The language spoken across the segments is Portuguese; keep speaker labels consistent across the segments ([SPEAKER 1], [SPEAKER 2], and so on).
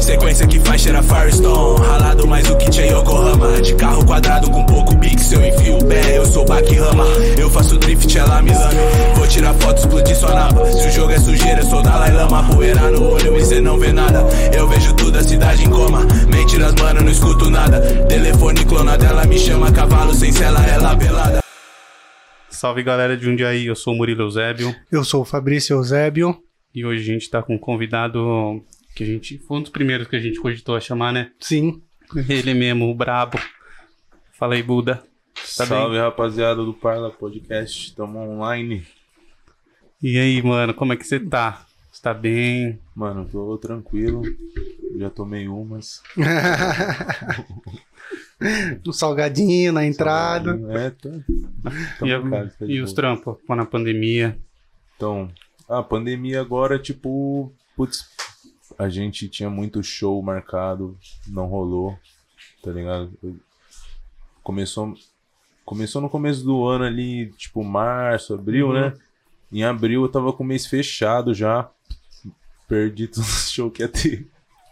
[SPEAKER 1] sequência que faz cheira Firestone. Ralado mais o kit é Yokohama. De carro quadrado com pouco pixel. Enfio o pé, eu sou Bakirama. Eu faço drift, ela me lame. Vou tirar foto, explodir sua napa. Se o jogo é sujeira, eu sou Dalai Lama. Poeira no olho e cê não vê nada. Eu vejo tudo, a cidade em coma. Mentiras, mano, não escuto nada. Telefone clonado, ela me chama. Cavalo sem cela, ela pelada.
[SPEAKER 2] Salve galera de Jundiaí, eu sou o Murilo Eusébio
[SPEAKER 3] Eu sou o Fabrício Eusébio.
[SPEAKER 2] e hoje a gente tá com um convidado que a gente foi um dos primeiros que a gente cogitou a chamar, né?
[SPEAKER 3] Sim.
[SPEAKER 2] Ele mesmo, o brabo. Fala aí, Buda. Tá bem?
[SPEAKER 4] Salve, rapaziada do Parla Podcast. Tamo online.
[SPEAKER 2] E aí, mano, como é que você tá? Você tá bem?
[SPEAKER 4] Mano, tô tranquilo. Já tomei umas.
[SPEAKER 3] um salgadinho na entrada.
[SPEAKER 4] É, tá.
[SPEAKER 2] E, a-
[SPEAKER 4] Tamo em casa, tá de
[SPEAKER 2] e os
[SPEAKER 4] boa.
[SPEAKER 2] trampos pô, na pandemia?
[SPEAKER 4] Então, a pandemia agora, tipo, putz, a gente tinha muito show marcado, não rolou, tá ligado? Eu- Começou, começou no começo do ano ali, tipo, março, abril, né?
[SPEAKER 2] Uhum.
[SPEAKER 4] Em abril eu tava com o mês fechado já. Perdi todo o show que ia ter.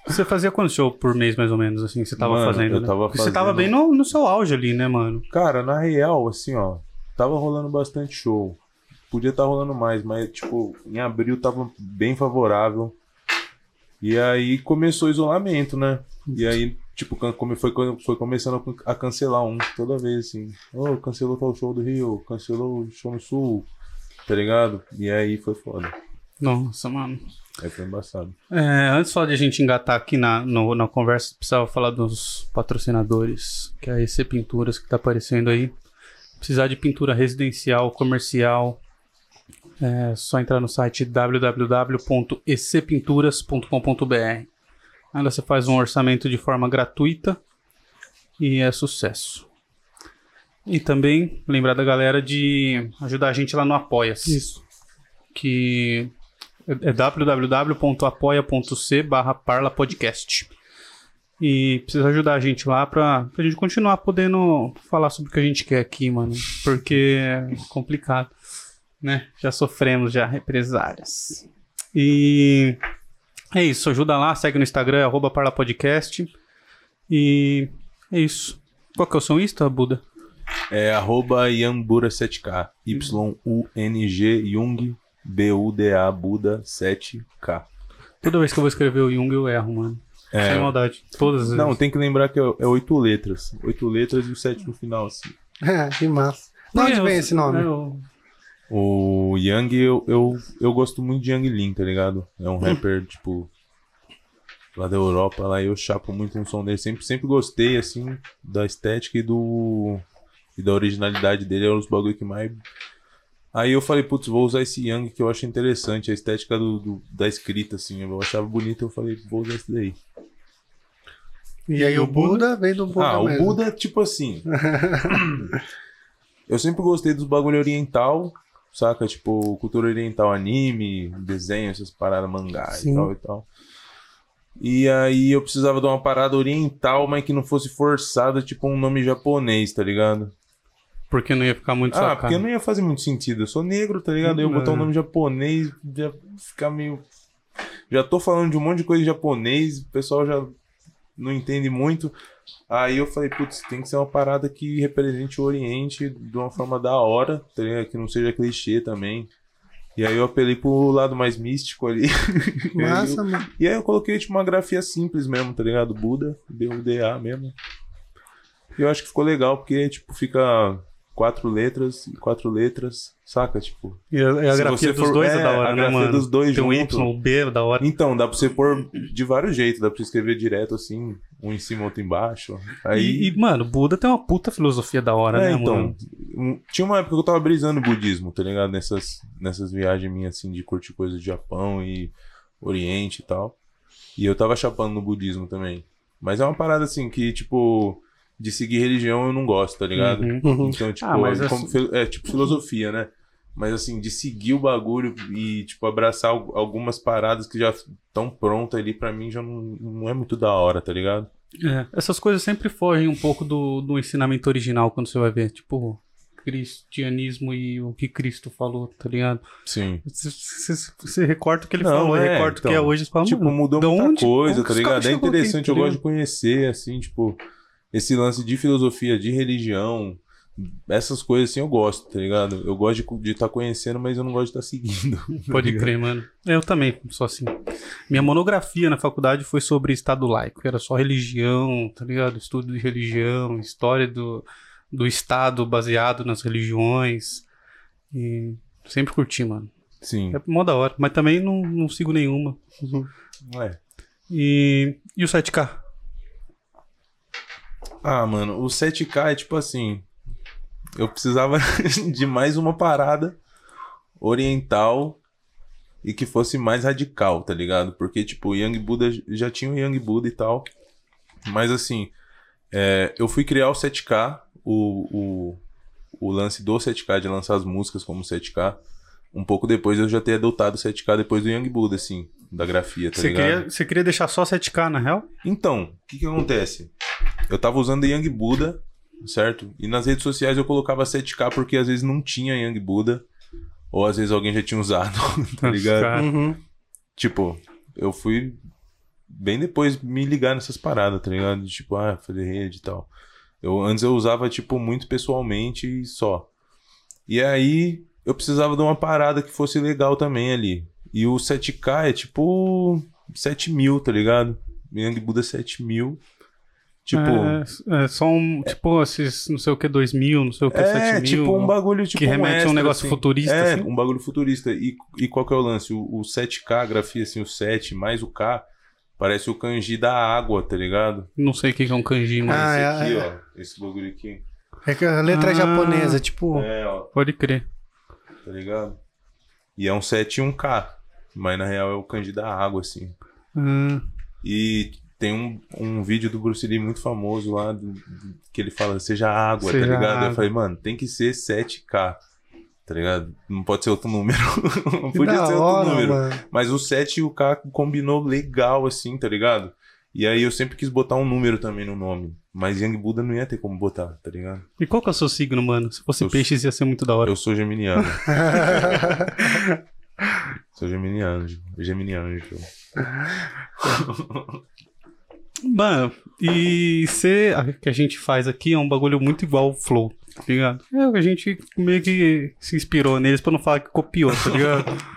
[SPEAKER 2] Você fazia quantos show por mês, mais ou menos, assim, que você tava
[SPEAKER 4] Mano,
[SPEAKER 2] fazendo?
[SPEAKER 4] eu
[SPEAKER 2] né?
[SPEAKER 4] tava
[SPEAKER 2] Porque Você tava
[SPEAKER 4] fazendo-
[SPEAKER 2] bem no, no seu auge ali, né, mano?
[SPEAKER 4] Cara, na real, assim, ó, tava rolando bastante show. Podia estar rolando mais, mas, tipo, em abril tava bem favorável. E aí começou o isolamento, né? E aí, tipo, can- come- foi, quando- foi começando a can- a cancelar um toda vez, assim. Oh, cancelou tal show do Rio, cancelou o show no Sul, tá ligado? E aí foi foda.
[SPEAKER 2] Nossa, mano.
[SPEAKER 4] Aí foi embaçado.
[SPEAKER 2] É, antes só de a gente engatar aqui na, no- na conversa, precisava falar dos patrocinadores, que é a EC Pinturas que tá aparecendo aí. Precisar de pintura residencial, comercial, é só entrar no site www.ecpinturas.com.br. Ainda você faz um orçamento de forma gratuita e é sucesso. E também lembrar da galera de ajudar a gente lá no Apoia-se. Isso. Que é www.apoia.c barra Parla Podcast. E precisa ajudar a gente lá pra, pra gente continuar podendo falar sobre o que a gente quer aqui, mano. Porque é complicado, né? Já sofremos já represárias. E é isso, ajuda lá, segue no Instagram, é arroba Parla Podcast. E é isso. Qual que é o seu Insta, Buda?
[SPEAKER 4] É arroba Yambura7k. Y-U-N-G Jung B-U-D-A Buda 7K.
[SPEAKER 2] Toda vez que eu vou escrever o Jung, eu erro, mano.
[SPEAKER 4] É,
[SPEAKER 2] Sem maldade. Todas as
[SPEAKER 4] Não,
[SPEAKER 2] vezes.
[SPEAKER 4] tem que lembrar que é, é oito letras. Oito letras e o sete no final, assim.
[SPEAKER 3] que massa. De onde
[SPEAKER 2] Eu-
[SPEAKER 3] vem esse nome?
[SPEAKER 2] eu-
[SPEAKER 4] O Yang, eu, eu, eu gosto muito de Yang Lin, tá ligado? É um rapper, tipo, lá da Europa, lá eu chapo muito no som dele. Sempre, sempre gostei, assim, da estética e do. e da originalidade dele. É um dos bagulho que mais. Aí eu falei, putz, vou usar esse Yang que eu acho interessante, a estética do, do- da escrita, assim, eu achava bonito, eu falei, vou usar esse daí.
[SPEAKER 3] E aí o Buda veio do Buda
[SPEAKER 4] ah,
[SPEAKER 3] mesmo.
[SPEAKER 4] o Buda, tipo assim. eu sempre gostei dos bagulho oriental, saca? Tipo, cultura oriental, anime, desenho, essas paradas, mangá
[SPEAKER 3] Sim.
[SPEAKER 4] e tal e tal. E aí eu precisava de uma parada oriental, mas que não fosse forçada, tipo um nome japonês, tá ligado?
[SPEAKER 2] Porque não ia ficar muito
[SPEAKER 4] ah,
[SPEAKER 2] sacado.
[SPEAKER 4] porque não ia fazer muito sentido. Eu sou negro, tá ligado? Eu
[SPEAKER 2] É.
[SPEAKER 4] botar um nome japonês, já ficar meio. Já tô falando de um monte de coisa em japonês, o pessoal já não entende muito. Aí eu falei, putz, tem que ser uma parada que represente o Oriente de uma forma da hora, tá ligado? Que não seja clichê também. E aí eu apelei pro lado mais místico ali.
[SPEAKER 3] Massa, mano.
[SPEAKER 4] E aí eu coloquei tipo uma grafia simples mesmo, tá ligado? Buda, B-U-D-A mesmo. E eu acho que ficou legal, porque tipo, fica quatro letras e quatro letras, saca? Tipo.
[SPEAKER 2] E a, e a
[SPEAKER 4] Se
[SPEAKER 2] grafia
[SPEAKER 4] você
[SPEAKER 2] dos
[SPEAKER 4] for-
[SPEAKER 2] dois é,
[SPEAKER 4] é,
[SPEAKER 2] da
[SPEAKER 4] a
[SPEAKER 2] hora, né,
[SPEAKER 4] grafia
[SPEAKER 2] mano?
[SPEAKER 4] dos dois
[SPEAKER 2] Tem um
[SPEAKER 4] junto.
[SPEAKER 2] Y, o B da hora.
[SPEAKER 4] Então, dá pra você pôr de vários jeitos, dá pra você escrever direto assim, um em cima, outro embaixo. Aí.
[SPEAKER 2] E, e, mano, Buda tem uma puta filosofia da hora,
[SPEAKER 4] É,
[SPEAKER 2] né,
[SPEAKER 4] então,
[SPEAKER 2] mano?
[SPEAKER 4] um- tinha uma época que eu tava brisando o budismo, tá ligado? Nessas, nessas viagens minhas, assim, de curtir coisas do Japão e Oriente e tal. E eu tava chapando no budismo também. Mas é uma parada, assim, que, tipo, de seguir religião eu não gosto, tá ligado?
[SPEAKER 2] Uhum.
[SPEAKER 3] Uhum.
[SPEAKER 4] Então, tipo,
[SPEAKER 2] Ah, mas
[SPEAKER 4] é, como fil- é tipo filosofia, né? Mas, assim, de seguir o bagulho e, tipo, abraçar al- algumas paradas que já estão prontas ali, pra mim já não, não é muito da hora, tá ligado?
[SPEAKER 2] É, Essas coisas sempre fogem um pouco do, do ensinamento original quando você vai ver. Tipo, cristianismo e o que Cristo falou, tá ligado?
[SPEAKER 4] Sim.
[SPEAKER 2] Você- Você você recorta o que ele
[SPEAKER 4] Não,
[SPEAKER 2] falou,
[SPEAKER 4] é,
[SPEAKER 2] recorta
[SPEAKER 4] então.
[SPEAKER 2] o que é hoje, você fala,
[SPEAKER 4] tipo,
[SPEAKER 2] mano,
[SPEAKER 4] mudou
[SPEAKER 2] da
[SPEAKER 4] muita
[SPEAKER 2] onde-
[SPEAKER 4] coisa,
[SPEAKER 2] como
[SPEAKER 4] tá
[SPEAKER 2] que os
[SPEAKER 4] ligado?
[SPEAKER 2] caras
[SPEAKER 4] É
[SPEAKER 2] chegou aqui,
[SPEAKER 4] interessante,
[SPEAKER 2] tá
[SPEAKER 4] eu gosto de
[SPEAKER 2] ligado?
[SPEAKER 4] conhecer, assim, tipo, esse lance de filosofia, de religião, essas coisas assim eu gosto, tá ligado? Eu gosto de co- de estar conhecendo, mas eu não gosto de estar seguindo.
[SPEAKER 2] Pode crer, mano. Eu também, só assim. Minha monografia na faculdade foi sobre Estado laico. Era só religião, tá ligado? Estudo de religião, história do, do Estado baseado nas religiões. E sempre curti, mano.
[SPEAKER 4] Sim.
[SPEAKER 2] É mó da hora. Mas também não, não sigo nenhuma.
[SPEAKER 4] É.
[SPEAKER 2] E, e o
[SPEAKER 4] Tá
[SPEAKER 2] 7K?
[SPEAKER 4] Ah, mano, o 7K é tipo assim. Eu precisava de mais uma parada oriental e que fosse mais radical, tá ligado? Porque, tipo, o Young Buddha já tinha o Young Buddha e tal. Mas assim, é, eu fui criar o 7K, o, o, o lance do 7K, de lançar as músicas como 7K. Um pouco depois eu já ter adotado o 7K depois do Young Buddha, assim, da grafia, tá
[SPEAKER 2] Você
[SPEAKER 4] ligado?
[SPEAKER 2] queria, você queria deixar só 7K, na real?
[SPEAKER 4] Então, o que que acontece? Eu tava usando Young Buddha, certo? E nas redes sociais eu colocava 7K porque às vezes não tinha Young Buddha. Ou às vezes alguém já tinha usado, tá ligado?
[SPEAKER 2] Cara,
[SPEAKER 3] Uhum.
[SPEAKER 4] Tipo, eu fui bem depois me ligar nessas paradas, tá ligado? De, Tipo, ah, fazer rede e tal. Eu, antes eu usava, tipo, muito pessoalmente e só. E aí eu precisava de uma parada que fosse legal também ali. E o 7K é tipo 7 mil, tá ligado? Young Buda 7 mil. Tipo, é,
[SPEAKER 2] É, é só um. Tipo, esses não sei o que, 2000, não sei o que, 7000.
[SPEAKER 4] tipo um bagulho tipo
[SPEAKER 2] que
[SPEAKER 4] um
[SPEAKER 2] remete a
[SPEAKER 4] extra,
[SPEAKER 2] um negócio
[SPEAKER 4] assim.
[SPEAKER 2] futurista,
[SPEAKER 4] É,
[SPEAKER 2] assim.
[SPEAKER 4] um bagulho futurista. E, e qual que é o lance? O, o 7K, a grafia assim, o 7 mais o K, parece o kanji da água, tá ligado?
[SPEAKER 2] Não sei o que que é um kanji, mas.
[SPEAKER 3] Ah, é,
[SPEAKER 4] esse aqui,
[SPEAKER 3] é.
[SPEAKER 4] ó. Esse bagulho aqui.
[SPEAKER 3] É que a letra
[SPEAKER 2] Ah.
[SPEAKER 3] é japonesa, tipo.
[SPEAKER 4] É, ó,
[SPEAKER 2] Pode crer.
[SPEAKER 4] tá ligado? E é um 7 e um K. Mas na real é o kanji da água, assim.
[SPEAKER 2] Ah,
[SPEAKER 4] E tem um, um vídeo do Bruce Lee muito famoso lá, do- do- que ele fala, seja água,
[SPEAKER 2] Seja
[SPEAKER 4] tá ligado?
[SPEAKER 2] água.
[SPEAKER 4] Eu falei, mano, tem que ser 7K. Tá ligado? Não pode ser outro número. Não
[SPEAKER 3] Que
[SPEAKER 4] podia
[SPEAKER 3] da
[SPEAKER 4] ser outro
[SPEAKER 3] hora,
[SPEAKER 4] número.
[SPEAKER 3] mano.
[SPEAKER 4] Mas o 7 e o K combinou legal, assim, tá ligado? E aí eu sempre quis botar um número também no nome. Mas Young Buda não ia ter como botar, tá ligado?
[SPEAKER 2] E qual que é o seu signo, mano? Se fosse
[SPEAKER 4] Eu
[SPEAKER 2] peixes, ia ser muito da hora.
[SPEAKER 4] Eu sou geminiano. sou geminiano. Geminiano. tipo.
[SPEAKER 2] Mano, e você. a- que a gente faz aqui é um bagulho muito igual ao Flow, tá ligado? É o que a gente meio que se inspirou neles pra não falar que copiou, tá ligado?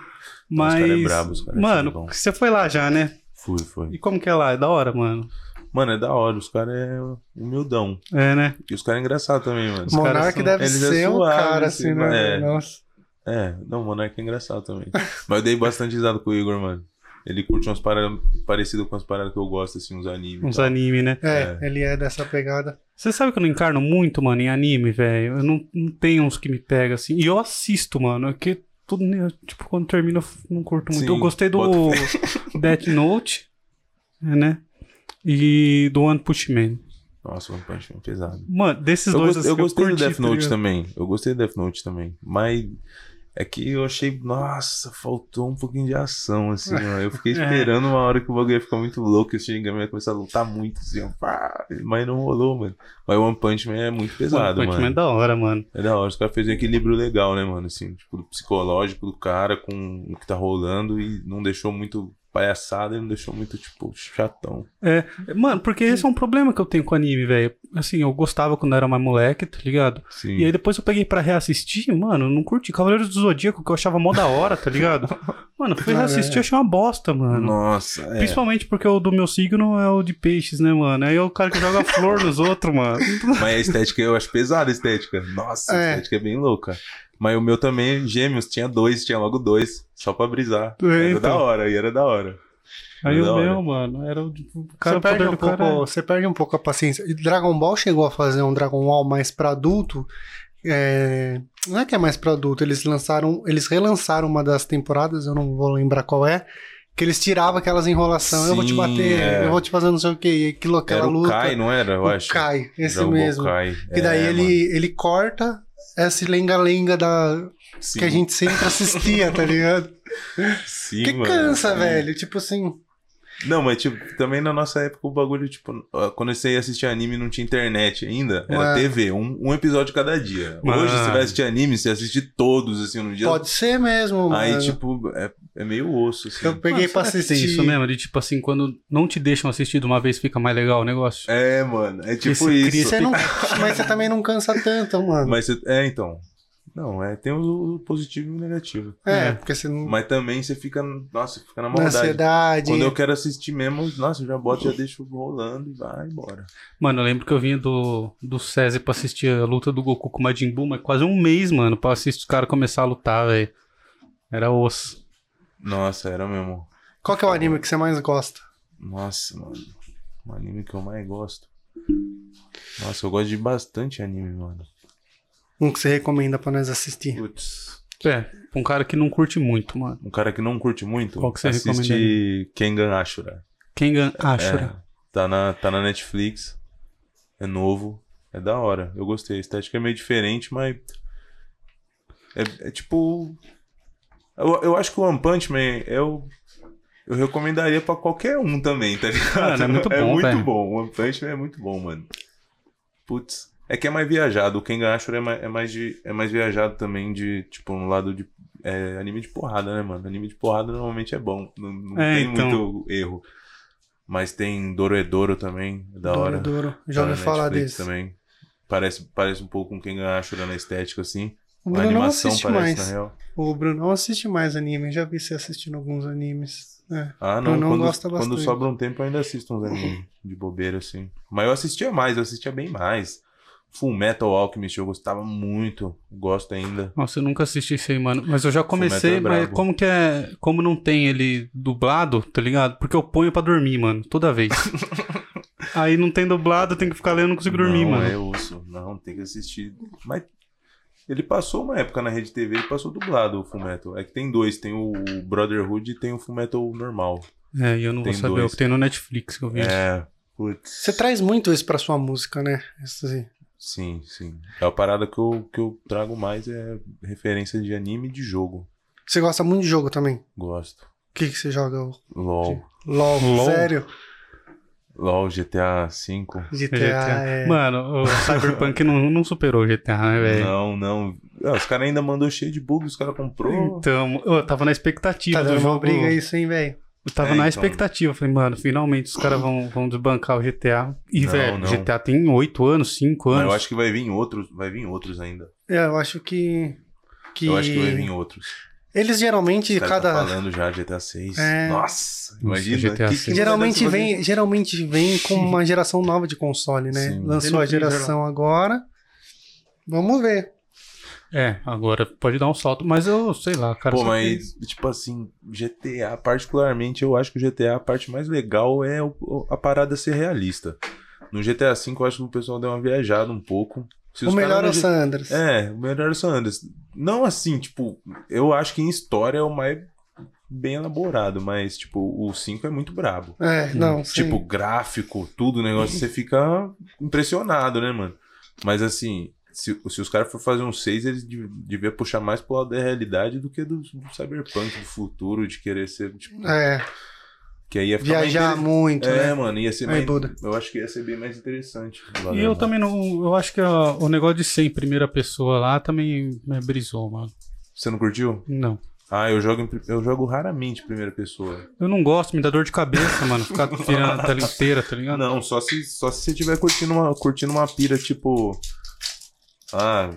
[SPEAKER 4] Os
[SPEAKER 2] Mas.
[SPEAKER 4] cara é brabo, os cara é
[SPEAKER 2] mano,
[SPEAKER 4] tudo bom.
[SPEAKER 2] você foi lá já, né?
[SPEAKER 4] Fui, foi.
[SPEAKER 2] E como que é lá? É da hora, mano.
[SPEAKER 4] Mano, é da hora. Os caras é humildão.
[SPEAKER 2] É, né?
[SPEAKER 4] E os caras é engraçado também, mano.
[SPEAKER 2] caras
[SPEAKER 3] Monark
[SPEAKER 2] são-
[SPEAKER 3] deve
[SPEAKER 4] eles é
[SPEAKER 3] ser um
[SPEAKER 4] suave,
[SPEAKER 3] cara
[SPEAKER 4] assim,
[SPEAKER 3] assim, né?
[SPEAKER 4] é.
[SPEAKER 3] Nossa.
[SPEAKER 4] É, não, o Monark é engraçado também. Mas eu dei bastante risada com o Igor, mano. Ele curte umas paradas parecidas com as paradas que eu gosto, assim, uns animes. e
[SPEAKER 2] Uns
[SPEAKER 4] tal.
[SPEAKER 2] anime, né?
[SPEAKER 4] É.
[SPEAKER 3] É, ele é dessa pegada.
[SPEAKER 2] Você sabe que eu não encarno muito, mano, em anime, velho. Eu não, não tenho uns que me pega assim. E eu assisto, mano. É que tudo, né, tipo, quando termina, eu f- não curto muito.
[SPEAKER 4] Sim,
[SPEAKER 2] eu gostei do
[SPEAKER 4] bota
[SPEAKER 2] Death Note, né? E do One Punch Man.
[SPEAKER 4] Nossa, One Punch Man é pesado.
[SPEAKER 2] Mano, desses
[SPEAKER 4] Eu,
[SPEAKER 2] dois
[SPEAKER 4] gos-
[SPEAKER 2] assim,
[SPEAKER 4] eu gostei
[SPEAKER 2] curti,
[SPEAKER 4] do Death
[SPEAKER 2] tá
[SPEAKER 4] Note
[SPEAKER 2] ligado?
[SPEAKER 4] também. Eu gostei do Death Note também. Mas é que eu achei, nossa, faltou um pouquinho de ação, assim, ó. Eu fiquei esperando uma hora que o bagulho ia ficar muito louco, que o Shinigami ia começar a lutar muito, assim, ó, pá, mas não rolou, mano. Mas o One Punch Man é muito pesado,
[SPEAKER 2] One Punch
[SPEAKER 4] mano.
[SPEAKER 2] Man é da hora, mano.
[SPEAKER 4] É da hora, os caras fez um equilíbrio legal, né, mano? Assim, tipo, do psicológico do cara com o que tá rolando e não deixou muito palhaçada e não deixou muito, tipo, chatão.
[SPEAKER 2] Mano, porque esse é um problema que eu tenho com anime, velho. Assim, eu gostava quando eu era mais moleque, tá ligado?
[SPEAKER 4] Sim.
[SPEAKER 2] E aí depois eu peguei pra reassistir, mano, eu não curti. Cavaleiros do Zodíaco, que eu achava mó da hora, tá ligado? Mano, fui
[SPEAKER 3] Ah,
[SPEAKER 2] reassistir, eu achei uma bosta, mano.
[SPEAKER 4] Nossa, é.
[SPEAKER 2] Principalmente porque o do meu signo é o de peixes, né, mano? Aí é o cara que joga flor nos outros, mano.
[SPEAKER 4] Mas a estética, eu acho pesada a estética. Nossa, a
[SPEAKER 3] É.
[SPEAKER 4] estética é bem louca. Mas o meu também, gêmeos, tinha dois, tinha logo dois, só pra brisar.
[SPEAKER 2] É,
[SPEAKER 4] era
[SPEAKER 2] então.
[SPEAKER 4] da hora, e era da hora.
[SPEAKER 2] Aí
[SPEAKER 4] Mas da
[SPEAKER 2] o
[SPEAKER 4] hora.
[SPEAKER 2] meu, mano, era o, de- o cara o
[SPEAKER 3] você, perde
[SPEAKER 2] poder
[SPEAKER 3] um
[SPEAKER 2] do
[SPEAKER 3] pouco,
[SPEAKER 2] cara. é-
[SPEAKER 3] você perde um pouco a paciência. E Dragon Ball chegou a fazer um Dragon Ball mais pra adulto. é, Não é que é mais pra adulto, eles lançaram, eles relançaram uma das temporadas, eu não vou lembrar qual é, que eles tiravam aquelas enrolação, eu vou te
[SPEAKER 4] Sim,
[SPEAKER 3] bater,
[SPEAKER 4] é.
[SPEAKER 3] eu vou te fazer não sei o que, e aquilo, aquela
[SPEAKER 4] Era o
[SPEAKER 3] luta.
[SPEAKER 4] Kai, não era? Eu
[SPEAKER 3] o
[SPEAKER 4] acho.
[SPEAKER 3] Kai, esse
[SPEAKER 4] Dragon Ball
[SPEAKER 3] mesmo.
[SPEAKER 4] Kai.
[SPEAKER 3] Que daí
[SPEAKER 4] É, mano.
[SPEAKER 3] ele, ele corta esse lenga-lenga da...
[SPEAKER 4] Sim,
[SPEAKER 3] que a gente sempre assistia, tá ligado?
[SPEAKER 4] sim,
[SPEAKER 3] que
[SPEAKER 4] mano.
[SPEAKER 3] cansa,
[SPEAKER 4] Sim.
[SPEAKER 3] velho. Tipo assim.
[SPEAKER 4] Não, mas tipo, também na nossa época o bagulho, tipo, ó, quando você ia assistir anime não tinha internet ainda, era
[SPEAKER 3] Ué.
[SPEAKER 4] TV, um, um episódio cada dia.
[SPEAKER 2] Mano.
[SPEAKER 4] Hoje você vai assistir anime, você assiste todos, assim, num dia.
[SPEAKER 3] Pode ser mesmo,
[SPEAKER 4] Aí,
[SPEAKER 3] mano.
[SPEAKER 4] tipo, é, é meio osso, assim.
[SPEAKER 3] eu peguei
[SPEAKER 2] Mano,
[SPEAKER 3] pra
[SPEAKER 2] será que
[SPEAKER 3] assistir.
[SPEAKER 2] Tem isso mesmo, de tipo assim, quando não te deixam assistir de uma vez, fica mais legal o negócio.
[SPEAKER 4] É, mano, é tipo
[SPEAKER 2] Esse
[SPEAKER 4] isso.
[SPEAKER 2] Cris-
[SPEAKER 3] Você não, mas você também não cansa tanto, mano.
[SPEAKER 4] Mas você- é, então. Não, é, tem o, o positivo e o negativo.
[SPEAKER 3] é,
[SPEAKER 2] É.
[SPEAKER 3] porque você não.
[SPEAKER 4] Mas também você fica, nossa, fica na
[SPEAKER 3] na
[SPEAKER 4] maldade.
[SPEAKER 3] ansiedade.
[SPEAKER 4] Quando eu quero assistir mesmo, nossa, eu já boto, já deixo rolando e vai embora.
[SPEAKER 2] Mano, eu lembro que eu vinha do, do SESI pra assistir a luta do Goku com o Majin Buu, mas quase um mês, mano, pra assistir os caras começar a lutar, velho. Era osso.
[SPEAKER 4] Nossa, era mesmo.
[SPEAKER 3] Qual que é o anime que você mais gosta?
[SPEAKER 4] Nossa, mano. Um anime que eu mais gosto. Nossa, eu gosto de bastante anime, mano.
[SPEAKER 3] Um que você recomenda pra nós assistir?
[SPEAKER 4] Putz.
[SPEAKER 2] É, pra um cara que não curte muito, mano.
[SPEAKER 4] Um cara que não curte muito,
[SPEAKER 2] Qual que você
[SPEAKER 4] assiste Kengan Ashura.
[SPEAKER 2] Kengan Ashura.
[SPEAKER 4] É, tá, na, tá na Netflix. É novo. É da hora. Eu gostei. A estética é meio diferente, mas. É, é tipo. Eu, eu acho que o One Punch Man eu, eu recomendaria pra qualquer um também, tá ligado?
[SPEAKER 2] Mano, é muito bom,
[SPEAKER 4] muito
[SPEAKER 2] velho.
[SPEAKER 4] bom. O One Punch Man é muito bom, mano. Putz. É que é mais viajado. O Kengan Ashura é mais, é mais, de, é mais viajado também de, tipo, um lado de. É anime de porrada, né, mano? Anime de porrada normalmente é bom. Não, não
[SPEAKER 2] É,
[SPEAKER 4] tem
[SPEAKER 2] então.
[SPEAKER 4] muito erro. Mas tem Doroedoro também, é da hora.
[SPEAKER 3] Doroedoro.
[SPEAKER 4] Tá
[SPEAKER 3] Já ouvi
[SPEAKER 4] na
[SPEAKER 3] falar
[SPEAKER 4] Netflix
[SPEAKER 3] desse.
[SPEAKER 4] Também. Parece, parece um pouco com quem Ashura na estética, assim.
[SPEAKER 3] O
[SPEAKER 4] a
[SPEAKER 3] Bruno não
[SPEAKER 4] animação
[SPEAKER 3] assiste
[SPEAKER 4] parece, na
[SPEAKER 3] mais.
[SPEAKER 4] real.
[SPEAKER 3] O Bruno não assiste mais anime. Já vi você assistindo alguns animes. É.
[SPEAKER 4] Ah, não.
[SPEAKER 3] Bruno
[SPEAKER 4] quando,
[SPEAKER 3] gosta
[SPEAKER 4] quando
[SPEAKER 3] bastante.
[SPEAKER 4] sobra um tempo, eu ainda assisto uns anime de bobeira, assim. Mas eu assistia mais, eu assistia bem mais. Full Metal Alchemist, eu gostava muito. Gosto ainda.
[SPEAKER 2] Nossa, eu nunca assisti isso aí, mano. Mas eu já
[SPEAKER 4] Fullmetal
[SPEAKER 2] comecei,
[SPEAKER 4] é
[SPEAKER 2] mas
[SPEAKER 4] brabo.
[SPEAKER 2] como que é. Como não tem ele dublado, tá ligado? Porque eu ponho pra dormir, mano, toda vez. aí não tem dublado, eu tenho que ficar lendo, não consigo dormir,
[SPEAKER 4] não,
[SPEAKER 2] mano.
[SPEAKER 4] é osso. Não, tem que assistir. Mas ele passou uma época na rede TV, ele passou dublado o Full Metal. É que tem dois, tem o Brotherhood e tem o Full Metal normal.
[SPEAKER 2] É, e eu não
[SPEAKER 4] Tem
[SPEAKER 2] vou saber
[SPEAKER 4] dois.
[SPEAKER 2] o que tem no Netflix que eu vi.
[SPEAKER 4] É, putz.
[SPEAKER 3] Você traz muito isso pra sua música, né? Isso assim.
[SPEAKER 4] Sim, sim. É a parada que eu, que eu trago mais é referência de anime e de jogo.
[SPEAKER 3] Você gosta muito de jogo também? O
[SPEAKER 4] Gosto.
[SPEAKER 3] que, que você joga? O
[SPEAKER 4] LOL.
[SPEAKER 3] LOL.
[SPEAKER 2] LOL?
[SPEAKER 3] Sério?
[SPEAKER 4] LOL, GTA V.
[SPEAKER 3] GTA,
[SPEAKER 2] GTA.
[SPEAKER 3] é...
[SPEAKER 2] Mano, o Cyberpunk não, não superou o GTA, né, velho?
[SPEAKER 4] Não, não. Ah, os caras ainda mandou cheio de bug, os caras comprou.
[SPEAKER 2] Então, eu tava na expectativa
[SPEAKER 3] Tá
[SPEAKER 2] do
[SPEAKER 3] dando uma
[SPEAKER 2] jogo.
[SPEAKER 3] briga isso, hein, velho?
[SPEAKER 2] Eu tava
[SPEAKER 4] É,
[SPEAKER 2] na
[SPEAKER 4] então.
[SPEAKER 2] expectativa. Eu Falei, mano, finalmente os caras vão, vão desbancar o GTA. E,
[SPEAKER 4] Não,
[SPEAKER 2] velho,
[SPEAKER 4] não.
[SPEAKER 2] GTA tem 8 anos, 5
[SPEAKER 4] Mas
[SPEAKER 2] anos.
[SPEAKER 4] eu acho que vai vir outros, vai vir outros ainda.
[SPEAKER 3] É, Eu acho que... que...
[SPEAKER 4] Eu acho que vai vir outros.
[SPEAKER 3] Eles geralmente,
[SPEAKER 4] Os caras
[SPEAKER 3] cada...
[SPEAKER 4] tá falando já GTA 6.
[SPEAKER 3] É.
[SPEAKER 4] Nossa,
[SPEAKER 2] Nossa,
[SPEAKER 4] imagina.
[SPEAKER 2] GTA
[SPEAKER 4] que-
[SPEAKER 2] VI.
[SPEAKER 4] que tá
[SPEAKER 3] Geralmente
[SPEAKER 4] vai dar
[SPEAKER 3] vem, geralmente vem com uma geração nova de console, né?
[SPEAKER 4] Sim.
[SPEAKER 3] Lançou a geração agora. Vamos ver.
[SPEAKER 2] É, agora pode dar um salto, mas eu sei lá, cara.
[SPEAKER 4] Pô,
[SPEAKER 2] sabe
[SPEAKER 4] mas, tipo assim, GTA, particularmente, eu acho que o GTA, a parte mais legal é o- o- a parada ser realista. No GTA V, eu acho que o pessoal deu uma viajada um pouco. Se
[SPEAKER 3] o
[SPEAKER 4] os
[SPEAKER 3] melhor é o
[SPEAKER 4] caras não-
[SPEAKER 3] San Andreas.
[SPEAKER 4] É, o melhor é o San Andreas. Não assim, tipo, eu acho que em história é o mais bem elaborado, mas, tipo, o 5 é muito brabo.
[SPEAKER 3] É, não, sim.
[SPEAKER 4] Tipo, gráfico, tudo, o negócio, você fica impressionado, né, mano? Mas assim, se, se os caras for fazer um 6, eles de- deviam puxar mais pro lado da realidade do que do, do cyberpunk, do futuro, de querer ser, tipo,
[SPEAKER 3] É,
[SPEAKER 4] que aí ia ficar mais
[SPEAKER 3] viajar
[SPEAKER 4] interessante.
[SPEAKER 3] muito,
[SPEAKER 4] É,
[SPEAKER 3] né?
[SPEAKER 4] mano, ia ser
[SPEAKER 3] Aí,
[SPEAKER 4] mais.
[SPEAKER 3] Buda.
[SPEAKER 4] Eu acho que ia ser bem mais interessante.
[SPEAKER 2] E eu também não. Eu acho que ó, o negócio de ser em primeira pessoa lá também me brisou, mano.
[SPEAKER 4] Você não curtiu?
[SPEAKER 2] Não.
[SPEAKER 4] Ah, eu jogo, em pri- eu jogo raramente primeira pessoa.
[SPEAKER 2] Eu não gosto, me dá dor de cabeça, mano. Ficar virando a tela inteira, tá ligado?
[SPEAKER 4] Não, só se, só se você estiver curtindo uma, curtindo uma pira, tipo. Ah,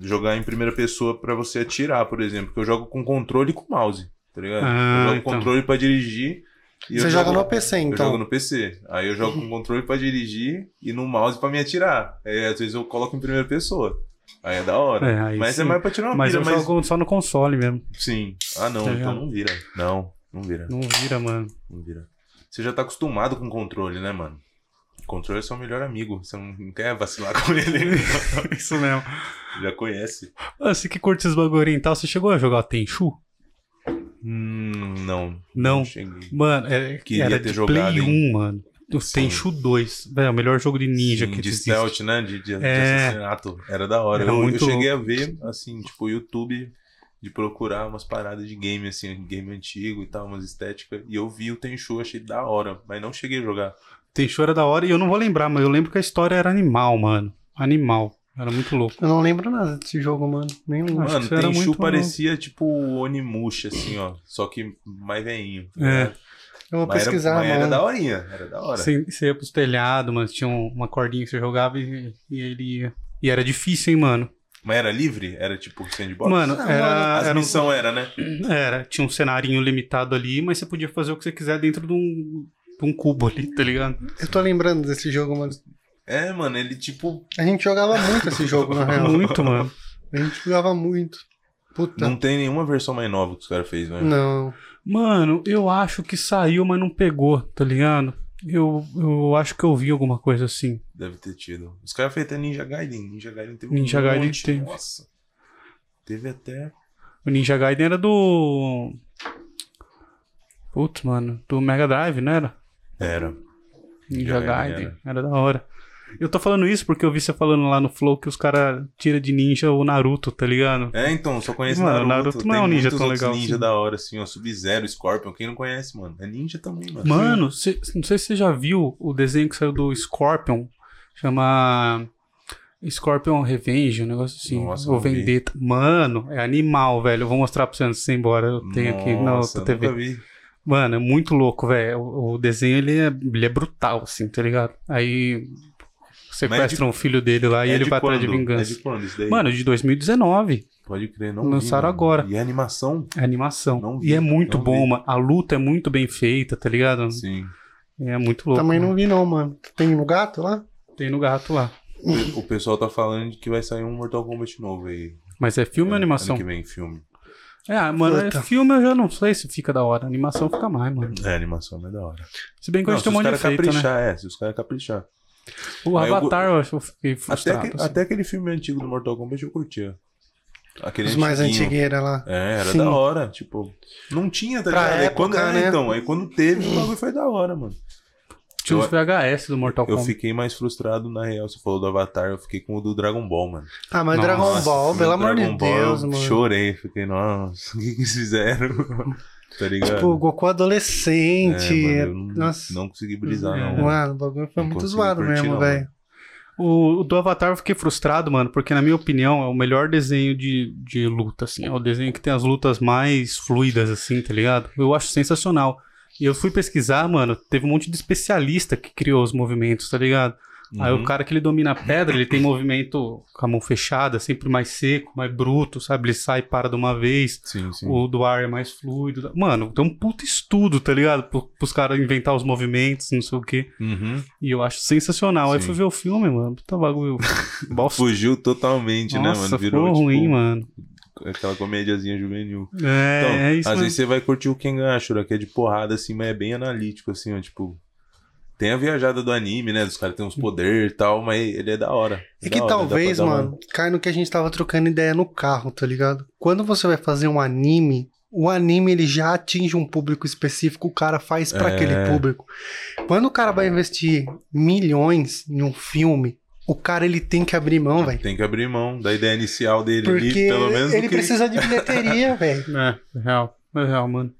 [SPEAKER 4] jogar em primeira pessoa pra você atirar, por exemplo. Porque eu jogo com controle e com mouse, tá ligado?
[SPEAKER 2] Ah,
[SPEAKER 4] eu jogo
[SPEAKER 2] então.
[SPEAKER 4] controle pra dirigir. e eu
[SPEAKER 3] Você joga
[SPEAKER 4] jogo-
[SPEAKER 3] no PC, então.
[SPEAKER 4] Eu jogo no PC. Aí eu jogo com controle pra dirigir e no mouse pra me atirar. Aí às vezes eu coloco em primeira pessoa. Aí é da hora.
[SPEAKER 2] É, aí
[SPEAKER 4] mas é
[SPEAKER 2] sim.
[SPEAKER 4] mais pra tirar uma
[SPEAKER 2] Mas
[SPEAKER 4] pira,
[SPEAKER 2] eu
[SPEAKER 4] mas.
[SPEAKER 2] jogo só no console mesmo.
[SPEAKER 4] Sim. Ah, não,
[SPEAKER 2] Tá
[SPEAKER 4] então
[SPEAKER 2] ligado?
[SPEAKER 4] não vira. Não, não vira.
[SPEAKER 2] Não vira, mano.
[SPEAKER 4] Não vira. Você já tá acostumado com controle, né, mano? Controle é seu melhor amigo. Você não não quer vacilar com ele. né?
[SPEAKER 2] Isso mesmo.
[SPEAKER 4] já conhece.
[SPEAKER 2] Ah, Você que curte esses bagulhinhos e tal, você chegou a jogar Tenchu?
[SPEAKER 4] Hum, não.
[SPEAKER 2] Não.
[SPEAKER 4] cheguei.
[SPEAKER 2] Mano, é,
[SPEAKER 4] Queria
[SPEAKER 2] era
[SPEAKER 4] ter
[SPEAKER 2] de
[SPEAKER 4] jogado,
[SPEAKER 2] Play 1,
[SPEAKER 4] hein?
[SPEAKER 2] mano. O
[SPEAKER 4] Sim.
[SPEAKER 2] Tenchu 2. Velho, é o melhor jogo de ninja
[SPEAKER 4] Sim,
[SPEAKER 2] que
[SPEAKER 4] de
[SPEAKER 2] existe.
[SPEAKER 4] stealth, né? De, de- de
[SPEAKER 2] É.
[SPEAKER 4] assassinato. Era da hora.
[SPEAKER 2] Era
[SPEAKER 4] eu, eu
[SPEAKER 2] muito
[SPEAKER 4] cheguei a ver, assim, tipo, YouTube de procurar umas paradas de game, assim, game antigo e tal, umas estéticas. E eu vi o Tenchu, achei da hora, mas não cheguei a jogar.
[SPEAKER 2] Tem chora da hora e eu não vou lembrar, mas eu lembro que a história era animal, mano. Animal. Era muito louco.
[SPEAKER 3] Eu não lembro nada desse jogo, mano. Nem lembro.
[SPEAKER 2] Acho que
[SPEAKER 4] Mano,
[SPEAKER 2] isso era
[SPEAKER 4] Tenchu
[SPEAKER 2] muito-
[SPEAKER 4] parecia tipo o Onimusha, assim, ó. Só que mais veinho.
[SPEAKER 2] É.
[SPEAKER 3] Eu vou
[SPEAKER 4] Mas era-
[SPEAKER 3] pesquisar,
[SPEAKER 4] mas era,
[SPEAKER 3] mano.
[SPEAKER 4] daorinha, era da hora.
[SPEAKER 2] Você, você ia pros telhados, mano. Tinha um- uma cordinha que você jogava e, e ele ia. E era difícil, hein, mano.
[SPEAKER 4] Mas era livre? Era tipo sandbox?
[SPEAKER 2] Mano,
[SPEAKER 3] Ah,
[SPEAKER 2] era,
[SPEAKER 4] As
[SPEAKER 2] era, um-
[SPEAKER 4] missão era, né?
[SPEAKER 2] era. Tinha um cenarinho limitado ali, mas você podia fazer o que você quiser dentro de um, de um cubo ali, tá ligado?
[SPEAKER 3] Eu tô lembrando desse jogo, mano.
[SPEAKER 4] É, mano, ele tipo.
[SPEAKER 3] A gente jogava muito esse jogo, na real.
[SPEAKER 2] Muito, mano.
[SPEAKER 3] A gente jogava muito.
[SPEAKER 2] Tá.
[SPEAKER 3] Puta.
[SPEAKER 4] Não tem nenhuma versão mais nova que os caras fez,
[SPEAKER 2] Hum.
[SPEAKER 4] né?
[SPEAKER 3] Não.
[SPEAKER 2] Mano, eu acho que saiu, mas não pegou, tá ligado? Eu, eu acho que eu vi alguma coisa assim.
[SPEAKER 4] Deve ter tido. Os caras fez até Ninja Gaiden. Ninja Gaiden teve
[SPEAKER 2] Ninja
[SPEAKER 4] um
[SPEAKER 2] Gaiden
[SPEAKER 4] monte.
[SPEAKER 2] teve.
[SPEAKER 4] Nossa. Teve até.
[SPEAKER 2] O Ninja Gaiden era do. Putz, mano. Do Mega Drive, não era?
[SPEAKER 4] Era.
[SPEAKER 2] Ninja
[SPEAKER 4] Ninja Gaiden,
[SPEAKER 2] Gaiden. Era. da hora. Eu tô falando isso porque eu vi você falando lá no Flow que os caras tiram de ninja o Naruto, tá ligado?
[SPEAKER 4] É, então, só conheço
[SPEAKER 2] Mano,
[SPEAKER 4] Naruto.
[SPEAKER 2] o Naruto não é um
[SPEAKER 4] Tem
[SPEAKER 2] ninja
[SPEAKER 4] muitos
[SPEAKER 2] tão
[SPEAKER 4] outros
[SPEAKER 2] legal
[SPEAKER 4] ninja
[SPEAKER 2] assim.
[SPEAKER 4] da hora, assim, ó. Sub-Zero, Scorpion. Quem não conhece, mano? É ninja também, mano.
[SPEAKER 2] Mano, cê- não sei se você já viu o desenho que saiu do Scorpion. Chama. Scorpion Revenge, um negócio assim.
[SPEAKER 4] Nossa,
[SPEAKER 2] Ou
[SPEAKER 4] não vi.
[SPEAKER 2] Vendetta. Mano, é animal, velho. Eu vou mostrar pra você antes de você ir embora. Eu tenho aqui na
[SPEAKER 4] Nossa,
[SPEAKER 2] outra TV.
[SPEAKER 4] Nunca vi.
[SPEAKER 2] Mano, é muito louco, velho. O, o desenho, ele é, ele é brutal, assim, tá ligado? Aí sequestram o filho dele lá e
[SPEAKER 4] É
[SPEAKER 2] ele
[SPEAKER 4] de
[SPEAKER 2] vai atrás de
[SPEAKER 4] quando?
[SPEAKER 2] vingança.
[SPEAKER 4] É de quando isso daí?
[SPEAKER 2] Mano, de 2019,
[SPEAKER 4] Pode crer, não vi,
[SPEAKER 2] lançaram
[SPEAKER 4] mano.
[SPEAKER 2] agora.
[SPEAKER 4] E a animação?
[SPEAKER 2] a animação.
[SPEAKER 4] Não
[SPEAKER 2] e
[SPEAKER 4] vi,
[SPEAKER 2] é muito
[SPEAKER 4] não
[SPEAKER 2] bom,
[SPEAKER 4] vi.
[SPEAKER 2] mano. A luta é muito bem feita, tá ligado?
[SPEAKER 4] Sim.
[SPEAKER 2] É muito louco.
[SPEAKER 3] Também
[SPEAKER 2] mano.
[SPEAKER 3] não vi, não, mano. Tem no gato lá?
[SPEAKER 2] Tem no gato lá.
[SPEAKER 4] O pessoal tá falando de que vai sair um Mortal Kombat novo aí.
[SPEAKER 2] Mas é filme ou
[SPEAKER 4] Ano-
[SPEAKER 2] animação?
[SPEAKER 4] Ano que vem, filme.
[SPEAKER 2] É, ah, mano, é
[SPEAKER 3] Puta.
[SPEAKER 2] filme eu já não sei se fica da hora. Animação fica mais, mano.
[SPEAKER 4] É, animação é da hora.
[SPEAKER 2] Se bem que
[SPEAKER 4] Não,
[SPEAKER 2] hoje
[SPEAKER 4] se
[SPEAKER 2] tem um
[SPEAKER 4] os
[SPEAKER 2] monte de
[SPEAKER 4] caras
[SPEAKER 2] efeito, né?
[SPEAKER 4] caprichar, é. Se os caras caprichar.
[SPEAKER 2] O
[SPEAKER 4] Ah, eu go-
[SPEAKER 2] Avatar eu, acho que eu fiquei
[SPEAKER 4] Até,
[SPEAKER 2] frustrado.
[SPEAKER 4] aque-
[SPEAKER 2] assim.
[SPEAKER 4] até aquele filme antigo do Mortal Kombat eu curtia. Aquele
[SPEAKER 3] Os mais
[SPEAKER 4] é antiguinho.
[SPEAKER 3] antigueira lá.
[SPEAKER 4] É, era
[SPEAKER 3] Sim.
[SPEAKER 4] da hora. Tipo, não tinha, tá
[SPEAKER 3] Pra
[SPEAKER 4] ligado? aí
[SPEAKER 3] época,
[SPEAKER 4] quando, é,
[SPEAKER 3] né?
[SPEAKER 4] então, aí quando teve, o bagulho foi da hora, mano.
[SPEAKER 2] Tinha
[SPEAKER 4] eu-
[SPEAKER 2] os VHS do Mortal
[SPEAKER 4] Eu
[SPEAKER 2] Kombat.
[SPEAKER 4] fiquei mais frustrado, na real. Você falou do Avatar, eu fiquei com o do Dragon Ball, mano.
[SPEAKER 3] Ah, mas
[SPEAKER 2] Nossa,
[SPEAKER 3] Dragon Ball,
[SPEAKER 4] No
[SPEAKER 3] pelo amor de
[SPEAKER 4] Dragon Ball, é um eu
[SPEAKER 3] Deus, mano.
[SPEAKER 4] Chorei, fiquei, nossa, o que, que eles fizeram? tá ligado?
[SPEAKER 3] Tipo, Goku adolescente.
[SPEAKER 4] É, mano,
[SPEAKER 3] é-
[SPEAKER 4] eu não,
[SPEAKER 3] Nossa.
[SPEAKER 4] não consegui brisar,
[SPEAKER 2] É.
[SPEAKER 4] não.
[SPEAKER 3] Mano, o bagulho foi
[SPEAKER 4] Não
[SPEAKER 3] muito
[SPEAKER 4] consegui
[SPEAKER 3] zoado
[SPEAKER 4] curtir,
[SPEAKER 3] mesmo,
[SPEAKER 4] não,
[SPEAKER 3] velho.
[SPEAKER 2] O, o do Avatar eu fiquei frustrado, mano, porque na minha opinião é o melhor desenho de, de luta, assim. É o desenho que tem as lutas mais fluidas, assim, tá ligado? Eu acho sensacional. E eu fui pesquisar, mano, teve um monte de especialista que criou os movimentos, tá ligado? Aí
[SPEAKER 4] Uhum.
[SPEAKER 2] o cara que ele domina a pedra, ele tem movimento com a mão fechada, sempre mais seco, mais bruto, sabe? Ele sai e para de uma vez.
[SPEAKER 4] Sim, sim.
[SPEAKER 2] O do ar é mais fluido. Mano, tem um puto estudo, tá ligado? Pro- Pros caras inventar os movimentos, não sei o quê.
[SPEAKER 4] Uhum.
[SPEAKER 2] E eu acho sensacional. Aí
[SPEAKER 4] Sim.
[SPEAKER 2] fui ver o filme, mano. Puta bagulho. Bosta.
[SPEAKER 4] Fugiu totalmente, né,
[SPEAKER 2] Nossa,
[SPEAKER 4] mano? Virou
[SPEAKER 2] ficou
[SPEAKER 4] tipo,
[SPEAKER 2] ruim, mano.
[SPEAKER 4] aquela comédiazinha juvenil.
[SPEAKER 2] É,
[SPEAKER 4] Então,
[SPEAKER 2] é
[SPEAKER 4] às
[SPEAKER 2] isso, mano.
[SPEAKER 4] vezes você vai curtir o Kengashura, que é de porrada, assim, mas é bem analítico, assim, ó, tipo. Tem a viajada do anime, né? Dos caras têm uns poderes e tal, mas ele é da hora.
[SPEAKER 3] É
[SPEAKER 4] da
[SPEAKER 3] que
[SPEAKER 4] hora, dá pra
[SPEAKER 3] talvez,
[SPEAKER 4] dar uma-
[SPEAKER 3] mano, cai no que a gente tava trocando ideia no carro, tá ligado? Quando você vai fazer um anime, o anime ele já atinge um público específico, o cara faz pra
[SPEAKER 4] É.
[SPEAKER 3] aquele público. Quando o cara vai investir milhões em um filme, o cara ele tem que abrir mão, velho.
[SPEAKER 4] Tem que abrir mão da ideia inicial dele ali,
[SPEAKER 3] Porque
[SPEAKER 4] pelo menos. do
[SPEAKER 3] ele
[SPEAKER 4] que-
[SPEAKER 3] precisa de bilheteria, velho.
[SPEAKER 2] É, é real. É real, mano.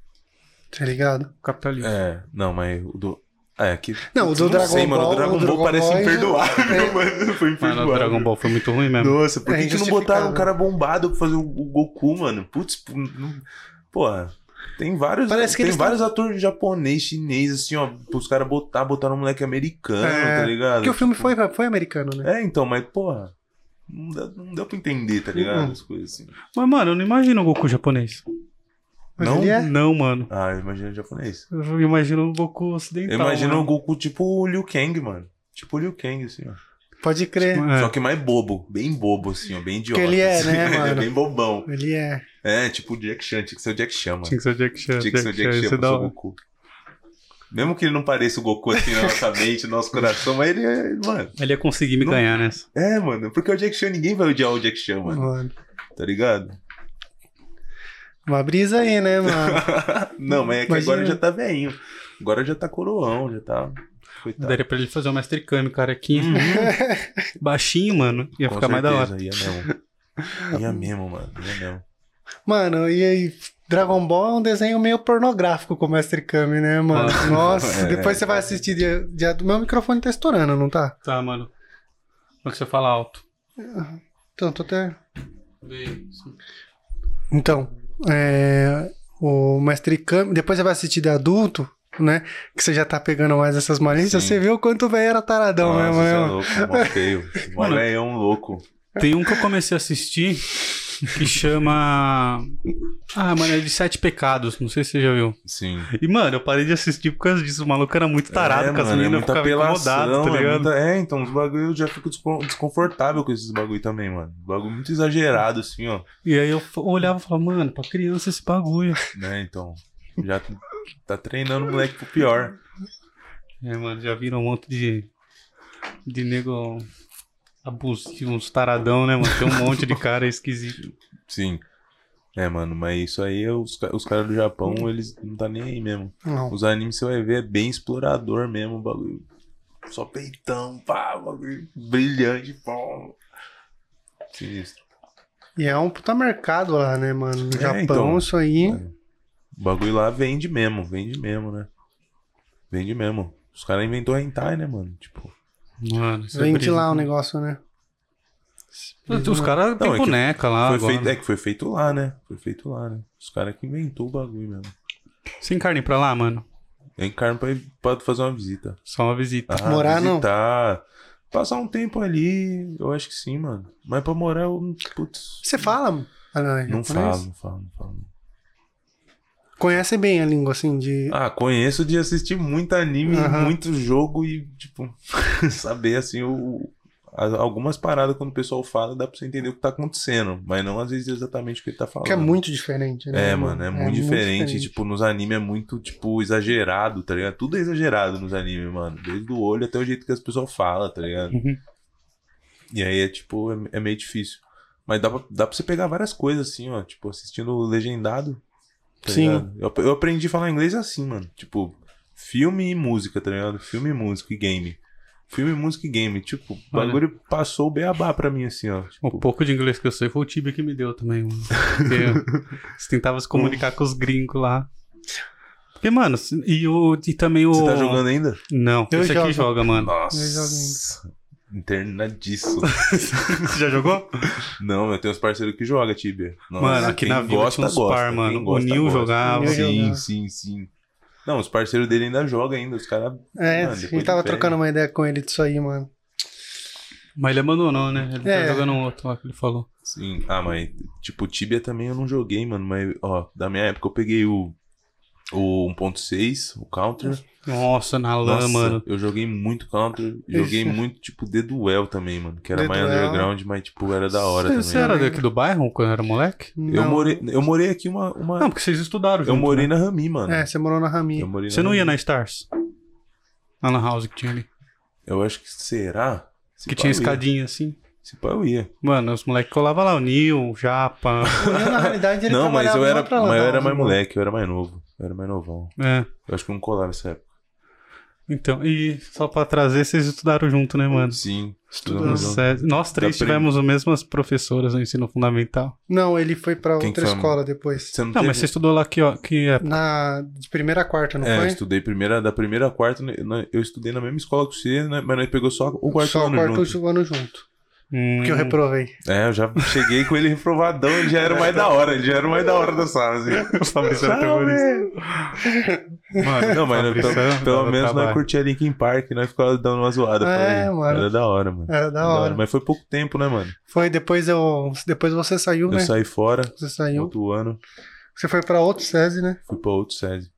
[SPEAKER 3] Tá ligado?
[SPEAKER 2] Capitalista.
[SPEAKER 4] É, não, mas o do. Ah, é que.
[SPEAKER 3] Não, o do Dragon
[SPEAKER 4] sei, mano, o
[SPEAKER 3] Ball-
[SPEAKER 4] Dragon
[SPEAKER 3] o Dragon
[SPEAKER 4] Ball parece
[SPEAKER 3] Ball-
[SPEAKER 4] imperdoável,
[SPEAKER 3] É.
[SPEAKER 4] mano. Foi
[SPEAKER 2] Mas o
[SPEAKER 4] imperdoável.
[SPEAKER 2] Dragon Ball foi muito ruim mesmo.
[SPEAKER 4] Nossa, por
[SPEAKER 3] É
[SPEAKER 4] que, que não botaram
[SPEAKER 3] injustificável.
[SPEAKER 4] um cara bombado pra fazer o o Goku, mano? Putz, pô, não- porra. Tem vários,
[SPEAKER 3] Parece que
[SPEAKER 4] tem
[SPEAKER 3] eles
[SPEAKER 4] vários atores japonês, chinês, assim, ó, pros caras botar, botaram um moleque americano,
[SPEAKER 3] É,
[SPEAKER 4] tá ligado?
[SPEAKER 3] Porque o filme foi, foi americano, né?
[SPEAKER 4] É, então, mas, porra, não dá, não dá pra entender, tá ligado?
[SPEAKER 3] Uhum.
[SPEAKER 4] As coisas assim.
[SPEAKER 2] Mas, mano, eu não imagino o Goku japonês.
[SPEAKER 3] Mas
[SPEAKER 4] Não?
[SPEAKER 3] ele é.
[SPEAKER 2] Não, mano.
[SPEAKER 4] Ah, eu imagino japonês.
[SPEAKER 2] Eu imagino o Goku
[SPEAKER 4] Eu
[SPEAKER 2] ocidental.
[SPEAKER 3] Então,
[SPEAKER 4] imagino
[SPEAKER 3] né?
[SPEAKER 4] o
[SPEAKER 2] mano.
[SPEAKER 4] Goku tipo o Liu Kang, mano. Tipo o Liu Kang, assim, ó.
[SPEAKER 3] Pode crer.
[SPEAKER 2] É.
[SPEAKER 4] Só que mais bobo, bem bobo, assim, ó, bem idiota.
[SPEAKER 3] ele é,
[SPEAKER 4] assim.
[SPEAKER 3] né,
[SPEAKER 4] Ele é
[SPEAKER 3] mano?
[SPEAKER 4] bem bobão.
[SPEAKER 3] Ele é.
[SPEAKER 4] É, tipo o Jack Chan, tinha que ser o Jack Chan, mano.
[SPEAKER 2] Tinha que ser o Jack Chan.
[SPEAKER 4] Tinha que ser o Jack
[SPEAKER 2] ia
[SPEAKER 4] Chan
[SPEAKER 2] ser da
[SPEAKER 4] pro
[SPEAKER 2] hora.
[SPEAKER 4] Goku. Mesmo que ele não pareça o Goku assim na nossa mente, no nosso coração, mas ele é, mano.
[SPEAKER 2] Ele ia conseguir me
[SPEAKER 4] Não-
[SPEAKER 2] ganhar nessa.
[SPEAKER 4] É, mano, porque o Jack Chan, ninguém vai odiar o Jack Chan, mano,
[SPEAKER 3] Mano.
[SPEAKER 4] tá ligado?
[SPEAKER 3] Uma brisa aí, né, mano?
[SPEAKER 4] não, mas é que
[SPEAKER 3] Imagina.
[SPEAKER 4] agora já tá veinho. Agora já tá coroão, já tá. Coitado.
[SPEAKER 2] Daria pra ele fazer o Mestre Kami, carequinha. Baixinho, mano. Ia
[SPEAKER 4] Com
[SPEAKER 2] ficar mais da hora.
[SPEAKER 4] certeza, Ia mesmo. Ia mesmo, mano. Ia mesmo.
[SPEAKER 3] Mano, e aí, Dragon Ball é um desenho meio pornográfico com o Mestre Kami, né, mano? Nossa,
[SPEAKER 4] É.
[SPEAKER 3] depois você vai assistir dia, dia- Meu microfone tá estourando, não tá?
[SPEAKER 2] Tá, mano. Quando você fala alto.
[SPEAKER 3] Então, tô até. Então, é, o Mestre Kami, depois você vai assistir de adulto, né? Que você já tá pegando mais essas malícias,
[SPEAKER 4] Sim.
[SPEAKER 3] você viu o quanto o velho era taradão
[SPEAKER 4] Nossa,
[SPEAKER 3] mesmo, né,
[SPEAKER 4] cê é
[SPEAKER 3] mano?
[SPEAKER 4] louco, mó feio. Mó
[SPEAKER 2] Mano.
[SPEAKER 4] leião um louco.
[SPEAKER 2] Tem um que eu comecei a assistir que chama. Ah, mano, é de Sete Pecados. Não sei se você já viu.
[SPEAKER 4] Sim.
[SPEAKER 2] E, mano, eu parei de assistir por causa disso. O maluco era muito tarado
[SPEAKER 4] É,
[SPEAKER 2] com as
[SPEAKER 4] mano, é
[SPEAKER 2] meninas, eu
[SPEAKER 4] muita
[SPEAKER 2] ficava incomodado,
[SPEAKER 4] apelação,
[SPEAKER 2] tá
[SPEAKER 4] é
[SPEAKER 2] ligado?
[SPEAKER 4] muita- É, então, os bagulho eu já fico descon- desconfortável com esses bagulho também, mano. Bagulho muito exagerado, assim, ó.
[SPEAKER 2] E aí eu f- olhava e falava, mano, pra criança esse bagulho.
[SPEAKER 4] Né, então. Já t- tá treinando o moleque pro pior.
[SPEAKER 2] É, mano, já viram um monte de. de nego abusivo, uns taradão, né, mano? Tem um monte de cara esquisito.
[SPEAKER 4] Sim. É, mano, mas isso aí, é os, ca- os caras do Japão, eles não tá nem aí mesmo.
[SPEAKER 3] Não.
[SPEAKER 4] Os animes você vai ver, é bem explorador mesmo o bagulho. Só peitão, pá, bagulho brilhante, pá. Sinistro.
[SPEAKER 3] E é um puta mercado lá, né, mano? No
[SPEAKER 4] É,
[SPEAKER 3] Japão,
[SPEAKER 4] então.
[SPEAKER 3] isso aí.
[SPEAKER 4] O bagulho lá vende mesmo, vende mesmo, né? Vende mesmo. Os caras inventou hentai, né, mano? Tipo,
[SPEAKER 2] Mano, isso é
[SPEAKER 3] Vende
[SPEAKER 2] brisa.
[SPEAKER 3] lá o negócio, né?
[SPEAKER 2] Os caras têm
[SPEAKER 4] Não, é que
[SPEAKER 2] boneca lá.
[SPEAKER 4] foi
[SPEAKER 2] agora.
[SPEAKER 4] feito, é que foi feito lá, né? Foi feito lá, né? Os caras que inventou o bagulho mesmo.
[SPEAKER 2] Sem carne pra lá, mano.
[SPEAKER 4] Eu encarno pra, ir- pra fazer uma visita.
[SPEAKER 2] Só uma visita.
[SPEAKER 4] Ah,
[SPEAKER 3] Morar, não?
[SPEAKER 4] visitar. Passar um tempo ali, eu acho que sim, mano. Mas pra morar, eu. Putz.
[SPEAKER 3] Você fala? ah, é
[SPEAKER 4] Não
[SPEAKER 3] japonês?
[SPEAKER 4] falo, não falo, não falo.
[SPEAKER 3] Conhece bem a língua, assim, de.
[SPEAKER 4] Ah, conheço de assistir muito anime,
[SPEAKER 3] Aham.
[SPEAKER 4] muito jogo e, tipo, saber, assim, o, a- algumas paradas quando o pessoal fala, dá pra você entender o que tá acontecendo, mas não às vezes exatamente o que ele tá falando.
[SPEAKER 3] que é muito diferente, né?
[SPEAKER 4] É, mano, é, muito, diferente. Tipo, nos animes é muito, tipo, exagerado, tá ligado? Tudo é exagerado nos animes, mano. Desde o olho até o jeito que as pessoas falam, tá ligado?
[SPEAKER 2] Uhum.
[SPEAKER 4] E aí é, tipo, é, é meio difícil. Mas dá pra, dá pra você pegar várias coisas, assim, ó. Tipo, assistindo o legendado, tá
[SPEAKER 3] Sim.
[SPEAKER 4] ligado? Eu, eu aprendi a falar inglês assim, mano. Tipo, filme e música, tá ligado? Filme, e música e game. Filme, música e game. Tipo, o
[SPEAKER 2] Olha.
[SPEAKER 4] bagulho passou o beabá pra mim, assim, ó.
[SPEAKER 2] O
[SPEAKER 4] Tipo,
[SPEAKER 2] pouco de inglês que eu sei foi o Tibia que me deu também, mano. Porque você tentava se comunicar com os gringos lá. Porque, mano, se- e, o, e também o.
[SPEAKER 4] você tá jogando ainda?
[SPEAKER 2] Não,
[SPEAKER 3] Eu
[SPEAKER 2] esse
[SPEAKER 3] jogo.
[SPEAKER 2] aqui joga, mano.
[SPEAKER 4] Nossa. Internadiço.
[SPEAKER 2] Você já jogou?
[SPEAKER 4] Não, eu tenho uns parceiros que jogam Tibia. Nossa,
[SPEAKER 2] Mano, aqui
[SPEAKER 4] quem
[SPEAKER 2] na vila tinha uns par,
[SPEAKER 4] quem
[SPEAKER 2] mano. O
[SPEAKER 4] gosta,
[SPEAKER 2] Nil
[SPEAKER 4] gosta.
[SPEAKER 2] jogava.
[SPEAKER 3] Nil
[SPEAKER 4] Sim,
[SPEAKER 3] jogava.
[SPEAKER 4] sim, sim. Não, os parceiros dele ainda jogam ainda. Os caras.
[SPEAKER 3] É,
[SPEAKER 4] tipo, Mano,
[SPEAKER 3] a gente
[SPEAKER 4] depois
[SPEAKER 3] tava
[SPEAKER 4] de velho.
[SPEAKER 3] trocando uma ideia com ele disso aí, mano.
[SPEAKER 2] Mas ele abandonou, né? Ele
[SPEAKER 3] É.
[SPEAKER 2] tá jogando um outro lá que ele falou.
[SPEAKER 4] Sim. Ah, mas, tipo, Tibia também eu não joguei, mano. Mas, ó, da minha época eu peguei o. O 1.6, o Counter.
[SPEAKER 2] Nossa, na lã,
[SPEAKER 4] Nossa,
[SPEAKER 2] mano.
[SPEAKER 4] eu joguei muito Counter. Joguei muito, tipo, The Duel também, mano. Que era
[SPEAKER 3] The
[SPEAKER 4] mais
[SPEAKER 3] Duel.
[SPEAKER 4] underground, mas, tipo, era da hora
[SPEAKER 2] Você-
[SPEAKER 4] também.
[SPEAKER 2] Você era daqui do bairro quando era moleque?
[SPEAKER 4] Eu,
[SPEAKER 3] Não.
[SPEAKER 4] morei, eu morei aqui uma. uma...
[SPEAKER 2] Não, porque vocês estudaram.
[SPEAKER 4] eu
[SPEAKER 2] junto,
[SPEAKER 4] morei
[SPEAKER 2] né?
[SPEAKER 4] na Rami, mano.
[SPEAKER 3] É, você morou na Rami.
[SPEAKER 4] Eu morei
[SPEAKER 2] Você não ia
[SPEAKER 4] Rami.
[SPEAKER 2] na Stars? Lá na House que tinha ali.
[SPEAKER 4] Eu acho que será? Se
[SPEAKER 2] que
[SPEAKER 4] pá,
[SPEAKER 2] tinha
[SPEAKER 4] eu ia.
[SPEAKER 2] escadinha assim.
[SPEAKER 4] Se pá, eu ia.
[SPEAKER 2] Mano, os moleques colavam lá, o Nil, o Japa.
[SPEAKER 3] O Nil, na realidade, ele
[SPEAKER 4] não, mas eu era,
[SPEAKER 3] pra lá,
[SPEAKER 4] mas eu era
[SPEAKER 3] né?
[SPEAKER 4] mais moleque, eu era mais novo. Eu era mais novão.
[SPEAKER 2] é.
[SPEAKER 4] Eu acho que eu não colava nessa época.
[SPEAKER 2] Então, e só pra trazer, vocês estudaram junto, né, mano?
[SPEAKER 4] Sim.
[SPEAKER 3] Estudamos.
[SPEAKER 4] estudamos junto.
[SPEAKER 2] Cê- Nós três
[SPEAKER 4] Da prim-
[SPEAKER 2] tivemos as mesmas professoras no ensino fundamental.
[SPEAKER 3] Não, ele foi pra
[SPEAKER 4] Quem
[SPEAKER 3] outra
[SPEAKER 4] foi, mano?
[SPEAKER 3] escola depois.
[SPEAKER 4] Você não,
[SPEAKER 2] Não,
[SPEAKER 4] teve-
[SPEAKER 2] mas você estudou lá que, ó, que é.
[SPEAKER 3] Na, de primeira a quarta, não
[SPEAKER 4] É, eu
[SPEAKER 3] foi?
[SPEAKER 4] estudei primeira, da primeira a quarta, né, né, eu estudei na mesma escola que você, né, mas nós pegou só o quarto
[SPEAKER 3] Só o
[SPEAKER 4] ano
[SPEAKER 3] quarto
[SPEAKER 4] junto.
[SPEAKER 3] ano junto.
[SPEAKER 2] Hum,
[SPEAKER 3] Que eu reprovei.
[SPEAKER 4] É, eu já cheguei com ele reprovadão, ele já era o mais da hora, ele já era o mais da hora da sala, assim.
[SPEAKER 2] o Fabrício era terrorista. Mano,
[SPEAKER 4] Não, mas
[SPEAKER 2] Fabrício né?
[SPEAKER 4] pelo,
[SPEAKER 2] dava
[SPEAKER 4] pelo menos né, nós
[SPEAKER 2] trabalho.
[SPEAKER 4] curtia Linkin Park, nós ficava dando uma zoada pra
[SPEAKER 3] É,
[SPEAKER 4] ele.
[SPEAKER 3] mano.
[SPEAKER 4] Era da hora, mano.
[SPEAKER 3] Era da hora.
[SPEAKER 4] Mas foi pouco tempo, né, mano?
[SPEAKER 3] Foi depois eu. Depois você saiu,
[SPEAKER 4] Eu
[SPEAKER 3] né?
[SPEAKER 4] saí fora,
[SPEAKER 3] Você saiu.
[SPEAKER 4] outro ano,
[SPEAKER 3] Você foi pra outro SESI, né?
[SPEAKER 4] fui pra outro SESI.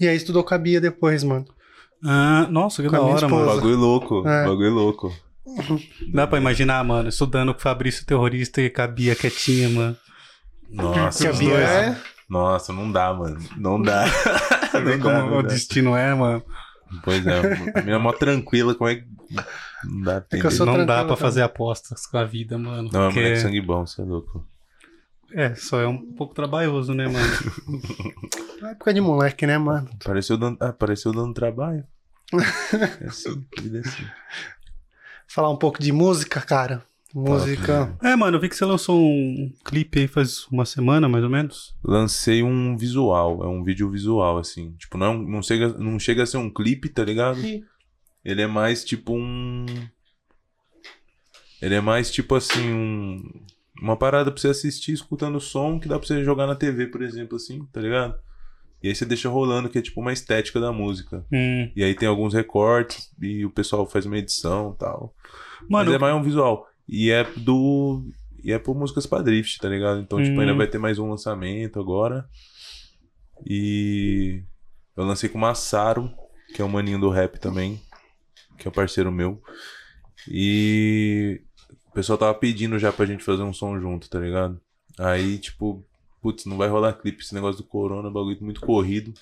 [SPEAKER 3] E aí estudou com a Bia depois, mano.
[SPEAKER 2] Ah, nossa, que
[SPEAKER 3] Com a
[SPEAKER 2] da
[SPEAKER 3] minha
[SPEAKER 4] tipo,
[SPEAKER 2] hora, mano.
[SPEAKER 3] esposa.
[SPEAKER 4] Bagulho louco,
[SPEAKER 3] É.
[SPEAKER 4] bagulho louco.
[SPEAKER 2] Dá pra imaginar, mano, estudando com o Fabrício terrorista e com a Bia quietinha, mano.
[SPEAKER 4] Nossa,
[SPEAKER 3] Que a
[SPEAKER 4] os
[SPEAKER 3] Bia
[SPEAKER 4] dois.
[SPEAKER 3] é.
[SPEAKER 4] Nossa, não dá, mano. Não dá.
[SPEAKER 2] Você vê
[SPEAKER 4] Não
[SPEAKER 2] como
[SPEAKER 4] dá, não
[SPEAKER 2] o
[SPEAKER 4] dá.
[SPEAKER 2] destino é, mano.
[SPEAKER 4] Pois é, a minha é mó tranquila, como é que. Não dá pra
[SPEAKER 3] É que eu
[SPEAKER 4] entender.
[SPEAKER 3] sou-
[SPEAKER 2] Não dá
[SPEAKER 3] tranquilo
[SPEAKER 2] pra
[SPEAKER 3] também.
[SPEAKER 2] fazer apostas com a vida, mano.
[SPEAKER 4] tá. Não, é
[SPEAKER 2] porque-
[SPEAKER 4] moleque sangue bom, você é louco.
[SPEAKER 2] É, só é um pouco trabalhoso, né, mano?
[SPEAKER 3] Na É época de moleque, né, mano?
[SPEAKER 4] Apareceu dando, ah, apareceu dando trabalho. É assim, vida é assim.
[SPEAKER 3] Falar um pouco de música, cara. Música.
[SPEAKER 2] É, mano, eu vi que você lançou um clipe aí faz uma semana, mais ou menos.
[SPEAKER 4] Lancei um visual, é um vídeo visual, assim. Tipo, não, é um- não, chega, não chega a ser um clipe, tá ligado? Ele é mais tipo um. Ele é mais tipo assim, um. Uma parada pra você assistir escutando o som que dá pra você jogar na TV, por exemplo, assim, tá ligado? E aí você deixa rolando, que é tipo uma estética da música.
[SPEAKER 2] Hum.
[SPEAKER 4] E aí tem alguns recortes e o pessoal faz uma edição e tal.
[SPEAKER 2] Mano,
[SPEAKER 4] Mas é mais um visual. E é do. E é por músicas pra drift, tá ligado? Então, tipo,
[SPEAKER 2] Hum.
[SPEAKER 4] ainda vai ter mais um lançamento agora. E eu lancei com o Massaro, que é um maninho do rap também, que é um parceiro meu. E o pessoal tava pedindo já pra gente fazer um som junto, tá ligado? Aí, tipo, putz, não vai rolar clipe esse negócio do corona, bagulho muito corrido.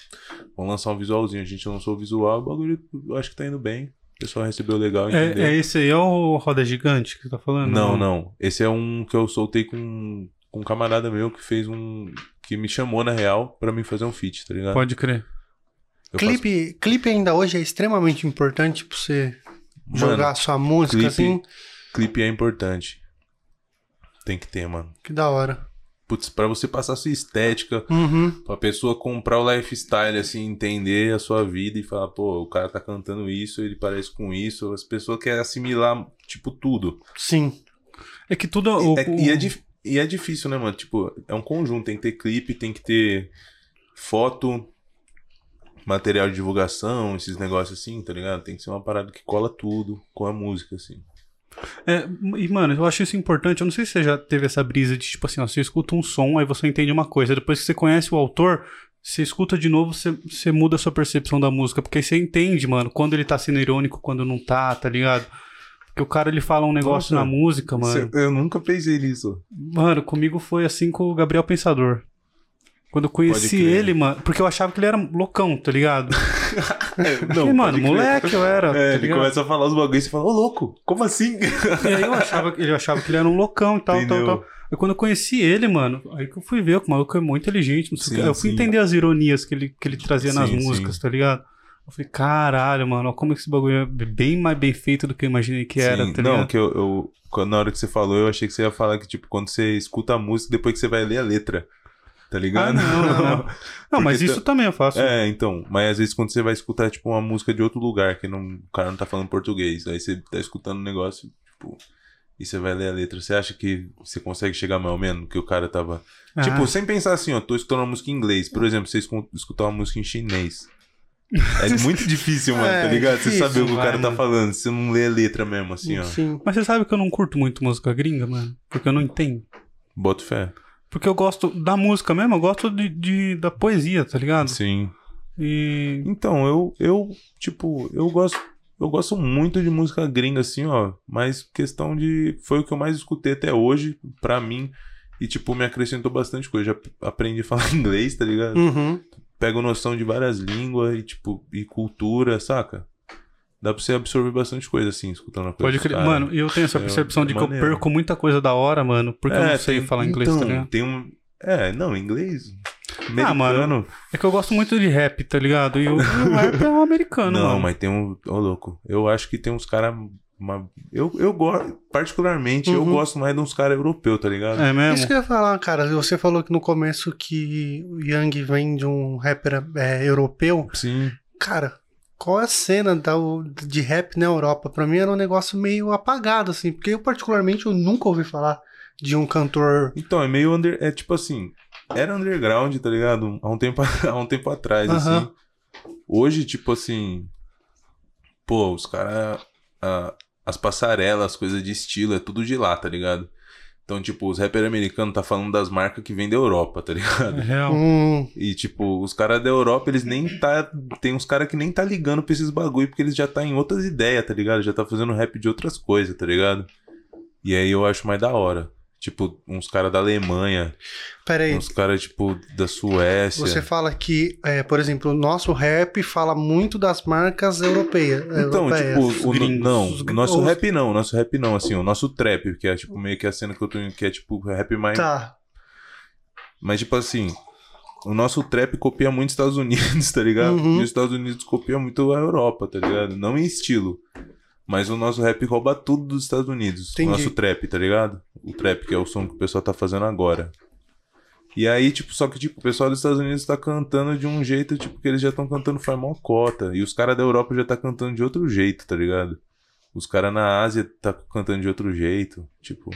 [SPEAKER 4] Vamos lançar um visualzinho. A gente lançou o visual, o bagulho eu acho que tá indo bem. O pessoal recebeu legal, entendeu?
[SPEAKER 2] é, é esse aí, é o Roda Gigante que você tá falando?
[SPEAKER 4] Não, não. Esse é um que eu soltei com, com um camarada meu que fez um. que me chamou na real pra mim fazer um feat, tá ligado?
[SPEAKER 2] Pode crer.
[SPEAKER 4] Eu faço-
[SPEAKER 3] Clipe, clipe ainda hoje é extremamente importante pra você
[SPEAKER 4] Mano,
[SPEAKER 3] jogar a sua música
[SPEAKER 4] clipe-
[SPEAKER 3] assim.
[SPEAKER 4] Clipe é importante. Tem que ter, mano.
[SPEAKER 3] Que da hora.
[SPEAKER 4] Putz, pra você passar sua estética,
[SPEAKER 3] Uhum.
[SPEAKER 4] pra pessoa comprar o lifestyle, assim, entender a sua vida e falar, pô, o cara tá cantando isso, ele parece com isso. As pessoas querem assimilar, tipo, tudo.
[SPEAKER 3] Sim.
[SPEAKER 2] É que tudo. o-
[SPEAKER 4] É- e, é dif- e é difícil, né, mano? Tipo, é um conjunto, tem que ter clipe, tem que ter foto, material de divulgação, esses negócios assim, tá ligado? Tem que ser uma parada que cola tudo com a música, assim.
[SPEAKER 2] É, e, mano, eu acho isso importante. Eu não sei se você já teve essa brisa de, tipo assim, ó, você escuta um som, aí você entende uma coisa. Depois que você conhece o autor, você escuta de novo, você, você muda a sua percepção da música. Porque aí você entende, mano, quando ele tá sendo irônico, quando não tá, tá ligado? Porque o cara, ele fala um negócio
[SPEAKER 4] Nossa,
[SPEAKER 2] na música, mano.
[SPEAKER 4] Eu nunca pensei nisso.
[SPEAKER 2] Mano, comigo foi assim com o Gabriel Pensador. Quando eu conheci
[SPEAKER 4] crer.
[SPEAKER 2] ele, mano, porque eu achava que ele era loucão, tá ligado?
[SPEAKER 4] É, Não,
[SPEAKER 2] e, mano,
[SPEAKER 4] pode crer.
[SPEAKER 2] moleque eu era. tá
[SPEAKER 4] É, ele
[SPEAKER 2] ligado?
[SPEAKER 4] começa a falar os bagulhos e você fala, ô louco, como assim?
[SPEAKER 2] E aí eu achava, ele achava que ele era um loucão e tal,
[SPEAKER 4] Entendeu?
[SPEAKER 2] tal, tal. Aí quando eu conheci ele, mano, aí que eu fui ver que o maluco é muito inteligente. Não sei o
[SPEAKER 4] Sim,
[SPEAKER 2] que. Eu fui
[SPEAKER 4] sim.
[SPEAKER 2] entender as ironias que ele, que ele trazia nas
[SPEAKER 4] Sim,
[SPEAKER 2] músicas,
[SPEAKER 4] sim.
[SPEAKER 2] tá ligado? Eu falei, caralho, mano, ó, como é que esse bagulho é bem mais bem feito do que eu imaginei que era,
[SPEAKER 4] Sim,
[SPEAKER 2] tá
[SPEAKER 4] não,
[SPEAKER 2] ligado?
[SPEAKER 4] que eu, eu- quando- na hora que você falou, eu achei que você ia falar que, tipo, quando você escuta a música, depois que você vai ler a letra. Tá
[SPEAKER 2] Ah,
[SPEAKER 4] ligado?
[SPEAKER 2] não, não, não. Não, mas
[SPEAKER 4] Porque
[SPEAKER 2] isso também eu faço.
[SPEAKER 4] É, então, mas às vezes quando você vai escutar, tipo, uma música de outro lugar, que não, o cara não tá falando português, aí você tá escutando um negócio, tipo, e você vai ler a letra, você acha que você consegue chegar mais ou menos no que o cara tava...
[SPEAKER 2] Ah,
[SPEAKER 4] Tipo, sem pensar assim, ó, tô escutando uma música em inglês, por exemplo, você escu- escutar uma música em chinês. É muito difícil, mano,
[SPEAKER 3] É,
[SPEAKER 4] tá ligado? Você
[SPEAKER 3] difícil,
[SPEAKER 4] sabe o que o cara
[SPEAKER 2] vai,
[SPEAKER 4] tá
[SPEAKER 2] né?
[SPEAKER 4] falando, você não lê a letra mesmo, assim, ó.
[SPEAKER 3] Sim.
[SPEAKER 2] mas você sabe que eu não curto muito música gringa, mano? Porque eu não entendo.
[SPEAKER 4] Boto fé.
[SPEAKER 2] Porque eu gosto da música mesmo, eu gosto de, de- da poesia, tá ligado?
[SPEAKER 4] Sim.
[SPEAKER 2] E
[SPEAKER 4] Então, eu, eu tipo, eu gosto, eu gosto muito de música gringa, assim, ó. Mas questão de. Foi o que eu mais escutei até hoje, pra mim. E, tipo, me acrescentou bastante coisa. Já p- aprendi a falar inglês, tá ligado?
[SPEAKER 3] Uhum.
[SPEAKER 4] Pego noção de várias línguas e, tipo, e cultura, saca? Dá pra você absorver bastante coisa, assim, escutando a coisa.
[SPEAKER 2] Pode
[SPEAKER 4] dos
[SPEAKER 2] crer.
[SPEAKER 4] caras.
[SPEAKER 2] Mano, eu tenho essa
[SPEAKER 4] É,
[SPEAKER 2] percepção de que eu
[SPEAKER 4] maneiro.
[SPEAKER 2] perco muita coisa da hora, mano, porque eu
[SPEAKER 4] É,
[SPEAKER 2] não sei
[SPEAKER 4] tem-
[SPEAKER 2] falar inglês, tá
[SPEAKER 4] então,
[SPEAKER 2] ligado?
[SPEAKER 4] Tem um. É, não, inglês.
[SPEAKER 2] Ah, mano,
[SPEAKER 4] Americano.
[SPEAKER 2] É que eu gosto muito de rap, tá ligado? E o e o rap é um americano,
[SPEAKER 4] Não,
[SPEAKER 2] mano.
[SPEAKER 4] mas tem um. Ô, louco. Eu acho que tem uns caras. Eu, eu gosto. Particularmente, eu
[SPEAKER 3] Uhum.
[SPEAKER 4] gosto mais de uns caras europeus, tá ligado?
[SPEAKER 2] É
[SPEAKER 3] Isso
[SPEAKER 2] mesmo?
[SPEAKER 3] que eu ia falar, cara. Você falou que no começo que o Yang vem de um rapper é, europeu.
[SPEAKER 4] Sim.
[SPEAKER 3] Cara, qual é a cena da, de rap na Europa? Pra mim era um negócio meio apagado, assim. Porque eu, particularmente, eu nunca ouvi falar de um cantor.
[SPEAKER 4] Então, é meio under. É tipo assim. Era underground, tá ligado? Há um tempo, há um tempo atrás,
[SPEAKER 3] Aham.
[SPEAKER 4] assim. Hoje, tipo assim. Pô, os caras. As passarelas, as coisas de estilo, é tudo de lá, tá ligado? Então, tipo, os rappers americanos tá falando das marcas que vêm da Europa, tá ligado?
[SPEAKER 2] É real.
[SPEAKER 3] Hum,
[SPEAKER 4] E, tipo, os caras da Europa, eles nem tá. Tem uns caras que nem tá ligando pra esses bagulho, porque eles já tá em outras ideias, tá ligado? Já tá fazendo rap de outras coisas, tá ligado? E aí eu acho mais da hora. Tipo, uns caras da Alemanha,
[SPEAKER 3] peraí.
[SPEAKER 4] uns caras, tipo, da Suécia.
[SPEAKER 3] Você fala que, é, por exemplo, o nosso rap fala muito das marcas europeias.
[SPEAKER 4] Então,
[SPEAKER 3] europeias.
[SPEAKER 4] tipo, o,
[SPEAKER 2] gringos,
[SPEAKER 4] não,
[SPEAKER 2] é, os
[SPEAKER 4] o
[SPEAKER 2] gr-
[SPEAKER 4] nosso
[SPEAKER 2] os-
[SPEAKER 4] rap não, o nosso rap não, assim, o nosso trap, que é tipo meio que a cena que eu tô em, que é tipo rap mais.
[SPEAKER 3] Tá.
[SPEAKER 4] Mas, tipo assim, o nosso trap copia muito os Estados Unidos, tá ligado?
[SPEAKER 3] Uhum.
[SPEAKER 4] E os Estados Unidos copia muito a Europa, tá ligado? Não em estilo. Mas o nosso rap rouba tudo dos Estados Unidos.
[SPEAKER 3] Entendi.
[SPEAKER 4] O nosso trap, tá ligado? O trap, que é o som que o pessoal tá fazendo agora. E aí, tipo, só que, tipo, o pessoal dos Estados Unidos tá cantando de um jeito, tipo, que eles já estão cantando faz mó cota. E os caras da Europa já tá cantando de outro jeito, tá ligado? Os caras na Ásia tá cantando de outro jeito. Tipo,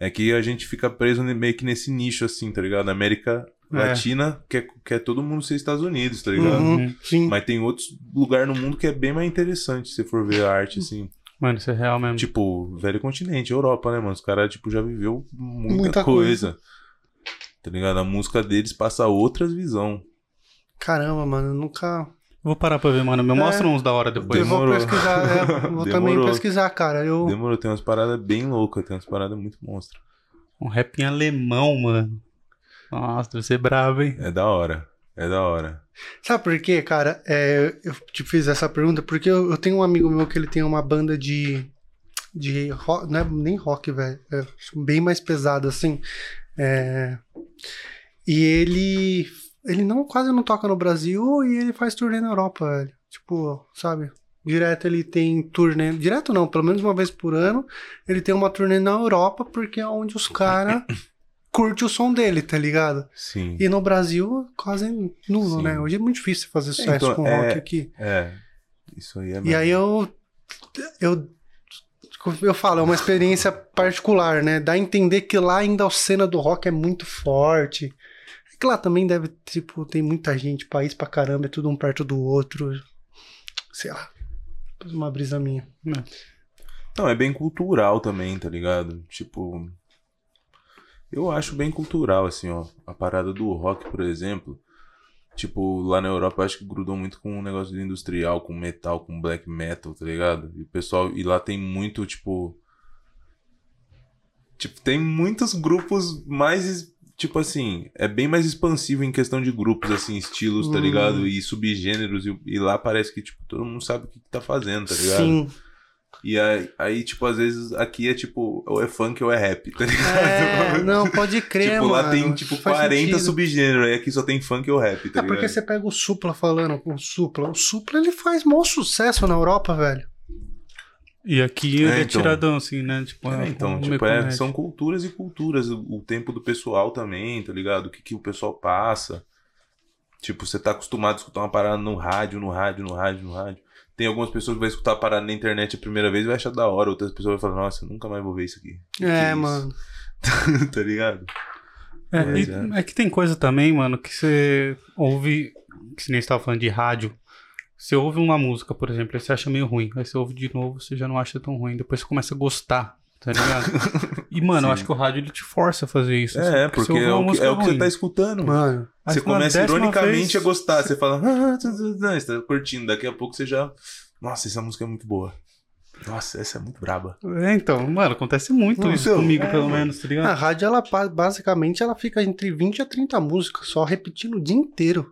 [SPEAKER 4] é que a gente fica preso ne- meio que nesse nicho, assim, tá ligado? América
[SPEAKER 2] É.
[SPEAKER 4] Latina quer, quer é todo mundo ser Estados Unidos, tá ligado?
[SPEAKER 3] Uhum, sim.
[SPEAKER 4] Mas tem outros lugar no mundo que é bem mais interessante, se for ver a arte, assim.
[SPEAKER 2] Mano, isso é real
[SPEAKER 3] Uhum.
[SPEAKER 2] mesmo.
[SPEAKER 4] Tipo, velho continente, Europa, né, mano? Os caras, tipo, já viveu muita,
[SPEAKER 3] Muita
[SPEAKER 4] coisa. Tá ligado? A música deles passa outras visão.
[SPEAKER 3] Caramba, mano, eu nunca.
[SPEAKER 2] Vou parar pra ver, mano. Me
[SPEAKER 3] É.
[SPEAKER 2] mostra uns da hora depois.
[SPEAKER 3] Eu vou
[SPEAKER 4] Demorou.
[SPEAKER 3] pesquisar, é, vou também
[SPEAKER 4] Demorou.
[SPEAKER 3] pesquisar, cara. Eu...
[SPEAKER 4] Demorou, tem umas paradas bem loucas, tem umas paradas muito monstras.
[SPEAKER 2] Um rap em alemão, mano. Nossa, deve ser brabo, hein?
[SPEAKER 4] É da hora. É da hora.
[SPEAKER 3] Sabe por quê, cara? É, eu te fiz essa pergunta porque eu, eu tenho um amigo meu que ele tem uma banda de. de rock, não é nem rock, velho. É bem mais pesado, assim. É, e ele. Ele não, quase não toca no Brasil e ele faz turnê na Europa, velho. Tipo, sabe? Direto ele tem turnê. Direto não, pelo menos uma vez por ano. Ele tem uma turnê na Europa porque é onde os caras curtem o som dele, tá ligado?
[SPEAKER 4] Sim.
[SPEAKER 3] E no Brasil, quase nulo,
[SPEAKER 4] Sim.
[SPEAKER 3] né? Hoje é muito difícil fazer sucesso
[SPEAKER 4] então,
[SPEAKER 3] com
[SPEAKER 4] é-
[SPEAKER 3] rock aqui.
[SPEAKER 4] É. Isso aí é
[SPEAKER 3] E
[SPEAKER 4] mesmo.
[SPEAKER 3] aí eu, eu. Eu falo, é uma experiência particular, né? Dá a entender que lá ainda a cena do rock é muito forte. É que lá também deve, tipo, tem muita gente, país pra caramba, é tudo um perto do outro. Sei lá. Uma brisa minha.
[SPEAKER 4] Não, é bem cultural também, tá ligado? Tipo. Eu acho bem cultural, assim, ó. A parada do rock, por exemplo. Tipo, lá na Europa, eu acho que grudou muito com o negócio do industrial, com metal, com black metal, tá ligado? E o pessoal. E lá tem muito, tipo. Tipo, tem muitos grupos mais. es- Tipo assim, é bem mais expansivo em questão de grupos, assim, estilos, tá
[SPEAKER 3] Hum.
[SPEAKER 4] ligado? E subgêneros. E, e lá parece que, tipo, todo mundo sabe o que, que tá fazendo, tá ligado?
[SPEAKER 3] Sim.
[SPEAKER 4] E aí, aí, tipo, às vezes aqui é tipo, ou é funk ou é rap, tá ligado?
[SPEAKER 3] É, não, pode crer,
[SPEAKER 4] tipo,
[SPEAKER 3] mano.
[SPEAKER 4] lá tem tipo
[SPEAKER 3] Faz
[SPEAKER 4] 40
[SPEAKER 3] sentido.
[SPEAKER 4] subgêneros, aí aqui só tem funk ou rap, tá
[SPEAKER 3] É porque
[SPEAKER 4] ligado?
[SPEAKER 3] você pega o Supla falando com o Supla. O Supla ele faz mau sucesso na Europa, velho.
[SPEAKER 2] E aqui
[SPEAKER 4] É,
[SPEAKER 2] ele é
[SPEAKER 4] então.
[SPEAKER 2] tiradão, assim, né? Tipo,
[SPEAKER 4] É,
[SPEAKER 2] um
[SPEAKER 4] então,
[SPEAKER 2] meio
[SPEAKER 4] tipo, é,
[SPEAKER 2] comédia.
[SPEAKER 4] são culturas e culturas, o o tempo do pessoal também, tá ligado? O que, que o pessoal passa. Tipo, você tá acostumado a escutar uma parada no rádio, no rádio, no rádio, no rádio. Tem algumas pessoas que vai escutar a parada na internet a primeira vez e vai achar da hora, outras pessoas vão falar, nossa, eu nunca mais vou ver isso aqui. Que que
[SPEAKER 3] é,
[SPEAKER 4] isso?
[SPEAKER 3] mano.
[SPEAKER 4] tá ligado?
[SPEAKER 2] É,
[SPEAKER 4] Pois
[SPEAKER 2] e-
[SPEAKER 4] é.
[SPEAKER 2] é que tem coisa também, mano, que você ouve, que se nem estava falando de rádio, você ouve uma música, por exemplo, aí você acha meio ruim, aí você ouve de novo, você já não acha tão ruim, depois você começa a gostar, tá ligado? E, mano, eu
[SPEAKER 4] Sim.
[SPEAKER 2] acho que o rádio ele te força a fazer isso. assim,
[SPEAKER 4] É, porque
[SPEAKER 2] você ouve
[SPEAKER 4] é
[SPEAKER 2] uma
[SPEAKER 4] o que,
[SPEAKER 2] música
[SPEAKER 4] é o que você
[SPEAKER 2] ruim.
[SPEAKER 4] tá escutando, mano.
[SPEAKER 3] Mano,
[SPEAKER 2] Aí
[SPEAKER 4] você
[SPEAKER 2] na
[SPEAKER 4] começa
[SPEAKER 2] décima
[SPEAKER 4] ironicamente
[SPEAKER 2] vez-
[SPEAKER 4] a gostar, você fala, ah, tu, tu, tu", você tá curtindo, daqui a pouco você já. Nossa, essa música é muito boa. Nossa, essa é muito braba.
[SPEAKER 2] É, então, mano, acontece muito
[SPEAKER 3] Não,
[SPEAKER 2] isso
[SPEAKER 4] então,
[SPEAKER 2] comigo,
[SPEAKER 4] é,
[SPEAKER 2] pelo
[SPEAKER 4] mano.
[SPEAKER 2] menos, tá ligado?
[SPEAKER 3] a rádio, ela pa- basicamente, ela fica entre 20 a 30 músicas, só repetindo o dia inteiro.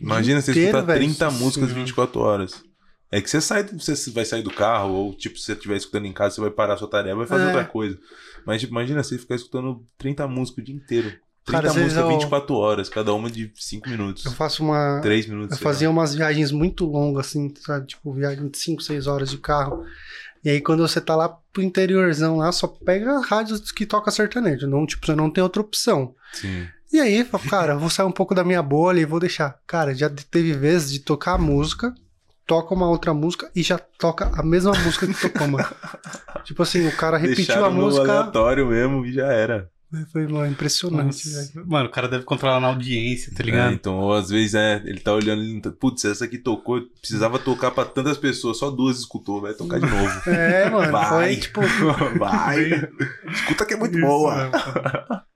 [SPEAKER 4] Imagina você
[SPEAKER 3] Inteiro,
[SPEAKER 4] escutar
[SPEAKER 3] velho,
[SPEAKER 4] 30
[SPEAKER 3] sim,
[SPEAKER 4] músicas
[SPEAKER 3] né?
[SPEAKER 4] 24 horas. É que você sai, do- você vai sair do carro, ou tipo, se você estiver escutando em casa, você vai parar a sua tarefa, vai fazer
[SPEAKER 3] É.
[SPEAKER 4] outra coisa. Mas tipo, imagina você ficar escutando 30 músicas o dia inteiro. 30
[SPEAKER 3] Cara, às vezes
[SPEAKER 4] músicas,
[SPEAKER 3] eu-
[SPEAKER 4] 24 horas, cada uma de 5 minutos.
[SPEAKER 3] Eu faço uma.
[SPEAKER 4] 3 minutos.
[SPEAKER 3] Eu
[SPEAKER 4] sei lá.
[SPEAKER 3] fazia umas viagens muito longas, assim, sabe? Tipo, viagem de 5, 6 horas de carro. E aí, quando você tá lá pro interiorzão lá, só pega rádios que toca sertanejo. Não, tipo, você não tem outra opção.
[SPEAKER 4] Sim.
[SPEAKER 3] E aí, eu falo, cara, eu vou sair um pouco da minha bolha e vou deixar. Cara, já teve vezes de tocar a música, toca uma outra música e já toca a mesma música que tocou, mano. tipo assim, o cara repetiu
[SPEAKER 4] Deixaram
[SPEAKER 3] a
[SPEAKER 4] no
[SPEAKER 3] música.
[SPEAKER 4] aleatório mesmo e já era.
[SPEAKER 3] Foi mano, impressionante, velho.
[SPEAKER 2] Nossa, é, Mano, o cara deve controlar na audiência, tá
[SPEAKER 4] É,
[SPEAKER 2] ligado?
[SPEAKER 4] então, ou às vezes, é, ele tá olhando, ele não tá- putz, essa aqui tocou, eu precisava tocar pra tantas pessoas, só duas escutou, vai tocar de novo.
[SPEAKER 3] É, mano,
[SPEAKER 4] Vai.
[SPEAKER 3] foi tipo.
[SPEAKER 4] vai! Escuta que é muito boa!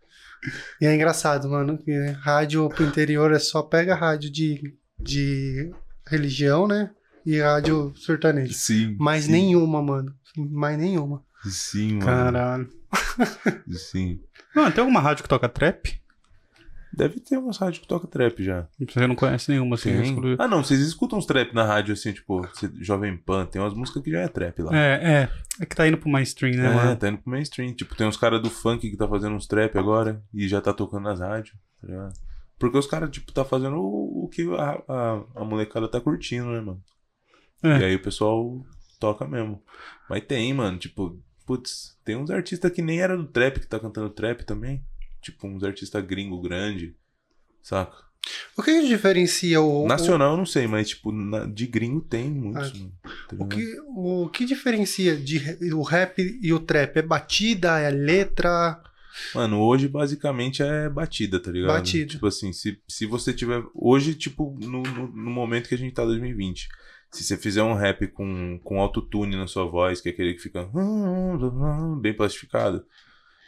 [SPEAKER 3] E é engraçado, mano, que rádio pro interior é só pega rádio de, de religião, né? E rádio sertanejo.
[SPEAKER 4] Sim.
[SPEAKER 3] Mas
[SPEAKER 4] sim,
[SPEAKER 3] nenhuma, mano. Mais nenhuma.
[SPEAKER 4] Sim, então, mano.
[SPEAKER 2] Caralho.
[SPEAKER 4] Sim.
[SPEAKER 2] Mano, tem alguma rádio que toca trap?
[SPEAKER 4] Deve ter umas rádios que toca trap já.
[SPEAKER 2] Você não conhece nenhuma, assim, exclui-
[SPEAKER 4] Ah, não, vocês escutam uns trap na rádio assim, tipo, você- Jovem Pan, tem umas músicas que já é trap lá.
[SPEAKER 2] É, é. É que tá indo pro mainstream, né,
[SPEAKER 4] É,
[SPEAKER 2] mano?
[SPEAKER 4] tá indo pro mainstream. Tipo, tem uns caras do funk que tá fazendo uns trap agora e já tá tocando nas rádios, tá ligado? Porque os caras, tipo, tá fazendo o, o que a, a, a molecada tá curtindo, né, mano?
[SPEAKER 2] É.
[SPEAKER 4] E aí o pessoal toca mesmo. Mas tem, mano, tipo, putz, tem uns artistas que nem era do trap que tá cantando trap também. Tipo, uns artistas gringo grande, saca?
[SPEAKER 3] O que, que diferencia o. o-
[SPEAKER 4] Nacional eu não sei, mas tipo, na- de gringo tem muitos,
[SPEAKER 3] Ah,
[SPEAKER 4] mano. tá
[SPEAKER 3] O
[SPEAKER 4] ligado?
[SPEAKER 3] que, o que diferencia de, re- o rap e o trap? É batida, é letra?
[SPEAKER 4] Mano, hoje basicamente é batida, tá ligado?
[SPEAKER 3] Batida.
[SPEAKER 4] Tipo assim, se, se você tiver. Hoje, tipo, no, no, no momento que a gente tá 2020. Se você fizer um rap com, com autotune na sua voz, que é aquele que fica bem plastificado,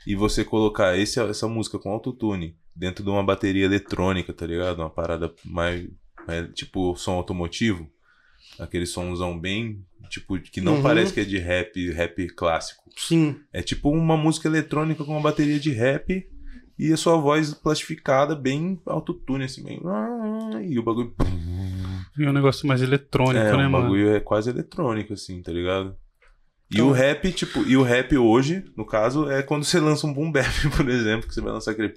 [SPEAKER 4] e você colocar esse, essa música com autotune dentro de uma bateria eletrônica, tá ligado? Uma parada mais. mais tipo, som automotivo, aquele somzão bem. Tipo, que não
[SPEAKER 3] Uhum.
[SPEAKER 4] parece que é de rap, rap clássico.
[SPEAKER 3] Sim.
[SPEAKER 4] É tipo uma música eletrônica com uma bateria de rap e a sua voz plastificada, bem autotune, assim, bem. E o bagulho.
[SPEAKER 2] E um negócio mais eletrônico,
[SPEAKER 4] É,
[SPEAKER 2] né,
[SPEAKER 4] o
[SPEAKER 2] mano?
[SPEAKER 4] bagulho é quase eletrônico, assim, tá ligado? E
[SPEAKER 3] Então-
[SPEAKER 4] o rap, tipo, e o rap hoje, no caso, é quando você lança um boom bap, por exemplo, que você vai lançar aquele.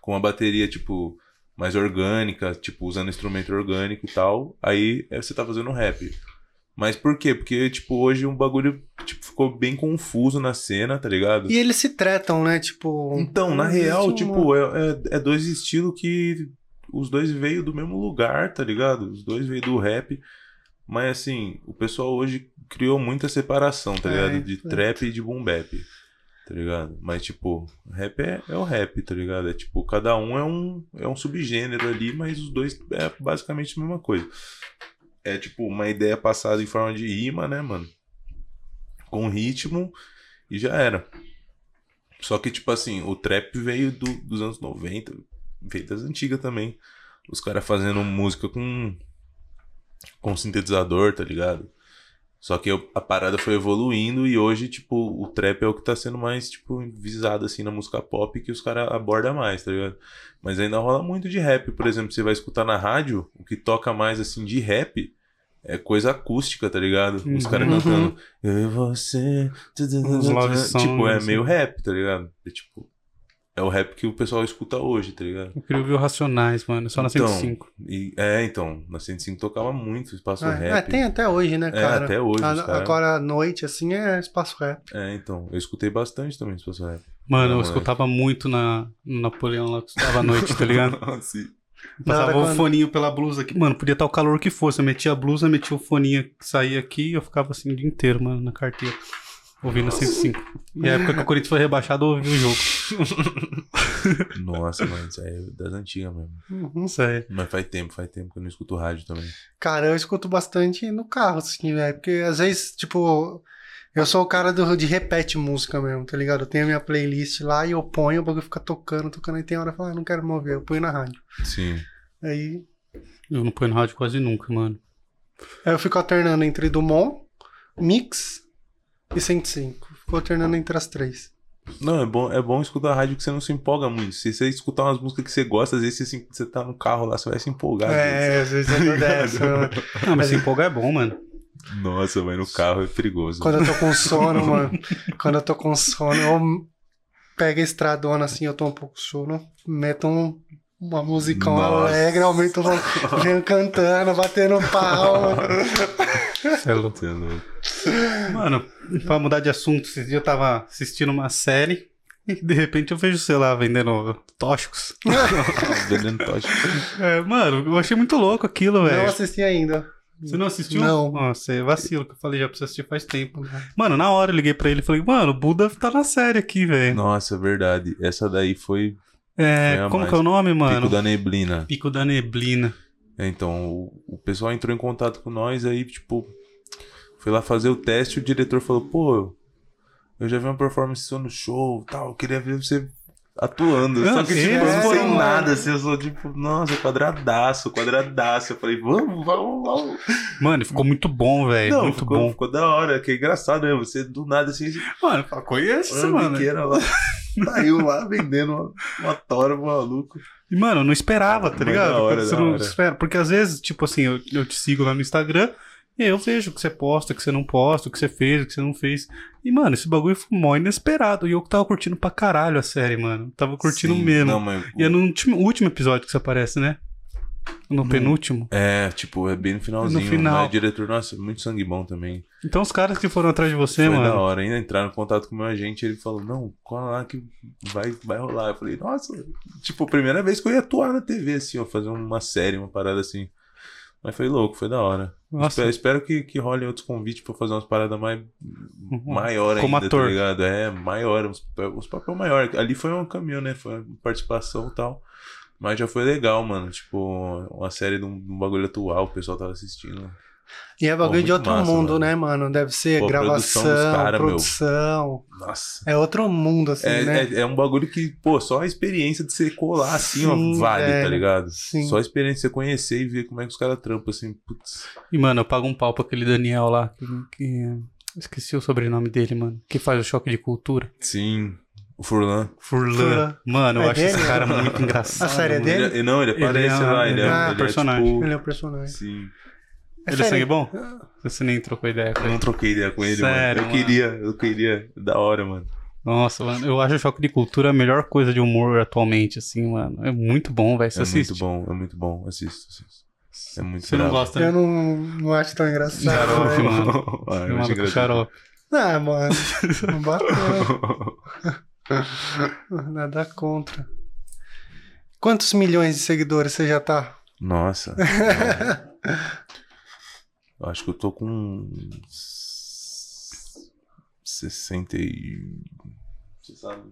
[SPEAKER 4] com uma bateria, tipo, mais orgânica, tipo, usando instrumento orgânico e tal. Aí é, você tá fazendo rap. Mas por quê? Porque, tipo, hoje um bagulho tipo, ficou bem confuso na cena, tá ligado?
[SPEAKER 3] E eles se tretam, né? Tipo.
[SPEAKER 4] Então, na
[SPEAKER 3] não existe
[SPEAKER 4] real,
[SPEAKER 3] uma-
[SPEAKER 4] tipo, é, é- é dois estilos que os dois veio do mesmo lugar, tá ligado? Os dois veio do rap. Mas assim, o pessoal hoje criou muita separação, tá
[SPEAKER 3] É,
[SPEAKER 4] ligado? de
[SPEAKER 3] exato.
[SPEAKER 4] trap e de boom bap, tá ligado? Mas tipo, rap é, é o rap, tá ligado? É tipo, cada um é um, é um subgênero ali, mas os dois é basicamente a mesma coisa. É tipo uma ideia passada em forma de rima, né, mano? Com ritmo e já era. Só que, tipo assim, o trap veio do- dos anos 90, veio das antigas também. Os caras fazendo música com, com sintetizador, tá ligado? Só que eu- a parada foi evoluindo e hoje, tipo, o trap é o que tá sendo mais, tipo, visado, assim, na música pop, que os caras abordam mais, tá ligado? Mas ainda rola muito de rap, por exemplo, você vai escutar na rádio, o que toca mais, assim, de rap é coisa acústica, tá ligado? Os caras
[SPEAKER 3] Uhum.
[SPEAKER 4] cantando, eu e você,
[SPEAKER 2] Uns love
[SPEAKER 4] tipo, é
[SPEAKER 2] songs,
[SPEAKER 4] meio
[SPEAKER 2] né?
[SPEAKER 4] rap, tá ligado? É tipo. É o rap que o pessoal escuta hoje, tá ligado?
[SPEAKER 2] Eu queria ouvir o Racionais, mano. Só na
[SPEAKER 4] Então,
[SPEAKER 2] 105.
[SPEAKER 4] E, é, então, na 105 tocava muito espaço
[SPEAKER 3] Ah,
[SPEAKER 4] rap.
[SPEAKER 3] é, tem até hoje, né,
[SPEAKER 4] É,
[SPEAKER 3] cara?
[SPEAKER 4] até hoje,
[SPEAKER 3] A-
[SPEAKER 4] os cara-
[SPEAKER 3] Agora à noite, assim, é espaço rap.
[SPEAKER 4] É, então. Eu escutei bastante também espaço rap.
[SPEAKER 2] Mano, eu
[SPEAKER 4] moleque.
[SPEAKER 2] escutava muito na no Napoleão lá que eu estudava à noite, tá ligado?
[SPEAKER 4] Sim.
[SPEAKER 2] Passava
[SPEAKER 3] Nada
[SPEAKER 2] o
[SPEAKER 3] quando-
[SPEAKER 2] foninho pela blusa aqui. Mano, podia estar o calor que fosse. Eu metia a blusa, metia o foninho que saía aqui e eu ficava assim o dia inteiro, mano, na carteira. Ouvindo a 105. E a época que o Corinthians foi rebaixado, eu ouvi o jogo.
[SPEAKER 4] Nossa, mano, isso aí é das antigas mesmo.
[SPEAKER 3] Uhum.
[SPEAKER 2] Sério.
[SPEAKER 4] Mas faz tempo, faz tempo que eu não escuto rádio também.
[SPEAKER 3] Cara, eu escuto bastante no carro, assim, velho. Porque às vezes, tipo, eu sou o cara do, de repete música mesmo, tá ligado? Eu tenho a minha playlist lá e eu ponho, o bagulho fica tocando, tocando, e tem hora que eu falo, ah, não quero mover, eu ponho na rádio.
[SPEAKER 4] Sim.
[SPEAKER 3] Aí,
[SPEAKER 2] Eu não ponho no rádio quase nunca, mano.
[SPEAKER 3] aí eu fico alternando entre Dumont, Mix e 105. Fico alternando entre as três.
[SPEAKER 4] Não, é bom, é bom escutar rádio que você não se empolga muito. Se você escutar umas músicas que você gosta, às vezes você, se- você tá no carro lá, você vai se empolgar. às vezes.
[SPEAKER 3] É, às vezes eu tô dessa. mano.
[SPEAKER 2] Ah, mas se empolgar é bom, mano.
[SPEAKER 4] Nossa, mas no carro é perigoso.
[SPEAKER 3] Quando eu tô com sono, mano. Quando eu tô com sono, eu pego a estradona assim, eu tô um pouco sono, meto um, uma musicão
[SPEAKER 4] Nossa.
[SPEAKER 3] alegre, aumento o volume, venho cantando, batendo um palma.
[SPEAKER 2] Cê é louco.
[SPEAKER 4] Você é louco.
[SPEAKER 2] Mano, pra mudar de assunto, esses dias eu tava assistindo uma série e de repente eu vejo, sei lá, vendendo tóxicos.
[SPEAKER 4] Veneno tóxico.
[SPEAKER 2] É, mano, eu achei muito louco aquilo,
[SPEAKER 3] Não
[SPEAKER 2] velho.
[SPEAKER 3] assisti ainda.
[SPEAKER 2] Você não assistiu?
[SPEAKER 3] Não.
[SPEAKER 2] Nossa, é vacilo que eu falei já pra você assistir faz tempo. Mano, na hora eu liguei pra ele e falei, mano, o Buda tá na série aqui, velho.
[SPEAKER 4] Nossa, é verdade. Essa daí foi
[SPEAKER 2] É,
[SPEAKER 4] Foi a
[SPEAKER 2] como
[SPEAKER 4] mais.
[SPEAKER 2] que é o nome, mano?
[SPEAKER 4] Pico da Neblina.
[SPEAKER 2] Pico da Neblina.
[SPEAKER 4] É, Então, o, o pessoal entrou em contato com nós, aí, tipo, foi lá fazer o teste, o diretor falou, pô, eu já vi uma performance sua no show tal, eu queria ver você atuando.
[SPEAKER 2] Não,
[SPEAKER 4] Só que, tipo,
[SPEAKER 2] eles
[SPEAKER 4] eu não sei
[SPEAKER 2] foram lá.
[SPEAKER 4] nada, assim, eu sou tipo, nossa, quadradaço, quadradaço. Eu falei, vamos, vamos, vamos.
[SPEAKER 2] Mano, ficou muito bom, velho.
[SPEAKER 4] não,
[SPEAKER 2] É, Muito
[SPEAKER 4] ficou,
[SPEAKER 2] bom.
[SPEAKER 4] ficou da hora, que é engraçado, né? Você do nada, assim,
[SPEAKER 2] Mano, fala, conhece isso, mano.
[SPEAKER 4] biqueira lá. Saiu lá vendendo uma, uma tora pro maluco.
[SPEAKER 2] E, mano, eu não esperava, tá
[SPEAKER 4] Mas
[SPEAKER 2] ligado?
[SPEAKER 4] da hora,
[SPEAKER 2] Quando você
[SPEAKER 4] da
[SPEAKER 2] não
[SPEAKER 4] hora.
[SPEAKER 2] espera. Porque às vezes, tipo assim, eu, eu te sigo lá no Instagram e eu vejo o que você posta, o que você não posta, o que você fez, o que você não fez. E, mano, esse bagulho foi mó inesperado. E eu tava curtindo pra caralho a série, mano. Tava curtindo é
[SPEAKER 4] Sim,
[SPEAKER 2] mesmo.
[SPEAKER 4] Não, mas
[SPEAKER 2] E é no último, último episódio que você aparece, né? No penúltimo.
[SPEAKER 4] Hum. É, tipo, é bem no finalzinho.
[SPEAKER 2] No final.
[SPEAKER 4] Mas o diretor, nossa, muito sangue bom também.
[SPEAKER 2] Então os caras que foram atrás de você,
[SPEAKER 4] Foi da
[SPEAKER 2] mano.
[SPEAKER 4] hora. Ainda entraram em contato com o meu agente, ele falou, não, cola lá que vai, vai rolar. Eu falei, nossa, tipo, primeira vez que eu ia atuar na TV, assim, ó, fazer uma série, uma parada assim. Mas foi louco, foi da hora.
[SPEAKER 2] Nossa,
[SPEAKER 4] Espero, espero que, que rolem outros convites pra fazer umas paradas mais maior
[SPEAKER 2] Como
[SPEAKER 4] ainda,
[SPEAKER 2] ator.
[SPEAKER 4] tá ligado? É, maior, uns, papel- uns papel maior. Ali foi um caminho, né? Foi uma participação e tal. Mas já foi legal, mano. Tipo, uma série de um, de um bagulho atual, o pessoal tava assistindo.
[SPEAKER 3] E é bagulho
[SPEAKER 4] Pô,
[SPEAKER 3] de
[SPEAKER 4] muito
[SPEAKER 3] outro
[SPEAKER 4] massa,
[SPEAKER 3] mundo,
[SPEAKER 4] mano.
[SPEAKER 3] né, mano? Deve ser
[SPEAKER 4] Pô, a
[SPEAKER 3] gravação,
[SPEAKER 4] produção dos
[SPEAKER 3] produção.
[SPEAKER 4] cara, meu. Nossa.
[SPEAKER 3] É outro mundo, assim,
[SPEAKER 4] É,
[SPEAKER 3] né?
[SPEAKER 4] é, é um bagulho que, pô, só a experiência de você colar assim,
[SPEAKER 3] Sim,
[SPEAKER 4] ó, vale,
[SPEAKER 3] velho.
[SPEAKER 4] tá ligado?
[SPEAKER 3] Sim.
[SPEAKER 4] Só a experiência de você conhecer e ver como é que os caras trampam, assim, putz.
[SPEAKER 2] E, mano, eu pago um pau pra aquele Daniel lá, que, que- esqueci o sobrenome dele, mano, que faz o choque de cultura.
[SPEAKER 4] Sim. O Furlan.
[SPEAKER 2] Furlan.
[SPEAKER 3] Furlan.
[SPEAKER 2] Mano, eu
[SPEAKER 3] É
[SPEAKER 2] acho
[SPEAKER 3] dele?
[SPEAKER 2] esse cara muito engraçado.
[SPEAKER 3] A série é
[SPEAKER 2] mano.
[SPEAKER 3] dele?
[SPEAKER 4] Ele, é- não, ele
[SPEAKER 2] Ele é
[SPEAKER 4] aparece
[SPEAKER 2] um-
[SPEAKER 4] lá, ele é,
[SPEAKER 3] ah,
[SPEAKER 4] um- ele é,
[SPEAKER 2] personagem.
[SPEAKER 4] tipo-
[SPEAKER 3] Ele é o personagem.
[SPEAKER 4] Sim.
[SPEAKER 3] É
[SPEAKER 2] Ele é sangue
[SPEAKER 3] sério?
[SPEAKER 2] bom? Você nem trocou ideia com
[SPEAKER 4] Eu
[SPEAKER 2] ele.
[SPEAKER 4] não troquei ideia com ele,
[SPEAKER 2] Sério,
[SPEAKER 4] mano.
[SPEAKER 2] mano.
[SPEAKER 4] Eu queria, eu queria. Da hora, mano.
[SPEAKER 2] Nossa, mano, eu acho o choque de cultura a melhor coisa de humor atualmente, assim, mano. É muito bom, velho. Você
[SPEAKER 4] é
[SPEAKER 2] assiste.
[SPEAKER 4] muito bom, é muito bom. Assisto, assisto. É muito
[SPEAKER 2] Você não
[SPEAKER 4] bravo.
[SPEAKER 2] gosta,
[SPEAKER 3] Eu
[SPEAKER 2] né?
[SPEAKER 3] não, não acho tão engraçado.
[SPEAKER 2] Xarope,
[SPEAKER 3] né?
[SPEAKER 2] mano. Mano,
[SPEAKER 4] Ah, eu achei
[SPEAKER 2] com
[SPEAKER 4] engraçado.
[SPEAKER 2] xarope.
[SPEAKER 3] Ah, mano. Não bateu. Nada contra. Quantos milhões de seguidores você já tá?
[SPEAKER 4] Nossa. mano. Eu acho que eu tô com. 60 e. Você sabe?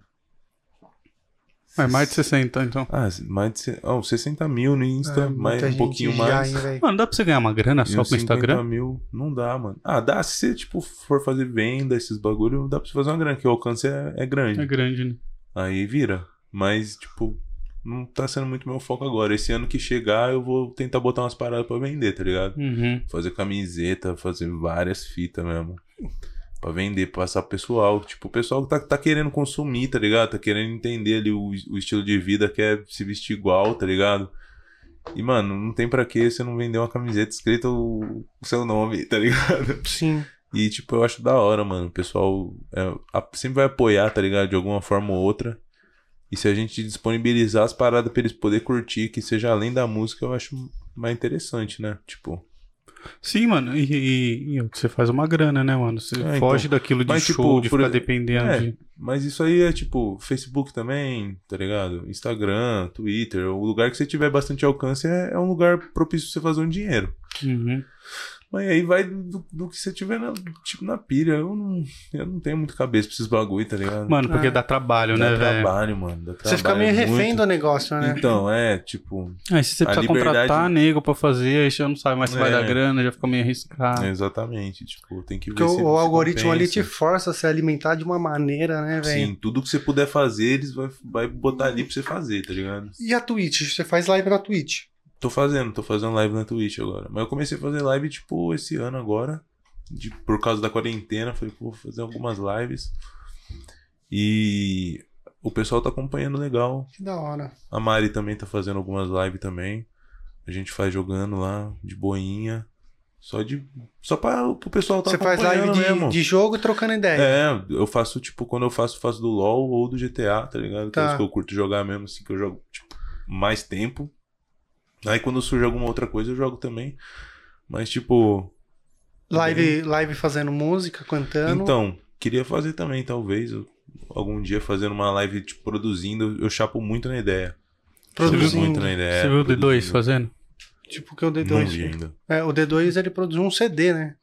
[SPEAKER 2] É mais de 60, então.
[SPEAKER 4] Ah, mais de. se- Oh, 60 mil no Insta,
[SPEAKER 3] Ah,
[SPEAKER 4] mais,
[SPEAKER 3] muita
[SPEAKER 4] um
[SPEAKER 3] gente
[SPEAKER 4] pouquinho
[SPEAKER 3] já,
[SPEAKER 4] mais.
[SPEAKER 3] hein, velho?
[SPEAKER 2] Mano, dá pra você ganhar uma grana
[SPEAKER 4] E
[SPEAKER 2] Ah, só
[SPEAKER 4] uns
[SPEAKER 2] com o Instagram?
[SPEAKER 4] 50 mil, não dá, mano. Ah, dá. Se você, tipo, for fazer venda, esses bagulho, dá pra você fazer uma grana, que o alcance é, é grande.
[SPEAKER 2] É grande, né?
[SPEAKER 4] Aí vira. Mas, tipo, não tá sendo muito meu foco agora. Esse ano que chegar, eu vou tentar botar umas paradas pra vender, tá ligado?
[SPEAKER 2] Uhum.
[SPEAKER 4] Fazer camiseta, fazer várias fitas mesmo. Pra vender, pra passar pro pessoal. Tipo, o pessoal tá, tá querendo consumir, tá ligado? Tá querendo entender ali o, o estilo de vida, quer se vestir igual, tá ligado? E, mano, não tem pra que você não vender uma camiseta escrita o, o seu nome, tá ligado?
[SPEAKER 3] Sim.
[SPEAKER 4] E, tipo, eu acho da hora, mano. O pessoal é, a- sempre vai apoiar, tá ligado? De alguma forma ou outra. E se a gente disponibilizar as paradas pra eles poderem curtir, que seja além da música, eu acho mais interessante, né? Tipo.
[SPEAKER 2] Sim, mano, e, e- e o que você faz é uma grana, né, mano? Você
[SPEAKER 4] É,
[SPEAKER 2] foge daquilo de
[SPEAKER 4] Mas,
[SPEAKER 2] show,
[SPEAKER 4] tipo,
[SPEAKER 2] de
[SPEAKER 4] por
[SPEAKER 2] ficar
[SPEAKER 4] ex-
[SPEAKER 2] dependendo
[SPEAKER 4] É.
[SPEAKER 2] de...
[SPEAKER 4] Mas isso aí é tipo Facebook também, tá ligado? Instagram, Twitter. O lugar que você tiver bastante alcance é, é um lugar propício pra você fazer um dinheiro.
[SPEAKER 2] Uhum.
[SPEAKER 4] Mas aí vai do, do que você tiver na, tipo, na pilha. Eu não, eu não tenho muito cabeça pra esses bagulho, tá ligado?
[SPEAKER 2] Mano, porque
[SPEAKER 3] Ah.
[SPEAKER 2] dá trabalho,
[SPEAKER 4] dá
[SPEAKER 2] né, velho?
[SPEAKER 4] trabalho, mano. Dá trabalho
[SPEAKER 3] Você fica meio refém
[SPEAKER 4] Tá, é muito.
[SPEAKER 3] do negócio, né?
[SPEAKER 4] Então, é, tipo,
[SPEAKER 2] Aí se você
[SPEAKER 4] A
[SPEAKER 2] precisa
[SPEAKER 4] liberdade-
[SPEAKER 2] contratar nego pra fazer, aí você já não sabe mais se vai
[SPEAKER 4] É.
[SPEAKER 2] dar grana, já fica meio arriscado.
[SPEAKER 4] exatamente, tipo, tem que ver
[SPEAKER 3] Ah. Porque
[SPEAKER 4] se-
[SPEAKER 3] o,
[SPEAKER 4] se
[SPEAKER 3] o algoritmo ali te
[SPEAKER 4] compensa.
[SPEAKER 3] força a se alimentar de uma maneira, né, velho?
[SPEAKER 4] Sim, tudo que você puder fazer, eles vai, vai botar ali pra você fazer, tá ligado?
[SPEAKER 3] E a Twitch? Você faz live na Twitch?
[SPEAKER 4] Tô fazendo, tô fazendo live na Twitch agora. Mas eu comecei a fazer live, tipo, esse ano agora. de- por causa da quarentena, falei, pô, vou fazer algumas lives. E o pessoal tá acompanhando legal.
[SPEAKER 3] Que da hora.
[SPEAKER 4] A Mari também tá fazendo algumas lives também. A gente faz jogando lá, de boinha. Só de. Só pra, pro pessoal tá
[SPEAKER 3] você faz live
[SPEAKER 4] acompanhando
[SPEAKER 3] de,
[SPEAKER 4] mesmo.
[SPEAKER 3] de jogo e trocando ideia.
[SPEAKER 4] É, eu faço, tipo, quando eu faço, faço do LoL ou do GTA, tá ligado? Que é
[SPEAKER 3] Tá.
[SPEAKER 4] os que eu curto jogar mesmo, assim, que eu jogo, tipo, mais tempo. Aí quando surge alguma outra coisa, eu jogo também. Mas, tipo.
[SPEAKER 3] Live, live fazendo música, cantando.
[SPEAKER 4] Então, queria fazer também, talvez. eu- algum dia fazendo uma live, tipo, produzindo. Eu chapo muito na ideia. Chapo muito né?
[SPEAKER 3] produzindo.
[SPEAKER 4] na ideia.
[SPEAKER 2] você viu o D2
[SPEAKER 4] produzindo.
[SPEAKER 2] fazendo?
[SPEAKER 3] Tipo que o
[SPEAKER 4] Não vi
[SPEAKER 3] D2.
[SPEAKER 4] ainda.
[SPEAKER 3] É, o D2 ele produziu um CD, né?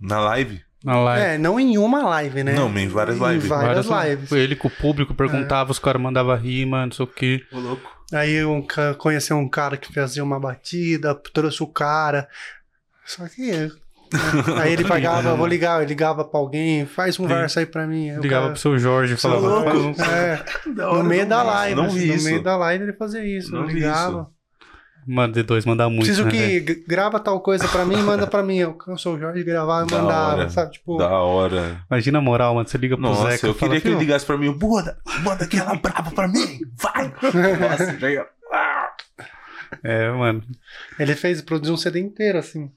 [SPEAKER 4] Na live?
[SPEAKER 2] Na live.
[SPEAKER 3] É, não em uma live, né?
[SPEAKER 4] Não, mas em várias lives.
[SPEAKER 3] várias lives.
[SPEAKER 2] Foi ele com o público, perguntava, os caras mandavam rima, não sei o quê.
[SPEAKER 4] Ô, louco.
[SPEAKER 3] Aí um, ca- conheceu um cara que fazia uma batida, trouxe o cara. Só que. né? Aí ele
[SPEAKER 4] né,
[SPEAKER 3] pagava, vou ligar, eu ligava pra alguém, faz um
[SPEAKER 2] Sim.
[SPEAKER 3] verso aí pra mim. Aí o
[SPEAKER 2] Ligava
[SPEAKER 3] cara-
[SPEAKER 2] pro seu Jorge e falava...
[SPEAKER 4] louco.
[SPEAKER 2] "Faz um-".
[SPEAKER 3] É,
[SPEAKER 4] Da
[SPEAKER 3] no
[SPEAKER 4] hora,
[SPEAKER 3] meio
[SPEAKER 4] não
[SPEAKER 3] da
[SPEAKER 4] vi isso,
[SPEAKER 3] live.
[SPEAKER 4] Não
[SPEAKER 3] assim,
[SPEAKER 4] vi
[SPEAKER 3] no
[SPEAKER 4] isso.
[SPEAKER 3] meio da live ele fazia isso,
[SPEAKER 4] Não vi
[SPEAKER 3] ligava.
[SPEAKER 4] isso.
[SPEAKER 2] Mano, D2 manda muito,
[SPEAKER 3] Preciso
[SPEAKER 2] né,
[SPEAKER 3] que
[SPEAKER 2] velho?
[SPEAKER 3] g- grava tal coisa pra mim, manda pra mim. Eu eu sou o Jorge gravar e
[SPEAKER 4] Da
[SPEAKER 3] mandava,
[SPEAKER 4] hora.
[SPEAKER 3] sabe? Tipo,
[SPEAKER 4] Da hora.
[SPEAKER 2] Imagina a moral, mano. Você liga pro
[SPEAKER 4] Nossa,
[SPEAKER 2] Zeca assim,
[SPEAKER 4] eu
[SPEAKER 2] e fala,
[SPEAKER 4] queria que ele
[SPEAKER 2] "Filho,
[SPEAKER 4] ligasse pra mim, Buda, manda aquela brava pra mim, vai! tá Nossa, já ia-
[SPEAKER 2] É, mano.
[SPEAKER 3] ele fez, produziu um CD inteiro, assim.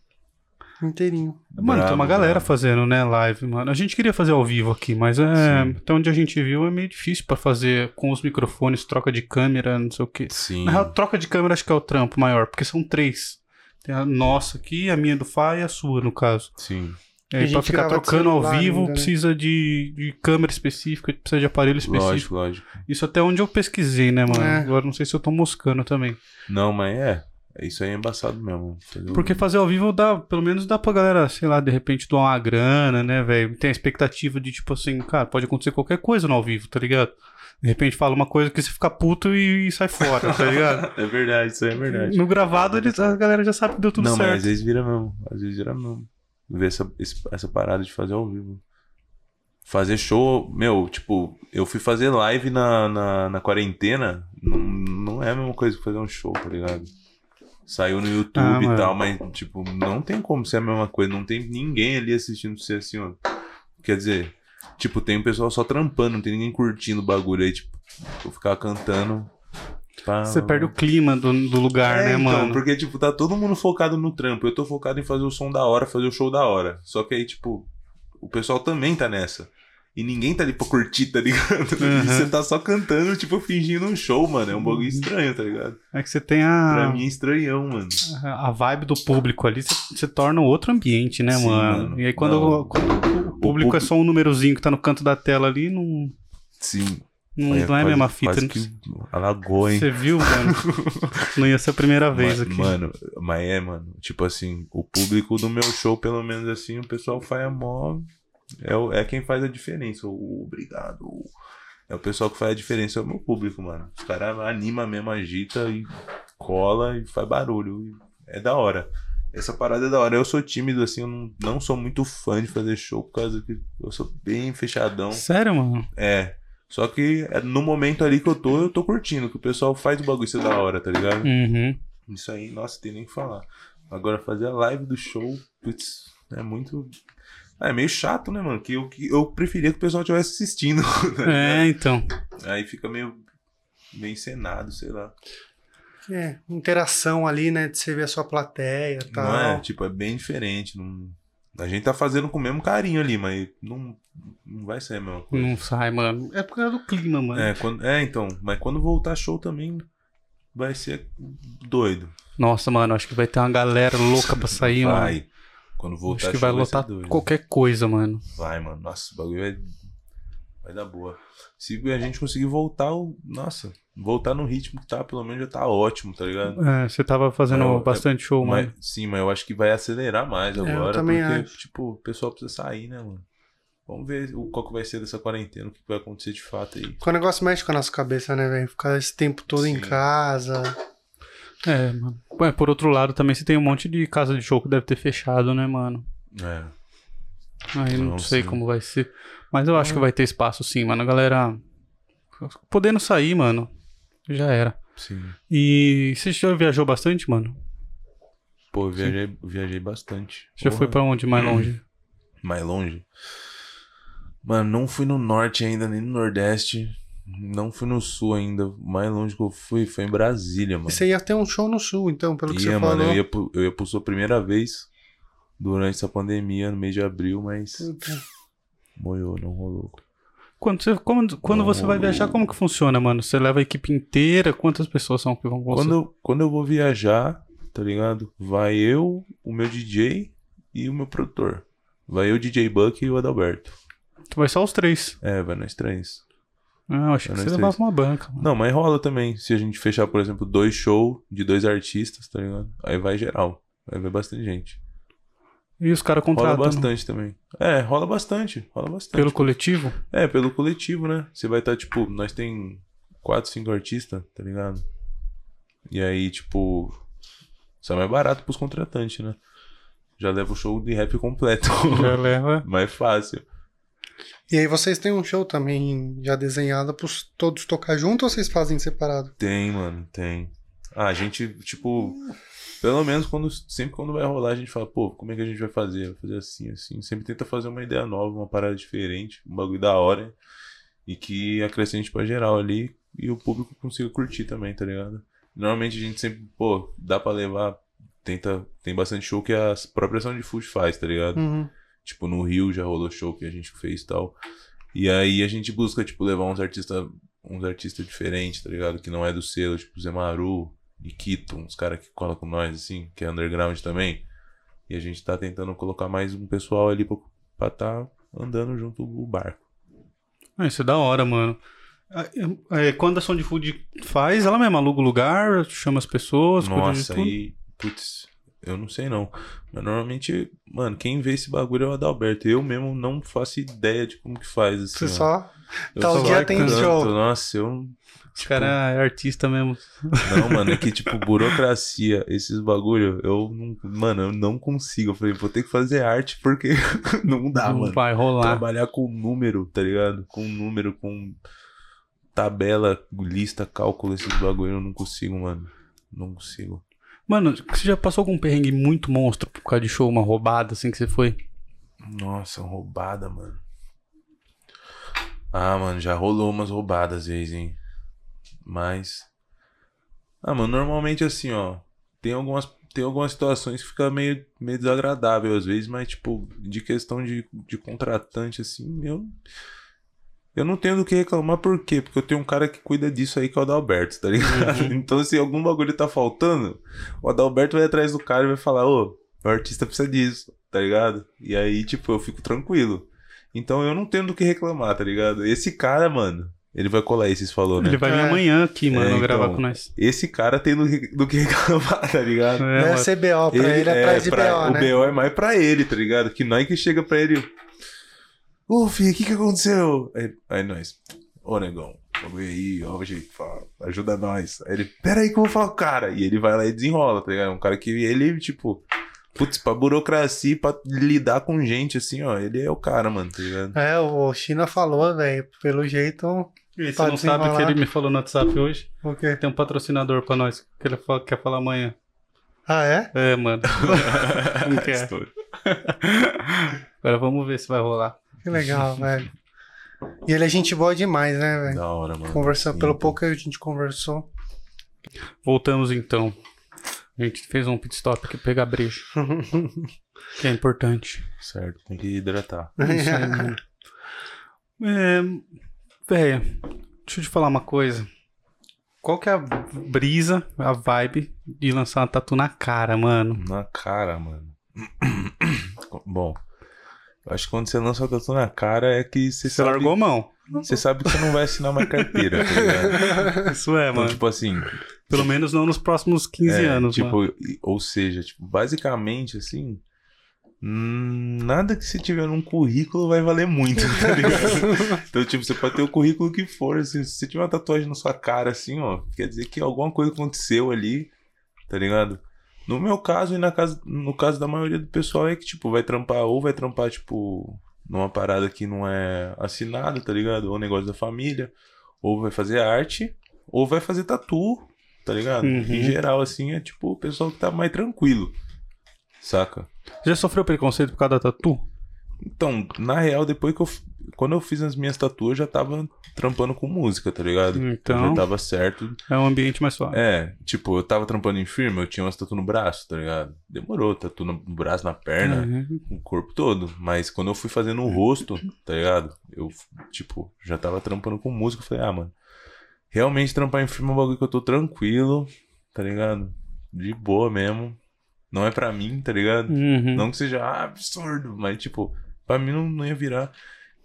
[SPEAKER 3] inteirinho.
[SPEAKER 2] Mano, tem
[SPEAKER 4] Brabo,
[SPEAKER 2] uma galera
[SPEAKER 4] brabo.
[SPEAKER 2] fazendo, né, live, mano. A gente queria fazer ao vivo aqui, mas é, até onde a gente viu é meio difícil pra fazer com os microfones, troca de câmera, não sei o quê.
[SPEAKER 4] Sim.
[SPEAKER 2] Na real, troca de câmera acho que é o trampo maior, porque são três. Tem a nossa aqui, a minha do Fá e a sua, no caso.
[SPEAKER 4] Sim.
[SPEAKER 2] E
[SPEAKER 3] a
[SPEAKER 2] aí, É, pra
[SPEAKER 3] gente
[SPEAKER 2] ficar
[SPEAKER 3] grava de
[SPEAKER 2] trocando ao
[SPEAKER 3] celular
[SPEAKER 2] vivo,
[SPEAKER 3] ainda, né?
[SPEAKER 2] precisa de, de câmera específica, precisa de aparelho específico.
[SPEAKER 4] Lógico, lógico.
[SPEAKER 2] Isso até onde eu pesquisei, né, mano?
[SPEAKER 3] É.
[SPEAKER 2] Agora não sei se eu tô moscando também.
[SPEAKER 4] Não, mas é. Isso aí é embaçado mesmo. entendeu?
[SPEAKER 2] Porque fazer ao vivo dá, pelo menos dá pra galera, sei lá, de repente doar uma grana, né, velho? Tem a expectativa de, tipo assim, cara, pode acontecer qualquer coisa no ao vivo, tá ligado? De repente fala uma coisa que você fica puto e, e sai fora, tá ligado?
[SPEAKER 4] É verdade, isso aí é verdade.
[SPEAKER 2] No gravado eles, a galera já sabe que deu tudo
[SPEAKER 4] não, mas às
[SPEAKER 2] certo.
[SPEAKER 4] vezes vira mesmo. Às vezes vira mesmo. Ver essa, esse- essa parada de fazer ao vivo. Fazer show, meu, tipo, eu fui fazer live na, na, na quarentena. Não, não é a mesma coisa que fazer um show, tá ligado? Saiu no
[SPEAKER 2] Ah,
[SPEAKER 4] YouTube e
[SPEAKER 2] mano.
[SPEAKER 4] tal, mas, tipo, não tem como ser a mesma coisa. Não tem ninguém ali assistindo você assim, ó. Quer dizer, tipo, tem o pessoal só trampando, não tem ninguém curtindo o bagulho aí, tipo, eu ficar cantando. pá,
[SPEAKER 2] Você perde o clima do, do lugar,
[SPEAKER 4] é,
[SPEAKER 2] né,
[SPEAKER 4] então,
[SPEAKER 2] mano?
[SPEAKER 4] Porque, tipo, tá todo mundo focado no trampo. Eu tô focado em fazer o som da hora, fazer o show da hora. Só que aí, tipo, o pessoal também tá nessa. E ninguém tá ali pra curtir, tá ligado?
[SPEAKER 2] Uhum.
[SPEAKER 4] E você tá só cantando, tipo, fingindo um show, mano. É um bagulho estranho, tá ligado?
[SPEAKER 2] É que você tem
[SPEAKER 4] Pra
[SPEAKER 2] a,
[SPEAKER 4] mim é estranhão, mano.
[SPEAKER 2] a vibe do público ali, você você torna outro ambiente, né,
[SPEAKER 4] Sim,
[SPEAKER 2] mano?
[SPEAKER 4] mano.
[SPEAKER 2] E aí quando,
[SPEAKER 4] Não.
[SPEAKER 2] quando o público é
[SPEAKER 4] público-
[SPEAKER 2] só um númerozinho que tá no canto da tela ali, não,
[SPEAKER 4] Sim.
[SPEAKER 2] não, não é a mesma fita.
[SPEAKER 4] Quase
[SPEAKER 2] não-
[SPEAKER 4] que alagou, hein?
[SPEAKER 2] Você viu, mano? Não ia ser a primeira vez
[SPEAKER 4] Ma-
[SPEAKER 2] aqui.
[SPEAKER 4] Mano, mas é, mano. Tipo assim, o público do meu show, pelo menos assim, o pessoal faz a mó. É, o- é quem faz a diferença. O obrigado. o- É o pessoal que faz a diferença, é o meu público, mano. Os caras anima mesmo, agita e cola e faz barulho. e é da hora. Essa parada é da hora. Eu sou tímido, assim, eu não, não sou muito fã de fazer show, por causa que eu sou bem fechadão.
[SPEAKER 2] Sério, mano?
[SPEAKER 4] É. Só que é no momento ali que eu tô, eu tô curtindo, que o pessoal faz o bagulho ser da hora, tá ligado?
[SPEAKER 2] Uhum.
[SPEAKER 4] Isso aí, nossa, tem nem o que falar. Agora, fazer a live do show, putz, é muito. Ah, é meio chato, né, mano? Que eu, que eu preferia que o pessoal estivesse assistindo. né?
[SPEAKER 2] É, então.
[SPEAKER 4] Aí fica meio. meio encenado, sei lá.
[SPEAKER 3] É, interação ali, né? De você ver a sua plateia e tal.
[SPEAKER 4] Não é? Tipo, é bem diferente. não- A gente tá fazendo com o mesmo carinho ali, mas não, não vai ser a mesma coisa.
[SPEAKER 2] Não sai, mano. É por causa do clima, mano.
[SPEAKER 4] É, quando... é, então. Mas quando voltar show também vai ser doido.
[SPEAKER 2] Nossa, mano, acho que vai ter uma galera louca pra sair, mano.
[SPEAKER 4] vai. Quando voltar
[SPEAKER 2] Acho que
[SPEAKER 4] show
[SPEAKER 2] vai
[SPEAKER 4] ser
[SPEAKER 2] lotar
[SPEAKER 4] doido.
[SPEAKER 2] qualquer coisa, mano.
[SPEAKER 4] Vai, mano. Nossa, o bagulho vai, vai dar boa. Se a gente conseguir voltar, o- nossa, voltar no ritmo que tá, pelo menos já tá ótimo, tá ligado?
[SPEAKER 2] É, você tava fazendo
[SPEAKER 4] É, eu-
[SPEAKER 2] bastante show,
[SPEAKER 4] Mas-
[SPEAKER 2] mano.
[SPEAKER 4] sim, mas eu acho que vai acelerar mais agora.
[SPEAKER 3] também
[SPEAKER 4] porque,
[SPEAKER 3] acho.
[SPEAKER 4] tipo, o pessoal precisa sair, né, mano? Vamos ver o, qual que vai ser dessa quarentena, o que vai acontecer de fato aí.
[SPEAKER 3] Porque o negócio mexe com a nossa cabeça, né, velho? Ficar esse tempo todo em
[SPEAKER 4] Sim.
[SPEAKER 3] casa.
[SPEAKER 2] É, mano. Ué, por outro lado, também você tem um monte de casa de show que deve ter fechado, né, mano?
[SPEAKER 4] É.
[SPEAKER 2] Aí não,
[SPEAKER 4] Não,
[SPEAKER 2] sei
[SPEAKER 4] sim.
[SPEAKER 2] como vai ser. Mas eu acho
[SPEAKER 4] Ah.
[SPEAKER 2] que vai ter espaço sim, mano. A galera. Podendo sair, mano. Já era.
[SPEAKER 4] Sim.
[SPEAKER 2] E você já viajou bastante, mano?
[SPEAKER 4] Pô, eu viajei, viajei bastante.
[SPEAKER 2] Já
[SPEAKER 4] Porra.
[SPEAKER 2] foi pra onde mais longe?
[SPEAKER 4] mais longe. Mano, não fui no norte ainda, nem no nordeste. Não fui no sul ainda. O mais longe que eu fui foi em Brasília, mano.
[SPEAKER 3] E você ia ter um show no sul, então, pelo que
[SPEAKER 4] Ia,
[SPEAKER 3] você
[SPEAKER 4] mano,
[SPEAKER 3] falou.
[SPEAKER 4] eu ia, pro, eu ia pro sul a primeira vez durante essa pandemia, no mês de abril, mas
[SPEAKER 3] Puta.
[SPEAKER 4] moiou, não rolou.
[SPEAKER 2] Quando você, quando, quando
[SPEAKER 4] Não,
[SPEAKER 2] você vai viajar, como que funciona, mano? Você leva a equipe inteira? Quantas pessoas são que vão com
[SPEAKER 4] Quando
[SPEAKER 2] você?
[SPEAKER 4] eu, quando eu vou viajar, tá ligado? Vai eu, o meu DJ e o meu produtor. Vai eu, DJ Buck e o Adalberto.
[SPEAKER 2] Tu vai só os três.
[SPEAKER 4] É, vai nós três.
[SPEAKER 2] Ah, eu achei
[SPEAKER 4] Vai
[SPEAKER 2] que
[SPEAKER 4] nós
[SPEAKER 2] você
[SPEAKER 4] três.
[SPEAKER 2] levava uma banca, mano.
[SPEAKER 4] Não, mas rola também. Se a gente fechar, por exemplo, dois shows de dois artistas, tá ligado? Aí vai geral. Aí vai bastante gente.
[SPEAKER 2] E os caras
[SPEAKER 4] Rola
[SPEAKER 2] contratam né?
[SPEAKER 4] bastante também. É, rola bastante. Rola bastante.
[SPEAKER 2] pelo coletivo?
[SPEAKER 4] É, pelo coletivo, né? Você vai estar, tipo, nós tem quatro, cinco artistas, tá ligado? E aí, tipo, isso é mais barato pros contratantes, né? Já leva o show de rap completo.
[SPEAKER 2] Já leva.
[SPEAKER 4] mais fácil.
[SPEAKER 3] E aí vocês têm um show também já desenhado para todos tocar junto ou vocês fazem separado?
[SPEAKER 4] Tem, mano, tem. Ah, a gente, tipo, pelo menos quando, sempre quando vai rolar, a gente fala, pô, como é que a gente vai fazer? Vai fazer assim, assim. Sempre tenta fazer uma ideia nova, uma parada diferente, um bagulho da hora. E que acrescente pra geral ali e o público consiga curtir também, tá ligado? Normalmente a gente sempre, pô, dá pra levar tenta. Tem bastante show que a própria Sound Food faz, tá ligado?
[SPEAKER 3] Uhum.
[SPEAKER 4] Tipo, no Rio já rolou show que a gente fez e tal. E aí a gente busca, tipo, levar uns artistas uns artistas diferentes, tá ligado? Que não é do selo, tipo Zemaru, Nikito, uns caras que colam com nós, assim, que é underground também. E a gente tá tentando colocar mais um pessoal ali pra, pra tá andando junto o barco.
[SPEAKER 2] Ah, isso é da hora, mano. Ah, é, é, quando a Sound Food faz, ela mesma aluga o lugar, chama as pessoas, cuida de
[SPEAKER 4] Nossa,
[SPEAKER 2] tudo.
[SPEAKER 4] aí, putz, eu não sei não. Mas normalmente, mano, quem vê esse bagulho é o Adalberto. Eu mesmo não faço ideia de como que faz, assim.
[SPEAKER 3] Você
[SPEAKER 4] ó.
[SPEAKER 3] só. tá
[SPEAKER 4] Eu
[SPEAKER 3] tal
[SPEAKER 4] só
[SPEAKER 3] dia
[SPEAKER 4] vai
[SPEAKER 3] tem
[SPEAKER 4] canto,
[SPEAKER 3] show.
[SPEAKER 4] Nossa, eu
[SPEAKER 2] Esse cara é artista mesmo.
[SPEAKER 4] Não, mano, é que, tipo, burocracia, esses bagulho, eu não. Mano, eu não consigo. Eu falei, vou ter que fazer arte porque não dá,
[SPEAKER 2] não
[SPEAKER 4] mano.
[SPEAKER 2] vai rolar.
[SPEAKER 4] Trabalhar com número, tá ligado? Com número, com tabela, lista, cálculo, esses bagulho, eu não consigo, mano. Não consigo.
[SPEAKER 2] Mano, você já passou algum perrengue muito monstro por causa de show, uma roubada assim que você foi?
[SPEAKER 4] Nossa, roubada, mano. Ah, mano, já rolou umas roubadas às vezes, hein? Mas. Ah, mano, normalmente assim, ó. Tem algumas, tem algumas situações que fica meio, meio desagradável às vezes, mas, tipo, de questão de, de contratante, assim, eu. Eu não tenho do que reclamar, por quê? Porque eu tenho um cara que cuida disso aí, que é o Adalberto, tá ligado? Então, se algum bagulho tá faltando, o Adalberto vai atrás do cara e vai falar: ô, o artista precisa disso, tá ligado? E aí, tipo, eu fico tranquilo. Então eu não tenho do que reclamar, tá ligado? Esse cara, mano, ele vai colar esses falou, né?
[SPEAKER 2] Ele vai vir
[SPEAKER 3] É.
[SPEAKER 2] amanhã aqui, mano,
[SPEAKER 4] então.
[SPEAKER 2] gravar com nós.
[SPEAKER 4] Esse cara tem do, re- do que reclamar, tá ligado?
[SPEAKER 2] É,
[SPEAKER 3] É,
[SPEAKER 2] mano.
[SPEAKER 3] CBO, pra ele, é atrás de
[SPEAKER 4] pra-
[SPEAKER 3] BO, né?
[SPEAKER 4] O BO é mais pra ele, tá ligado? Que nós que chega pra ele. Ô, filho, o que que aconteceu? Aí, aí nós, ô, negão, vamos ver aí, ó, gente, fala, ajuda nós. Aí ele, peraí que eu vou falar com o cara. E ele vai lá e desenrola, tá ligado? Um cara que ele, tipo, putz, pra burocracia, pra lidar com gente, assim, ó, ele é o cara, mano, tá ligado?
[SPEAKER 3] É, o China falou, velho. Pelo jeito.
[SPEAKER 2] E você
[SPEAKER 3] Pode
[SPEAKER 2] não sabe o que
[SPEAKER 3] desenrolar.
[SPEAKER 2] ele me falou no WhatsApp hoje?
[SPEAKER 3] O quê?
[SPEAKER 2] Tem um patrocinador pra nós que ele fala- quer falar amanhã.
[SPEAKER 3] Ah, é?
[SPEAKER 2] É, mano. Não quer.
[SPEAKER 4] História.
[SPEAKER 2] Agora vamos ver se vai rolar.
[SPEAKER 3] Que legal, velho. E ele é gente boa demais, né, velho?
[SPEAKER 4] Da hora, mano.
[SPEAKER 3] Conversando, pelo
[SPEAKER 4] Sim.
[SPEAKER 3] pouco que a gente conversou.
[SPEAKER 2] Voltamos então. A gente fez um pit stop aqui, pegar brejo. que é importante.
[SPEAKER 4] Certo, tem que hidratar.
[SPEAKER 2] Isso aí, mano. É, véia, deixa eu te falar uma coisa. Qual que é a brisa, a vibe de lançar uma tatu na cara, mano?
[SPEAKER 4] Na cara, mano. Bom, eu acho que quando você lança o tatu na cara é que você,
[SPEAKER 2] Você
[SPEAKER 4] sabe,
[SPEAKER 2] largou a mão.
[SPEAKER 4] Você sabe que você não vai assinar mais carteira, tá ligado?
[SPEAKER 2] Isso é,
[SPEAKER 4] Então,
[SPEAKER 2] mano.
[SPEAKER 4] tipo assim.
[SPEAKER 2] Pelo menos não nos próximos 15
[SPEAKER 4] é,
[SPEAKER 2] anos, mano.
[SPEAKER 4] tipo, e- ou seja, tipo, basicamente assim. hum, Nada que você tiver num currículo vai valer muito, tá ligado? então, tipo, você pode ter o currículo que for. assim, se você tiver uma tatuagem na sua cara, assim, ó, quer dizer que alguma coisa aconteceu ali, tá ligado? No meu caso e na casa, no caso da maioria do pessoal é que, tipo, vai trampar ou vai trampar, tipo, numa parada que não é assinada, tá ligado? Ou negócio da família, ou vai fazer arte, ou vai fazer tatu, tá ligado?
[SPEAKER 2] Uhum.
[SPEAKER 4] Em geral, assim, é tipo o pessoal que tá mais tranquilo, saca?
[SPEAKER 2] Já sofreu preconceito por causa da tatu?
[SPEAKER 4] Então, na real, depois que eu. f- Quando eu fiz as minhas tatuas, eu já tava trampando com música, tá ligado?
[SPEAKER 2] Então,
[SPEAKER 4] Já tá. tava certo
[SPEAKER 2] é um ambiente mais suave.
[SPEAKER 4] É, tipo, eu tava trampando em firma, eu tinha umas tatu no braço, tá ligado? Demorou, tatu no braço, na perna,
[SPEAKER 2] Uhum.
[SPEAKER 4] o corpo todo. Mas quando eu fui fazendo o rosto, tá ligado? Eu, tipo, já tava trampando com música. Eu falei, ah, mano, realmente trampar em firma é um bagulho que eu tô tranquilo, tá ligado? De boa mesmo. Não é pra mim, tá ligado?
[SPEAKER 2] Uhum.
[SPEAKER 4] Não que seja ah, absurdo, mas tipo, pra mim não, não ia virar.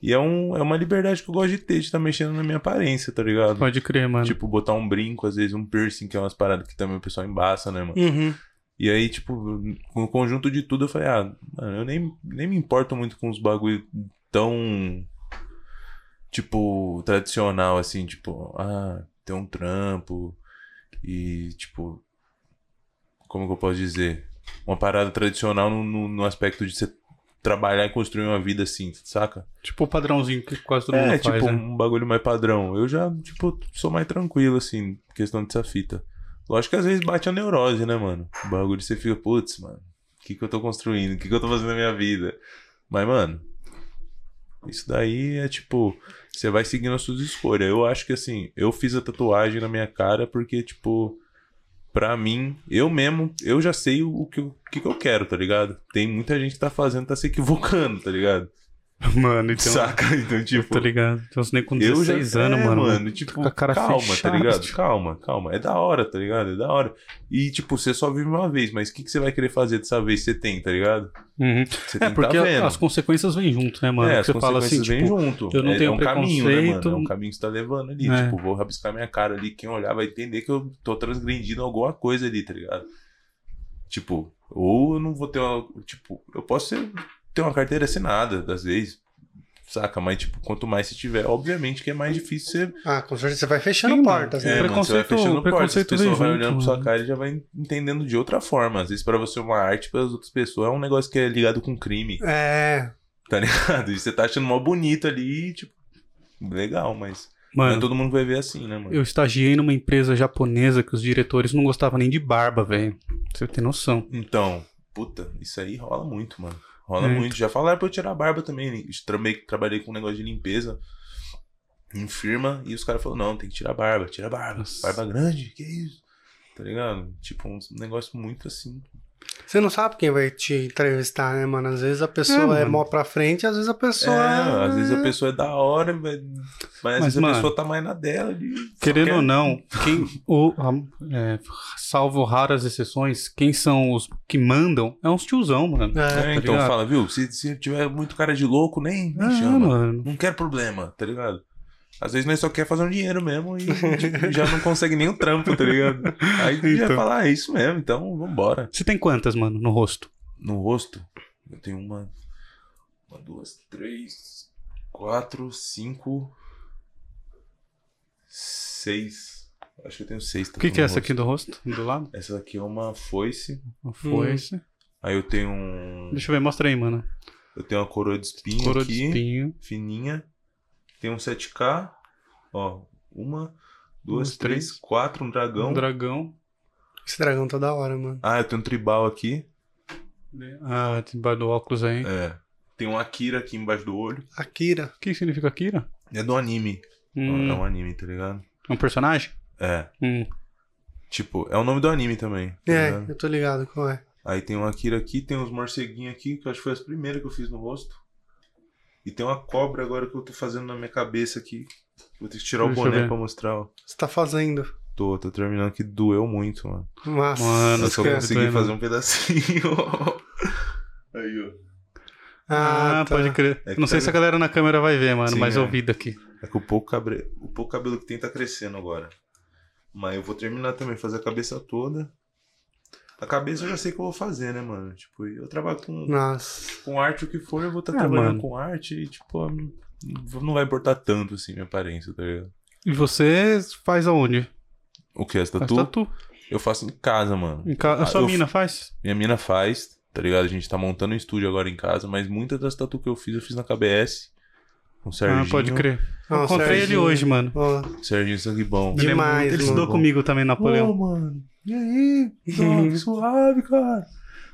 [SPEAKER 4] E é, um, é uma liberdade que eu gosto de ter, de estar mexendo na minha aparência, tá ligado?
[SPEAKER 2] Pode crer, mano.
[SPEAKER 4] Tipo, botar um brinco, às vezes um piercing, que é umas paradas que também o pessoal embaça, né, mano?
[SPEAKER 3] Uhum.
[SPEAKER 4] E aí, tipo, com o conjunto de tudo, eu falei, ah, mano, eu nem, nem me importo muito com os bagulho tão, tipo, tradicional, assim, tipo, ah, ter um trampo e, tipo, como que eu posso dizer? Uma parada tradicional no, no, no aspecto de você trabalhar e construir uma vida assim, saca?
[SPEAKER 2] Tipo o padrãozinho que quase todo mundo
[SPEAKER 4] É,
[SPEAKER 2] faz,
[SPEAKER 4] tipo,
[SPEAKER 2] né?
[SPEAKER 4] um bagulho mais padrão. Eu já, tipo, sou mais tranquilo, assim, questão dessa fita. Lógico que às vezes bate a neurose, né, mano? O bagulho você fica, putz, mano, o que que eu tô construindo? O que que eu tô fazendo na minha vida? Mas, mano, isso daí é tipo, você vai seguindo as suas escolhas. Eu acho que, assim, eu fiz a tatuagem na minha cara porque, tipo, pra mim, eu mesmo, eu já sei o que, eu- o que que eu quero, tá ligado? Tem muita gente que tá fazendo, tá se equivocando, tá ligado?
[SPEAKER 2] Mano, então.
[SPEAKER 4] Saca? Então, tipo,
[SPEAKER 2] Tô ligado. Então você nem com
[SPEAKER 4] eu
[SPEAKER 2] 16
[SPEAKER 4] já,
[SPEAKER 2] anos,
[SPEAKER 4] é,
[SPEAKER 2] mano.
[SPEAKER 4] tipo,
[SPEAKER 2] com a cara
[SPEAKER 4] calma,
[SPEAKER 2] fechada,
[SPEAKER 4] tá ligado?
[SPEAKER 2] tipo.
[SPEAKER 4] Calma, calma. É da hora, tá ligado? É da hora. E, tipo, você só vive uma vez, mas o que, que você vai querer fazer dessa vez que você tem, tá ligado?
[SPEAKER 2] Uhum.
[SPEAKER 4] Você
[SPEAKER 2] É,
[SPEAKER 4] tem
[SPEAKER 2] porque
[SPEAKER 4] que tá vendo.
[SPEAKER 2] as consequências vêm junto, né, mano?
[SPEAKER 4] é,
[SPEAKER 2] Que
[SPEAKER 4] as
[SPEAKER 2] você fala assim,
[SPEAKER 4] consequências vêm
[SPEAKER 2] tipo,
[SPEAKER 4] junto.
[SPEAKER 2] eu não
[SPEAKER 4] é,
[SPEAKER 2] tenho
[SPEAKER 4] é um caminho, né,
[SPEAKER 2] preconceito.
[SPEAKER 4] mano? É um caminho que você tá levando ali.
[SPEAKER 2] É.
[SPEAKER 4] Tipo, vou rabiscar minha cara ali. Quem olhar vai entender que eu tô transgredindo alguma coisa ali, tá ligado? Tipo, ou eu não vou ter uma. Tipo, eu posso ser- ter uma carteira assinada, às vezes. Saca? Mas, tipo, quanto mais você tiver, obviamente que é mais difícil você
[SPEAKER 3] Ah, com certeza você vai fechando
[SPEAKER 2] Sim, mano.
[SPEAKER 3] portas, né?
[SPEAKER 4] é, mano, você vai
[SPEAKER 2] Preconceito-
[SPEAKER 4] fechando portas, as
[SPEAKER 2] preconceito
[SPEAKER 4] pessoas
[SPEAKER 2] vem
[SPEAKER 4] vão
[SPEAKER 2] junto,
[SPEAKER 4] olhando pra sua
[SPEAKER 2] mano.
[SPEAKER 4] cara e já vai entendendo de outra forma. Às vezes, pra você, uma arte, para as outras pessoas, é um negócio que é ligado com crime,
[SPEAKER 3] É.
[SPEAKER 4] tá ligado? E você tá achando mó bonito ali, tipo, legal, mas não é
[SPEAKER 2] mano,
[SPEAKER 4] todo mundo que vai ver assim, né, mano?
[SPEAKER 2] eu estagiei numa empresa japonesa que os diretores não gostavam nem de barba, velho. Pra Você tem noção.
[SPEAKER 4] Então, puta, isso aí rola muito, mano. Rola
[SPEAKER 2] Muito.
[SPEAKER 4] muito. Já falaram pra eu tirar a barba também. Também trabalhei com um negócio de limpeza em firma e os caras falaram, não, tem que tirar a barba, tira a barba.
[SPEAKER 2] Nossa.
[SPEAKER 4] Barba grande, que isso? Tá ligado? Tipo, um negócio muito assim.
[SPEAKER 3] Você não sabe quem vai te entrevistar, né, mano? Às vezes a pessoa é,
[SPEAKER 2] mano.
[SPEAKER 3] mó pra frente, às vezes a pessoa.
[SPEAKER 4] É, às vezes a pessoa é da hora, mas, mas às vezes
[SPEAKER 2] né? mano,
[SPEAKER 4] a pessoa tá mais na dela. ali. Só
[SPEAKER 2] Querendo
[SPEAKER 4] quer-
[SPEAKER 2] ou não, quem, o, a- é, salvo raras exceções, quem são os que mandam é uns tiozão, mano.
[SPEAKER 3] É.
[SPEAKER 4] É, então
[SPEAKER 2] tá ligado?
[SPEAKER 4] fala, viu? Se, se tiver muito cara de louco, nem, nem
[SPEAKER 2] Ah,
[SPEAKER 4] chama.
[SPEAKER 2] mano.
[SPEAKER 4] Não quer problema, tá ligado? Às vezes nós só quer fazer um dinheiro mesmo e tipo, já não consegue nem o trampo, tá ligado? Aí já
[SPEAKER 2] Então.
[SPEAKER 4] falar, ah, é isso mesmo, então vambora.
[SPEAKER 2] Você tem quantas, mano, no rosto?
[SPEAKER 4] No rosto, eu tenho uma, uma, duas, três, quatro, cinco, seis. Acho que eu tenho seis.
[SPEAKER 2] O que, que é essa aqui do rosto? Do lado?
[SPEAKER 4] Essa daqui é uma foice.
[SPEAKER 2] Uma foice.
[SPEAKER 4] Aí eu tenho um.
[SPEAKER 2] Deixa eu ver, mostra aí, mano.
[SPEAKER 4] Eu tenho uma coroa de espinho
[SPEAKER 2] Coroa
[SPEAKER 4] aqui.
[SPEAKER 2] de espinho.
[SPEAKER 4] Fininha. Tem um 7K. Ó. Uma, duas,
[SPEAKER 2] Duas,
[SPEAKER 4] três,
[SPEAKER 2] três.
[SPEAKER 4] quatro. Um dragão.
[SPEAKER 2] Um dragão.
[SPEAKER 3] Esse dragão tá da hora, mano.
[SPEAKER 4] Ah, eu tenho um tribal aqui.
[SPEAKER 2] Ah, debaixo do óculos aí.
[SPEAKER 4] É. Tem um Akira aqui embaixo do olho.
[SPEAKER 3] Akira.
[SPEAKER 2] O que significa Akira?
[SPEAKER 4] É do anime.
[SPEAKER 2] Hum,
[SPEAKER 4] É um anime, tá ligado?
[SPEAKER 2] É um personagem?
[SPEAKER 4] É.
[SPEAKER 2] Hum.
[SPEAKER 4] Tipo, é o nome do anime também. tá
[SPEAKER 3] É,
[SPEAKER 4] ligado?
[SPEAKER 3] eu tô ligado qual é.
[SPEAKER 4] Aí tem um Akira aqui, tem uns morceguinhos aqui, que eu acho que foi as primeiras que eu fiz no rosto. E tem uma cobra agora que eu tô fazendo na minha cabeça aqui. Vou ter que tirar
[SPEAKER 2] Deixa
[SPEAKER 4] o
[SPEAKER 2] eu
[SPEAKER 4] boné
[SPEAKER 2] ver.
[SPEAKER 4] pra mostrar, ó.
[SPEAKER 3] Você tá fazendo.
[SPEAKER 4] Tô, tô terminando que doeu muito, mano.
[SPEAKER 3] Massa.
[SPEAKER 2] Mano,
[SPEAKER 4] Eu só consegui
[SPEAKER 2] doendo.
[SPEAKER 4] fazer um pedacinho. Aí, ó.
[SPEAKER 3] Ah,
[SPEAKER 2] Ah,
[SPEAKER 3] tá.
[SPEAKER 2] pode crer.
[SPEAKER 4] É que
[SPEAKER 2] Não sei
[SPEAKER 4] tá-
[SPEAKER 2] se a galera na câmera vai ver, mano,
[SPEAKER 4] Sim,
[SPEAKER 2] mas
[SPEAKER 4] é.
[SPEAKER 2] eu vi daqui.
[SPEAKER 4] É que o pouco, cabre... o pouco cabelo que tem tá crescendo agora. Mas eu vou terminar também, fazer a cabeça toda. A cabeça eu já sei que eu vou fazer, né, mano? Tipo, eu trabalho com,
[SPEAKER 3] Nossa.
[SPEAKER 4] com arte, o que for, eu vou estar
[SPEAKER 2] Ah,
[SPEAKER 4] trabalhando
[SPEAKER 2] mano.
[SPEAKER 4] com arte e, tipo, a mim- não vai importar tanto, assim, minha aparência, tá ligado?
[SPEAKER 2] E você faz aonde?
[SPEAKER 4] O que? As
[SPEAKER 2] Faz
[SPEAKER 4] tatu?
[SPEAKER 2] tatu.
[SPEAKER 4] Eu faço em casa, mano.
[SPEAKER 2] Em ca- A
[SPEAKER 4] Ah,
[SPEAKER 2] sua
[SPEAKER 4] eu-
[SPEAKER 2] mina faz?
[SPEAKER 4] Minha mina faz, tá ligado? A gente tá montando um estúdio agora em casa, mas muitas das tatu que eu fiz, eu fiz na KBS. Com o Serginho.
[SPEAKER 2] Ah, pode crer.
[SPEAKER 3] Ó,
[SPEAKER 2] Eu encontrei ele
[SPEAKER 3] Serginho.
[SPEAKER 2] hoje, mano.
[SPEAKER 3] Ó,
[SPEAKER 4] Serginho Sangue Bom.
[SPEAKER 3] Demais,
[SPEAKER 2] ele
[SPEAKER 3] mano.
[SPEAKER 2] estudou comigo também, Napoleão.
[SPEAKER 4] mano. E aí? Ó, que suave, cara.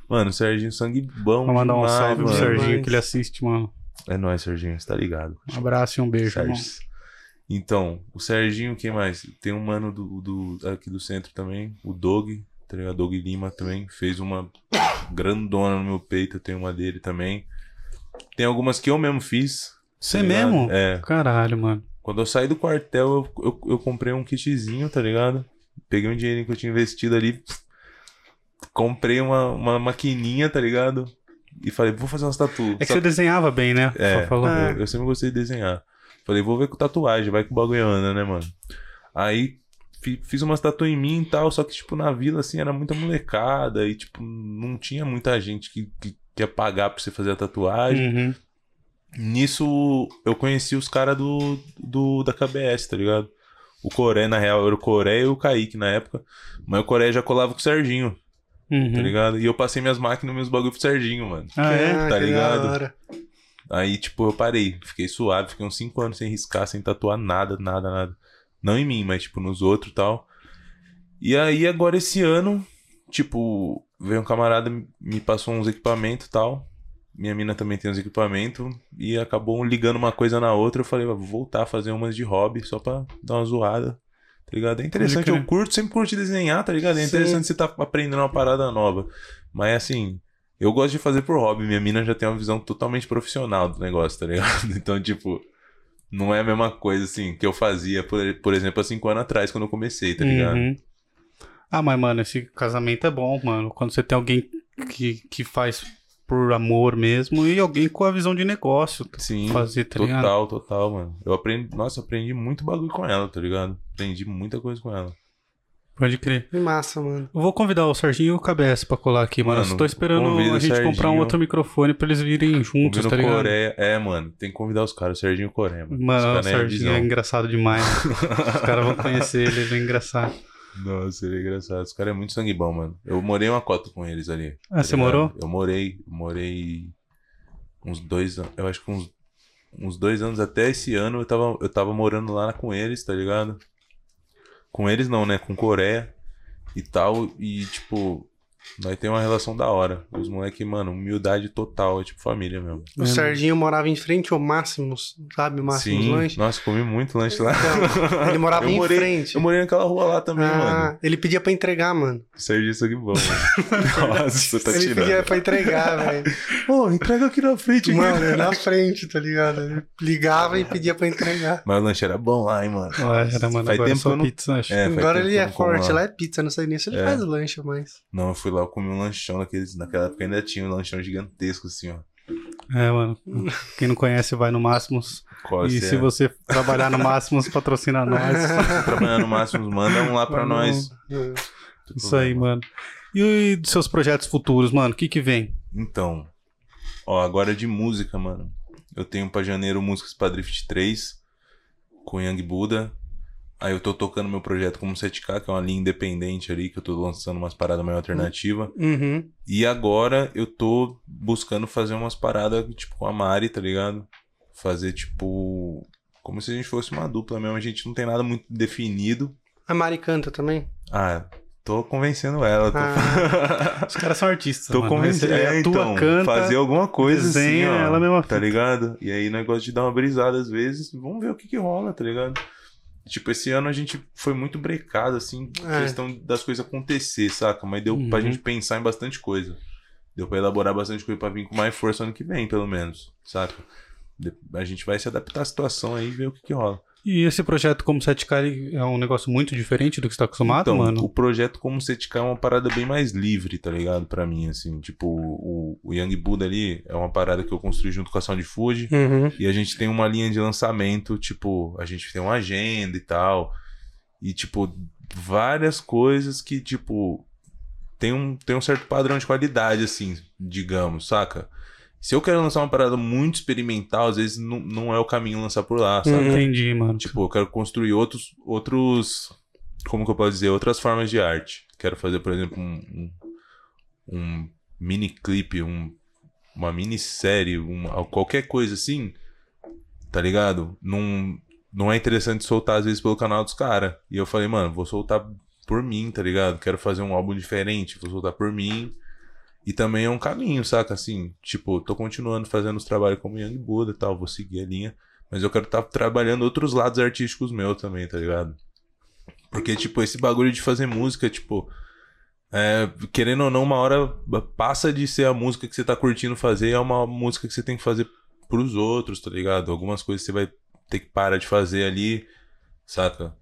[SPEAKER 4] Mano, o Serginho Sangue Bom.
[SPEAKER 2] Vou mandar um
[SPEAKER 4] demais,
[SPEAKER 2] salve pro
[SPEAKER 4] mano.
[SPEAKER 2] Serginho
[SPEAKER 3] Demais.
[SPEAKER 2] que ele assiste, mano.
[SPEAKER 4] É nóis, Serginho, você tá ligado.
[SPEAKER 2] Um abraço e um beijo,
[SPEAKER 4] Serginho.
[SPEAKER 2] irmão.
[SPEAKER 4] Então, o Serginho, quem mais? Tem um mano do, do- aqui do centro também, o Dog, tá ligado? Dog Lima também. Fez uma grandona no meu peito, eu tenho uma dele também. Tem algumas que eu mesmo fiz.
[SPEAKER 2] Você
[SPEAKER 4] tá ligado?
[SPEAKER 2] mesmo?
[SPEAKER 4] É.
[SPEAKER 2] Caralho, mano.
[SPEAKER 4] Quando eu saí do quartel, eu, eu, eu comprei um kitzinho, tá ligado? Peguei um dinheirinho que eu tinha investido ali. Comprei uma, uma maquininha, tá ligado? E falei, vou fazer umas tatu.
[SPEAKER 2] É que
[SPEAKER 4] Só-
[SPEAKER 2] você desenhava bem, né?
[SPEAKER 4] É,
[SPEAKER 2] Só falou.
[SPEAKER 3] Ah.
[SPEAKER 4] eu, eu sempre gostei de desenhar. Falei, vou ver com tatuagem, vai que o bagulho anda, né, mano? Aí fi- fiz umas tatu em mim e tal, só que, tipo, na vila, assim, era muita molecada e, tipo, não tinha muita gente que, que, que ia pagar pra você fazer a tatuagem.
[SPEAKER 2] Uhum.
[SPEAKER 4] Nisso eu conheci os caras do, do da KBS, tá ligado? O Coré, na real, era o Coré e o Kaique na época. Mas o Coré já colava com o Serginho,
[SPEAKER 2] Uhum.
[SPEAKER 4] tá ligado? E eu passei minhas máquinas, meus bagulho pro Serginho, mano.
[SPEAKER 2] Ah, é?
[SPEAKER 3] que
[SPEAKER 4] Tá
[SPEAKER 3] da
[SPEAKER 4] ligado?
[SPEAKER 3] hora.
[SPEAKER 4] Aí, tipo, eu parei, fiquei suave, fiquei uns 5 anos sem riscar, sem tatuar nada, nada, nada. Não em mim, mas, tipo, nos outros e tal. E aí, agora esse ano, tipo, veio um camarada, me passou uns equipamentos e tal. Minha mina também tem uns equipamentos. E acabou ligando uma coisa na outra. Eu falei, "Ah, vou voltar a fazer umas de hobby, só pra dar uma zoada. Tá ligado? É interessante,
[SPEAKER 2] crer.
[SPEAKER 4] eu curto, sempre curti desenhar, tá ligado? É
[SPEAKER 3] Sim.
[SPEAKER 4] interessante você tá aprendendo uma parada nova. Mas assim, eu gosto de fazer por hobby. Minha mina já tem uma visão totalmente profissional do negócio, tá ligado? Então, tipo, não é a mesma coisa assim que eu fazia, por, por exemplo, há cinco anos atrás, quando eu comecei, tá ligado?
[SPEAKER 2] Uhum. Ah, mas, mano, esse casamento é bom, mano. Quando você tem alguém que, que faz por amor mesmo e alguém com a visão de negócio t-
[SPEAKER 4] Sim.
[SPEAKER 2] fazer, tá ligado?
[SPEAKER 4] Total, total, mano. Eu aprendi, nossa, eu aprendi muito bagulho com ela, tá ligado? Aprendi muita coisa com ela.
[SPEAKER 2] Pode crer.
[SPEAKER 3] Que massa, mano.
[SPEAKER 2] Eu vou convidar o Serginho e o KBS pra colar aqui, mano.
[SPEAKER 4] Mano,
[SPEAKER 2] Eu tô esperando
[SPEAKER 4] convida
[SPEAKER 2] a
[SPEAKER 4] o
[SPEAKER 2] gente comprar um
[SPEAKER 4] Serginho.
[SPEAKER 2] outro microfone pra eles virem juntos,
[SPEAKER 4] Convido
[SPEAKER 2] tá ligado?
[SPEAKER 4] Coreia. É, mano, tem que convidar os caras, o Serginho Coreia, mano. Esse
[SPEAKER 2] Mano, o
[SPEAKER 4] cara é
[SPEAKER 2] Serginho é
[SPEAKER 4] visão.
[SPEAKER 2] engraçado demais. Os caras vão conhecer ele, ele é engraçado.
[SPEAKER 4] Nossa, ele é engraçado. Esse cara é muito sangue bom, mano. Eu morei uma cota com eles ali.
[SPEAKER 2] Ah, você
[SPEAKER 4] ligado?
[SPEAKER 2] morou?
[SPEAKER 4] É, Eu morei, morei uns dois anos. Eu acho que uns, uns dois anos até esse ano eu tava, eu tava morando lá com eles, tá ligado? Com eles não, né? Com Coreia e tal. E, tipo, nós tem uma relação da hora. Os moleque, mano, humildade total. É tipo família mesmo.
[SPEAKER 3] O
[SPEAKER 2] É,
[SPEAKER 3] Serginho morava em frente ao Máximos, sabe? Máximos
[SPEAKER 4] Sim.
[SPEAKER 3] Lanche.
[SPEAKER 4] Nossa, comi muito lanche lá.
[SPEAKER 3] Então, ele morava
[SPEAKER 4] Eu
[SPEAKER 3] em
[SPEAKER 4] morei-
[SPEAKER 3] frente.
[SPEAKER 4] Eu morei naquela rua lá também, mano.
[SPEAKER 3] Ah, ele pedia pra entregar, mano.
[SPEAKER 4] Serginho sangue bom, mano. Nossa, tá
[SPEAKER 3] ele
[SPEAKER 4] tirando.
[SPEAKER 3] pedia pra entregar, velho.
[SPEAKER 4] Pô, entrega aqui na frente,
[SPEAKER 3] Mano, é na frente, tá ligado? Ele ligava e pedia pra entregar.
[SPEAKER 4] Mas o lanche era bom lá, hein, mano.
[SPEAKER 2] Ah, era, mano, agora
[SPEAKER 4] Faz
[SPEAKER 2] é
[SPEAKER 4] tempo que
[SPEAKER 2] só
[SPEAKER 4] eu não-
[SPEAKER 2] pizza, acho.
[SPEAKER 4] É, faz
[SPEAKER 3] Agora
[SPEAKER 4] tempo
[SPEAKER 3] ele
[SPEAKER 4] que eu
[SPEAKER 3] é
[SPEAKER 4] não como
[SPEAKER 3] forte, lá
[SPEAKER 4] lá.
[SPEAKER 3] é pizza, não sei nem se ele
[SPEAKER 4] É.
[SPEAKER 3] faz lanche mais.
[SPEAKER 2] é
[SPEAKER 4] Não, eu fui lá, eu comi um lanchão naqueles, naquela época ainda tinha um lanchão gigantesco, assim, ó.
[SPEAKER 2] É, mano. Quem não conhece, vai no Máximos.
[SPEAKER 4] Qual
[SPEAKER 2] e
[SPEAKER 4] você
[SPEAKER 2] se
[SPEAKER 4] é?
[SPEAKER 2] você trabalhar no Máximos, patrocina nós.
[SPEAKER 4] Tá trabalhando no máximo, manda um lá pra
[SPEAKER 2] Manda um.
[SPEAKER 4] nós.
[SPEAKER 2] Isso aí, mano. E, dos seus projetos futuros, mano? O que que vem?
[SPEAKER 4] Então, ó, agora de música, mano. Eu tenho pra janeiro músicas pra Drift 3 com Young Buda. Aí eu tô tocando meu projeto como 7K, que é uma linha independente ali, que eu tô lançando umas paradas meio alternativa.
[SPEAKER 3] Uhum.
[SPEAKER 4] E agora eu tô buscando fazer umas paradas, tipo, com a Mari, tá ligado? Fazer, tipo. Como se a gente fosse uma dupla mesmo. A gente não tem nada muito definido.
[SPEAKER 3] A Mari canta também?
[SPEAKER 4] Ah, tô convencendo ela. Tô,
[SPEAKER 2] Os caras são artistas,
[SPEAKER 4] tô
[SPEAKER 2] mano.
[SPEAKER 4] convencendo
[SPEAKER 2] Esse-
[SPEAKER 4] ela.
[SPEAKER 2] é,
[SPEAKER 4] Então,
[SPEAKER 2] canta,
[SPEAKER 4] fazer alguma coisa
[SPEAKER 2] desenha,
[SPEAKER 4] assim, ó,
[SPEAKER 2] ela mesma
[SPEAKER 4] Tá ligado? E aí, negócio de dar uma brisada às vezes. Vamos ver o que que rola, tá ligado? Tipo, esse ano a gente foi muito brecado, assim,
[SPEAKER 3] É.
[SPEAKER 4] questão das coisas acontecer, saca? Mas deu pra
[SPEAKER 2] Uhum.
[SPEAKER 4] gente pensar em bastante coisa. Deu pra elaborar bastante coisa pra vir com mais força ano que vem, pelo menos, saca? De- A gente vai se adaptar à situação aí e ver o que, que rola.
[SPEAKER 2] E esse projeto como 7K ele é um negócio muito diferente do que você tá acostumado,
[SPEAKER 4] então,
[SPEAKER 2] mano?
[SPEAKER 4] o projeto como CTK é uma parada bem mais livre, tá ligado? Pra mim, assim, tipo, o, o Young Buddha ali é uma parada que eu construí junto com a Sound Food.
[SPEAKER 3] Uhum.
[SPEAKER 4] E a gente tem uma linha de lançamento, tipo, a gente tem uma agenda e tal. E, tipo, várias coisas que, tipo, tem um, tem um certo padrão de qualidade, assim, digamos, saca? Se eu quero lançar uma parada muito experimental, às vezes não, não é o caminho lançar por lá, saca?
[SPEAKER 2] Entendi, mano.
[SPEAKER 4] Tipo, eu quero construir outros, outros. Como que eu posso dizer? Outras formas de arte. Quero fazer, por exemplo, um, um, um mini clipe, um, uma minissérie, uma, qualquer coisa assim. Tá ligado? Não, não é interessante soltar, às vezes, pelo canal dos caras. E eu falei, mano, vou soltar por mim, tá ligado? Quero fazer um álbum diferente, vou soltar por mim. E também é um caminho, saca? Assim, tipo, tô continuando fazendo os trabalhos como Young Buddha e tal, vou seguir a linha. Mas eu quero estar trabalhando outros lados artísticos meus também, tá ligado? Porque, tipo, esse bagulho de fazer música, tipo. é, querendo ou não, uma hora passa de ser a música que você tá curtindo fazer, é uma música que você tem que fazer pros outros, tá ligado? Algumas coisas você vai ter que parar de fazer ali, saca?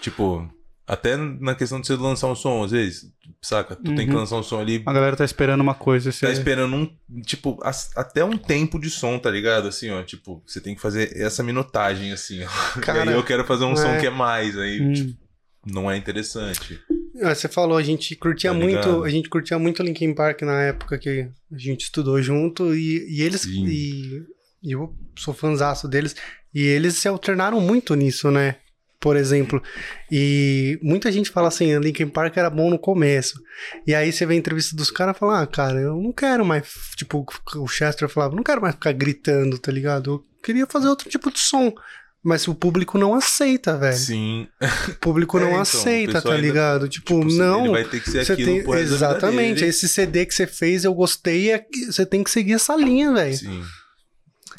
[SPEAKER 4] Tipo, até na questão de você lançar um som, às vezes, saca? Tu tem que
[SPEAKER 2] Uhum.
[SPEAKER 4] lançar um som ali,
[SPEAKER 2] A galera tá esperando uma coisa.
[SPEAKER 4] você
[SPEAKER 2] Esse... é-
[SPEAKER 4] tá esperando um, tipo, as- até um tempo de som, tá ligado? Assim, ó, tipo, você tem que fazer essa minutagem, assim, ó. e
[SPEAKER 3] Cara,
[SPEAKER 4] aí eu quero fazer um
[SPEAKER 3] é.
[SPEAKER 4] som que é mais, aí
[SPEAKER 2] Hum.
[SPEAKER 4] tipo, não é interessante.
[SPEAKER 3] Ah, você falou, a gente curtia
[SPEAKER 4] Tá
[SPEAKER 3] muito,
[SPEAKER 4] ligado?
[SPEAKER 3] a gente curtia muito Linkin Park na época que a gente estudou junto e, e eles
[SPEAKER 4] Sim.
[SPEAKER 3] e, e eu sou fanzaço deles e eles se alternaram muito nisso, né? Por exemplo, e muita gente fala assim, Linkin Park era bom no começo. E aí você vê a entrevista dos caras e fala, ah, cara, eu não quero mais, tipo, o Chester falava, não quero mais ficar gritando, tá ligado? Eu queria fazer outro tipo de som. Mas o público não aceita, velho.
[SPEAKER 4] Sim.
[SPEAKER 3] O público
[SPEAKER 4] É,
[SPEAKER 3] não
[SPEAKER 4] então, o
[SPEAKER 3] aceita,
[SPEAKER 4] pessoal
[SPEAKER 3] tá
[SPEAKER 4] ainda-
[SPEAKER 3] ligado? Tipo,
[SPEAKER 4] Tipo, Ele
[SPEAKER 3] não.
[SPEAKER 4] vai ter que ser
[SPEAKER 3] Você
[SPEAKER 4] aquilo
[SPEAKER 3] tem,
[SPEAKER 4] pro resto da vida
[SPEAKER 3] exatamente,
[SPEAKER 4] dele.
[SPEAKER 3] esse CD que você fez, eu gostei, é que você tem que seguir essa linha, velho.
[SPEAKER 4] Sim.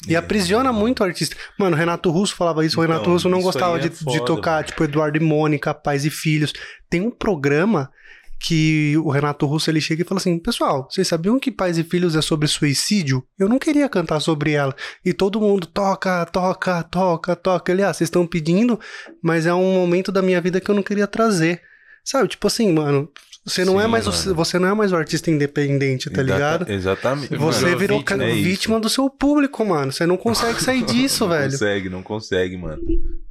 [SPEAKER 3] E aprisiona muito o artista. Mano, o Renato Russo falava isso, o
[SPEAKER 4] Então,
[SPEAKER 3] Renato Russo não
[SPEAKER 4] isso
[SPEAKER 3] gostava
[SPEAKER 4] aí
[SPEAKER 3] de,
[SPEAKER 4] é
[SPEAKER 3] de
[SPEAKER 4] foda,
[SPEAKER 3] tocar,
[SPEAKER 4] mano.
[SPEAKER 3] tipo, Eduardo e Mônica, Pais e Filhos. Tem um programa que o Renato Russo ele chega e fala assim: Pessoal, vocês sabiam que Pais e Filhos é sobre suicídio? Eu não queria cantar sobre ela. E todo mundo toca, toca, toca, toca. Ele, ah, vocês estão pedindo, mas é um momento da minha vida que eu não queria trazer. Sabe, tipo assim, mano, você não, é
[SPEAKER 4] Sim,
[SPEAKER 3] mais o,
[SPEAKER 4] mano.
[SPEAKER 3] você não é mais o artista independente, tá
[SPEAKER 4] Exata-
[SPEAKER 3] ligado?
[SPEAKER 4] Exatamente.
[SPEAKER 3] Você
[SPEAKER 4] mano.
[SPEAKER 3] virou
[SPEAKER 4] Vítima,
[SPEAKER 3] ca-
[SPEAKER 4] é isso.
[SPEAKER 3] vítima do seu público, mano. Você não consegue sair disso,
[SPEAKER 4] não
[SPEAKER 3] velho.
[SPEAKER 4] consegue, não consegue, mano.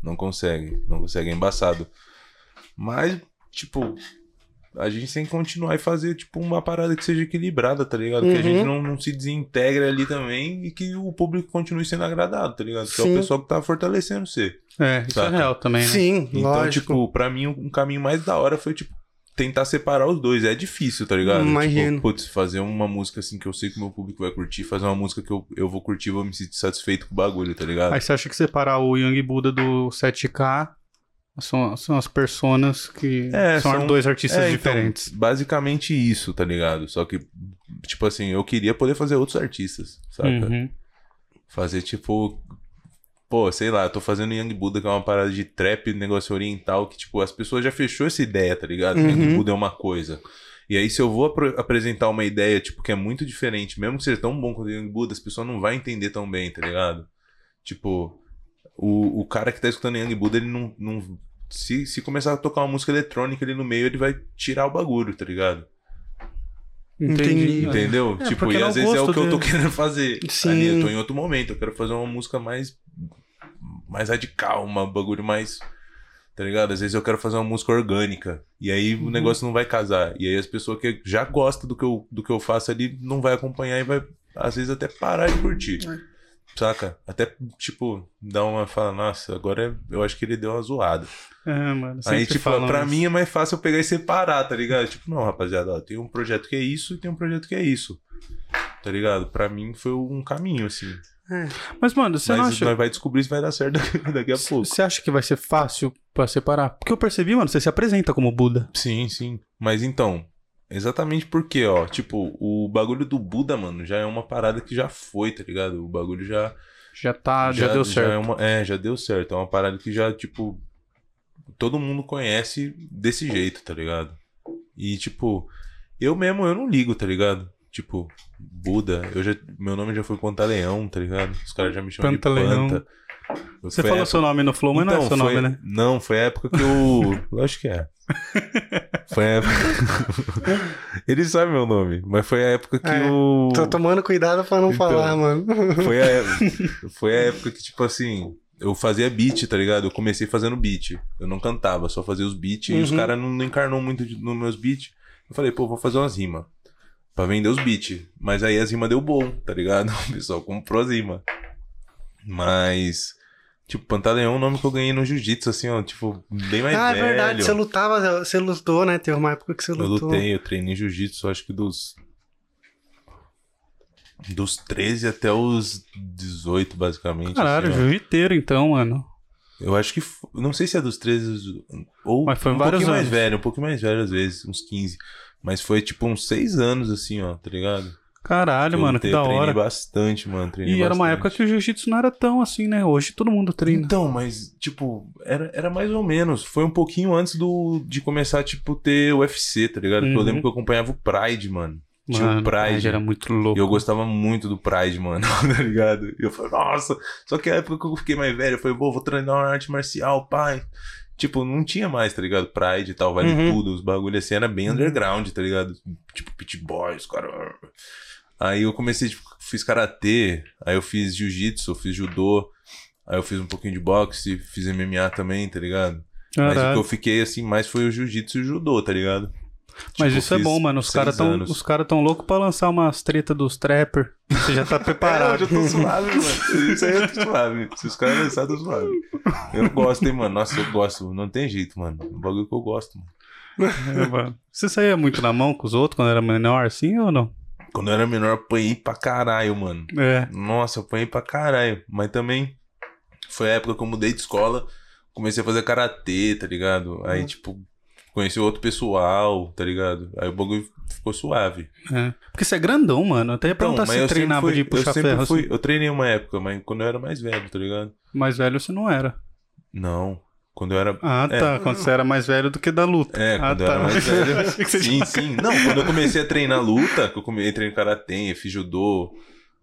[SPEAKER 4] Não consegue, não consegue, é embaçado. Mas, tipo, a gente tem que continuar e fazer, tipo, uma parada que seja equilibrada, tá ligado? Que
[SPEAKER 3] Uhum.
[SPEAKER 4] a gente não, não se desintegra ali também e que o público continue sendo agradado, tá ligado? Que é
[SPEAKER 3] Sim.
[SPEAKER 4] o pessoal que tá fortalecendo você.
[SPEAKER 2] É, isso é
[SPEAKER 4] Saca.
[SPEAKER 2] real também, né?
[SPEAKER 3] Sim,
[SPEAKER 4] Então,
[SPEAKER 3] lógico.
[SPEAKER 4] tipo, pra mim, um caminho mais da hora foi, tipo, tentar separar os dois. É difícil, tá ligado?
[SPEAKER 3] Imagino.
[SPEAKER 4] Tipo, putz, fazer uma música assim que eu sei que o meu público vai curtir, fazer uma música que eu, eu vou curtir, vou me sentir satisfeito com o bagulho, tá ligado?
[SPEAKER 2] Aí você acha que separar o Young Buda do 7K são, são as personas que
[SPEAKER 4] É,
[SPEAKER 2] são,
[SPEAKER 4] são-
[SPEAKER 2] dois artistas
[SPEAKER 4] É, então,
[SPEAKER 2] diferentes.
[SPEAKER 4] basicamente isso, tá ligado? Só que, tipo assim, eu queria poder fazer outros artistas, saca?
[SPEAKER 2] Uhum.
[SPEAKER 4] Fazer, tipo. Pô, sei lá, eu tô fazendo Young Buda, que é uma parada de trap, negócio oriental, que, tipo, as pessoas já fechou essa ideia, tá ligado?
[SPEAKER 3] Uhum.
[SPEAKER 4] Young Buda é uma coisa. E aí, se eu vou apro- apresentar uma ideia, tipo, que é muito diferente, mesmo que seja tão bom quanto Young Buda, as pessoas não vão entender tão bem, tá ligado? Tipo, o, o cara que tá escutando Young Buda, ele não. não se, se começar a tocar uma música eletrônica ali no meio, ele vai tirar o bagulho, tá ligado?
[SPEAKER 3] Entendi.
[SPEAKER 2] né?
[SPEAKER 4] Entendeu?
[SPEAKER 2] É,
[SPEAKER 4] tipo,
[SPEAKER 2] porque
[SPEAKER 4] e
[SPEAKER 2] não
[SPEAKER 4] às vezes é o
[SPEAKER 2] gosto
[SPEAKER 4] que eu tô
[SPEAKER 2] dele.
[SPEAKER 4] querendo fazer.
[SPEAKER 3] Sim.
[SPEAKER 4] Ali, eu tô em outro momento, eu quero fazer uma música mais mais radical, uma bagulho mais tá ligado? Às vezes eu quero fazer uma música orgânica e aí
[SPEAKER 2] Uhum.
[SPEAKER 4] o negócio não vai casar. E aí as pessoas que já gostam do que eu, do que eu faço ali não vai acompanhar e vai às vezes até parar de curtir.
[SPEAKER 2] É.
[SPEAKER 4] Saca? Até, tipo, dar uma. Fala, nossa, agora eu acho que ele deu uma zoada.
[SPEAKER 2] É, mano,
[SPEAKER 4] Aí,
[SPEAKER 2] sempre
[SPEAKER 4] tipo,
[SPEAKER 2] falam
[SPEAKER 4] pra
[SPEAKER 2] isso.
[SPEAKER 4] mim é mais fácil eu pegar e separar, tá ligado? Tipo, não, rapaziada, ó, tem um projeto que é isso e tem um projeto que é isso. Tá ligado? Pra mim foi um caminho, assim.
[SPEAKER 2] Mas, mano, você não
[SPEAKER 4] Mas
[SPEAKER 2] acha.
[SPEAKER 4] nós vai descobrir se vai dar certo daqui a pouco.
[SPEAKER 2] Você acha que vai ser fácil pra separar? Porque eu percebi, mano, você se apresenta como Buda.
[SPEAKER 4] Sim, sim. Mas então, exatamente porque, ó, tipo, o bagulho do Buda, mano, já é uma parada que já foi, tá ligado? O bagulho já.
[SPEAKER 2] Já tá, já, deu certo.
[SPEAKER 4] é, uma- é, já deu certo. É uma parada que já, tipo, todo mundo conhece desse jeito, tá ligado? E, tipo, eu mesmo, eu não ligo, tá ligado? Tipo, Buda, eu já, meu nome já foi Pantaleão, tá ligado? Os caras já me chamam
[SPEAKER 2] Pantaleão.
[SPEAKER 4] de Panta. Eu-
[SPEAKER 2] Você
[SPEAKER 4] foi
[SPEAKER 2] falou
[SPEAKER 4] a- Então,
[SPEAKER 2] seu nome no Flow, mas não é seu
[SPEAKER 4] foi,
[SPEAKER 2] nome, né?
[SPEAKER 4] Não, foi a época que eu. eu acho que é. Foi a época. Ele sabe meu nome, mas foi a época que
[SPEAKER 3] É,
[SPEAKER 4] o.
[SPEAKER 3] Tô tomando cuidado pra não
[SPEAKER 4] Então.
[SPEAKER 3] falar, mano.
[SPEAKER 4] Foi a, época, foi a época que, tipo assim, eu fazia beat, tá ligado? Eu comecei fazendo beat. Eu não cantava, só fazia os beats. E os
[SPEAKER 3] Uhum.
[SPEAKER 4] caras não, não encarnou muito de- nos meus beats. Eu falei, pô, vou fazer umas rimas. Pra vender os beats. Mas aí as rimas deu bom, tá ligado? O pessoal comprou as rimas. Mas. Tipo, Pantaleão é um nome que eu ganhei no jiu-jitsu, assim, ó. Tipo, bem mais
[SPEAKER 3] ah, é
[SPEAKER 4] velho.
[SPEAKER 3] verdade, você lutava, você lutou, né? Teve uma época que você
[SPEAKER 4] Eu
[SPEAKER 3] lutou.
[SPEAKER 4] lutei, eu treinei jiu-jitsu, acho que dos. Dos 13 até os 18, basicamente.
[SPEAKER 2] Caralho,
[SPEAKER 4] assim, ó.
[SPEAKER 2] viu inteiro então, mano.
[SPEAKER 4] Eu acho que. f- Não sei se é dos 13 os- ou.
[SPEAKER 2] Mas foi
[SPEAKER 4] um
[SPEAKER 2] vários
[SPEAKER 4] pouquinho mais
[SPEAKER 2] anos.
[SPEAKER 4] velho, um pouquinho mais velho às vezes, uns 15. Mas foi tipo uns 6 anos, assim, ó, tá ligado?
[SPEAKER 2] Caralho,
[SPEAKER 4] Eu
[SPEAKER 2] mano,
[SPEAKER 4] lutei,
[SPEAKER 2] que da
[SPEAKER 4] eu treinei
[SPEAKER 2] hora.
[SPEAKER 4] bastante, mano.
[SPEAKER 2] E
[SPEAKER 4] Treinei
[SPEAKER 2] era uma época
[SPEAKER 4] um bastante.
[SPEAKER 2] que o jiu-jitsu não era tão assim, né? Hoje todo mundo treina.
[SPEAKER 4] Então, mas, tipo, era, era mais ou menos. Foi um pouquinho antes do de começar, tipo, ter UFC, tá ligado? Porque
[SPEAKER 2] Uhum.
[SPEAKER 4] eu lembro que eu acompanhava o Pride, mano. Então, Tinha
[SPEAKER 2] mano,
[SPEAKER 4] o Pride.
[SPEAKER 2] era muito louco.
[SPEAKER 4] E eu gostava muito do Pride, mano, tá ligado? E eu falei, nossa, só que a época que eu fiquei mais velho, eu falei, pô, vou treinar uma arte marcial, pai. Tipo, não tinha mais, tá ligado? Pride e tal, vale
[SPEAKER 3] Uhum.
[SPEAKER 4] tudo, os bagulhos assim, era
[SPEAKER 2] Uhum.
[SPEAKER 4] bem underground, tá ligado? Tipo, pit boys, cara. Aí eu comecei, tipo, fiz karatê, aí eu fiz jiu-jitsu, eu fiz judô, aí eu fiz um pouquinho de boxe, fiz MMA também, tá ligado? Mas o que
[SPEAKER 2] Caralho.
[SPEAKER 4] eu fiquei, assim, mais foi o jiu-jitsu e o judô, tá ligado?
[SPEAKER 2] Mas
[SPEAKER 4] Tipo,
[SPEAKER 2] isso é
[SPEAKER 4] fiz
[SPEAKER 2] bom, mano. Os
[SPEAKER 4] seis
[SPEAKER 2] caras tão,
[SPEAKER 4] anos.
[SPEAKER 2] os cara tão loucos pra lançar umas treta dos trapper. Você já tá
[SPEAKER 4] Parado.
[SPEAKER 2] preparado.
[SPEAKER 4] eu tô suave, mano. Isso aí eu tô suave. Se os caras lançarem, eu tô suave. Eu gosto, hein, mano. Nossa, eu gosto. Não tem jeito, mano. É um bagulho que eu gosto, mano.
[SPEAKER 2] É, mano. Você saía muito na mão com os outros quando era menor, assim ou não?
[SPEAKER 4] Quando eu era menor, eu apanhei pra caralho, mano.
[SPEAKER 2] É.
[SPEAKER 4] Nossa, eu apanhei pra caralho. Mas também
[SPEAKER 2] Uhum.
[SPEAKER 4] foi a época que eu mudei de escola. Comecei a fazer karatê, tá ligado? Aí, tipo, Conheci outro pessoal, tá ligado? Aí o bagulho ficou suave.
[SPEAKER 2] É. Porque você é grandão, mano. Eu até ia perguntar Então, tá se
[SPEAKER 4] Então, mas eu
[SPEAKER 2] você
[SPEAKER 4] sempre
[SPEAKER 2] treinava
[SPEAKER 4] fui-
[SPEAKER 2] de puxar
[SPEAKER 4] eu sempre
[SPEAKER 2] ferro.
[SPEAKER 4] fui-
[SPEAKER 2] assim.
[SPEAKER 4] Eu treinei uma época, mas quando eu era mais velho, tá ligado?
[SPEAKER 2] Mais velho você não era.
[SPEAKER 4] Não. Quando eu era.
[SPEAKER 2] Ah,
[SPEAKER 4] É.
[SPEAKER 2] tá. Quando você era mais velho do que da luta.
[SPEAKER 4] É,
[SPEAKER 2] ah,
[SPEAKER 4] quando eu era mais velho.
[SPEAKER 2] Achei que você
[SPEAKER 4] sim, sim. Não, quando eu comecei a treinar luta, que eu come- entrei no karatê, fiz judô,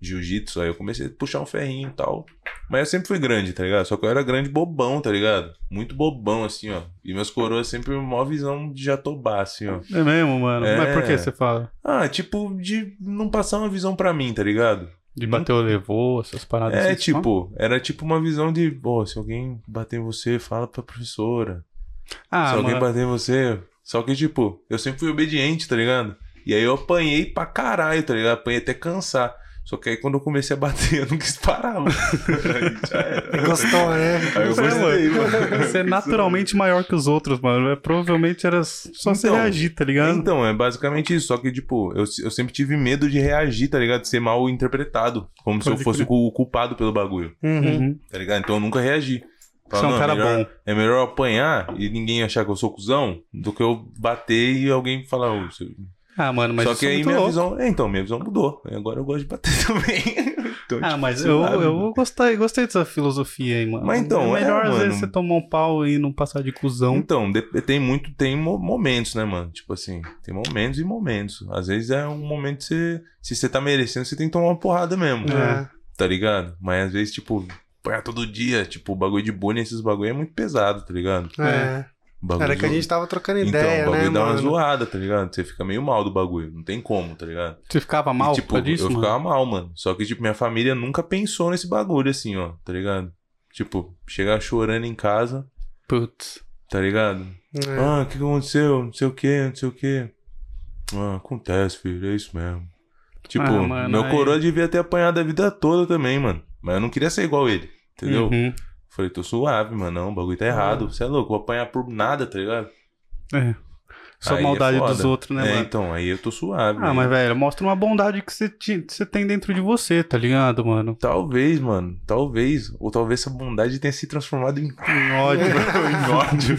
[SPEAKER 4] jiu-jitsu, aí eu comecei a puxar um ferrinho e tal. Mas eu sempre fui grande, tá ligado? Só que eu era grande bobão, tá ligado? Muito bobão, assim, ó. E meus coroas sempre uma visão de jatobá, assim, ó.
[SPEAKER 2] É mesmo, mano.
[SPEAKER 4] É.
[SPEAKER 2] Mas por que você fala?
[SPEAKER 4] Ah, tipo, de não passar uma visão pra mim, tá ligado?
[SPEAKER 2] De bater o levou, essas paradas.
[SPEAKER 4] É,
[SPEAKER 2] assim, só?
[SPEAKER 4] tipo, era tipo uma visão de, pô, se alguém bater em você, fala pra professora. se
[SPEAKER 2] Ah,
[SPEAKER 4] alguém
[SPEAKER 2] mano.
[SPEAKER 4] bater em você. Só que, tipo, eu sempre fui obediente, tá ligado? E aí eu apanhei pra caralho, tá ligado? Apanhei até cansar. Só que aí quando eu comecei a bater, eu não quis parar, mano. aí já
[SPEAKER 3] É
[SPEAKER 4] era.
[SPEAKER 3] Gostou, né?
[SPEAKER 4] Aí eu gostei, mano.
[SPEAKER 2] Você é naturalmente maior que os outros, mano. É, Provavelmente era só você
[SPEAKER 4] Então.
[SPEAKER 2] reagir, tá ligado?
[SPEAKER 4] Então, é basicamente isso. Só que, tipo, eu, eu sempre tive medo de reagir, tá ligado? De ser mal interpretado. Como se eu
[SPEAKER 2] Pode
[SPEAKER 4] fosse o cu- o culpado pelo bagulho,
[SPEAKER 3] Uhum.
[SPEAKER 2] Uhum.
[SPEAKER 4] tá ligado? Então eu nunca reagi.
[SPEAKER 2] Você é um
[SPEAKER 4] então, "Não,
[SPEAKER 2] cara
[SPEAKER 4] melhor-
[SPEAKER 2] bom.
[SPEAKER 4] É melhor eu apanhar e ninguém achar que eu sou cuzão do que eu bater e alguém falar, ô, você-
[SPEAKER 2] Ah, mano, mas
[SPEAKER 4] Só
[SPEAKER 2] isso
[SPEAKER 4] que
[SPEAKER 2] é
[SPEAKER 4] aí
[SPEAKER 2] muito
[SPEAKER 4] minha
[SPEAKER 2] louco.
[SPEAKER 4] visão. É, então, minha visão mudou. E Agora eu gosto de bater também. Então,
[SPEAKER 2] Ah,
[SPEAKER 4] tipo,
[SPEAKER 2] mas
[SPEAKER 4] sei
[SPEAKER 2] eu,
[SPEAKER 4] lá, mano.
[SPEAKER 2] eu gostei, gostei dessa filosofia aí, mano.
[SPEAKER 4] Mas então,
[SPEAKER 2] é
[SPEAKER 4] é,
[SPEAKER 2] melhor às
[SPEAKER 4] mano.
[SPEAKER 2] vezes você tomar um pau e não passar de cuzão.
[SPEAKER 4] Então, de- tem muito, tem mo- momentos, né, mano? Tipo assim, tem momentos e momentos. Às vezes é um momento que você. Se você tá merecendo, você tem que tomar uma porrada mesmo.
[SPEAKER 3] É.
[SPEAKER 4] Tá ligado? Mas às vezes, tipo, apanhar todo dia, tipo, o bagulho de bullying, esses bagulho é muito pesado, tá ligado?
[SPEAKER 3] É.
[SPEAKER 4] O bagulho
[SPEAKER 3] Era que a
[SPEAKER 4] zo-
[SPEAKER 3] gente tava trocando
[SPEAKER 4] Então,
[SPEAKER 3] ideia,
[SPEAKER 4] o bagulho
[SPEAKER 3] né,
[SPEAKER 4] dá uma
[SPEAKER 3] mano?
[SPEAKER 4] zoada, tá ligado? Você fica meio mal do bagulho. Não tem como, tá ligado?
[SPEAKER 2] Você ficava
[SPEAKER 4] E,
[SPEAKER 2] mal
[SPEAKER 4] tipo,
[SPEAKER 2] por causa disso,
[SPEAKER 4] eu
[SPEAKER 2] mano?
[SPEAKER 4] ficava mal, mano. Só que, tipo, minha família nunca pensou nesse bagulho, assim, ó, tá ligado? Tipo, chegar chorando em casa,
[SPEAKER 2] Putz.
[SPEAKER 4] tá ligado?
[SPEAKER 3] É.
[SPEAKER 4] Ah, o que que aconteceu? Não sei o que, não sei o que. Ah, acontece, filho, é isso mesmo. Tipo,
[SPEAKER 2] Ah, mano,
[SPEAKER 4] meu
[SPEAKER 2] aí-
[SPEAKER 4] coroa devia ter apanhado a vida toda também, mano. Mas eu não queria ser igual ele, entendeu?
[SPEAKER 2] Uhum.
[SPEAKER 4] Falei, tô suave, mano, não, o bagulho tá errado. Você é louco, vou apanhar por nada, tá ligado?
[SPEAKER 2] É. Só
[SPEAKER 4] Aí é
[SPEAKER 2] maldade
[SPEAKER 4] foda.
[SPEAKER 2] dos outros, né,
[SPEAKER 4] é,
[SPEAKER 2] mano?
[SPEAKER 4] então, aí eu tô suave.
[SPEAKER 2] Ah,
[SPEAKER 4] aí-
[SPEAKER 2] mas, velho, mostra uma bondade que você, ti- que você tem dentro de você, tá ligado, mano?
[SPEAKER 4] Talvez, mano, talvez. Ou talvez essa bondade tenha se transformado em
[SPEAKER 2] Em ódio.
[SPEAKER 4] em ódio.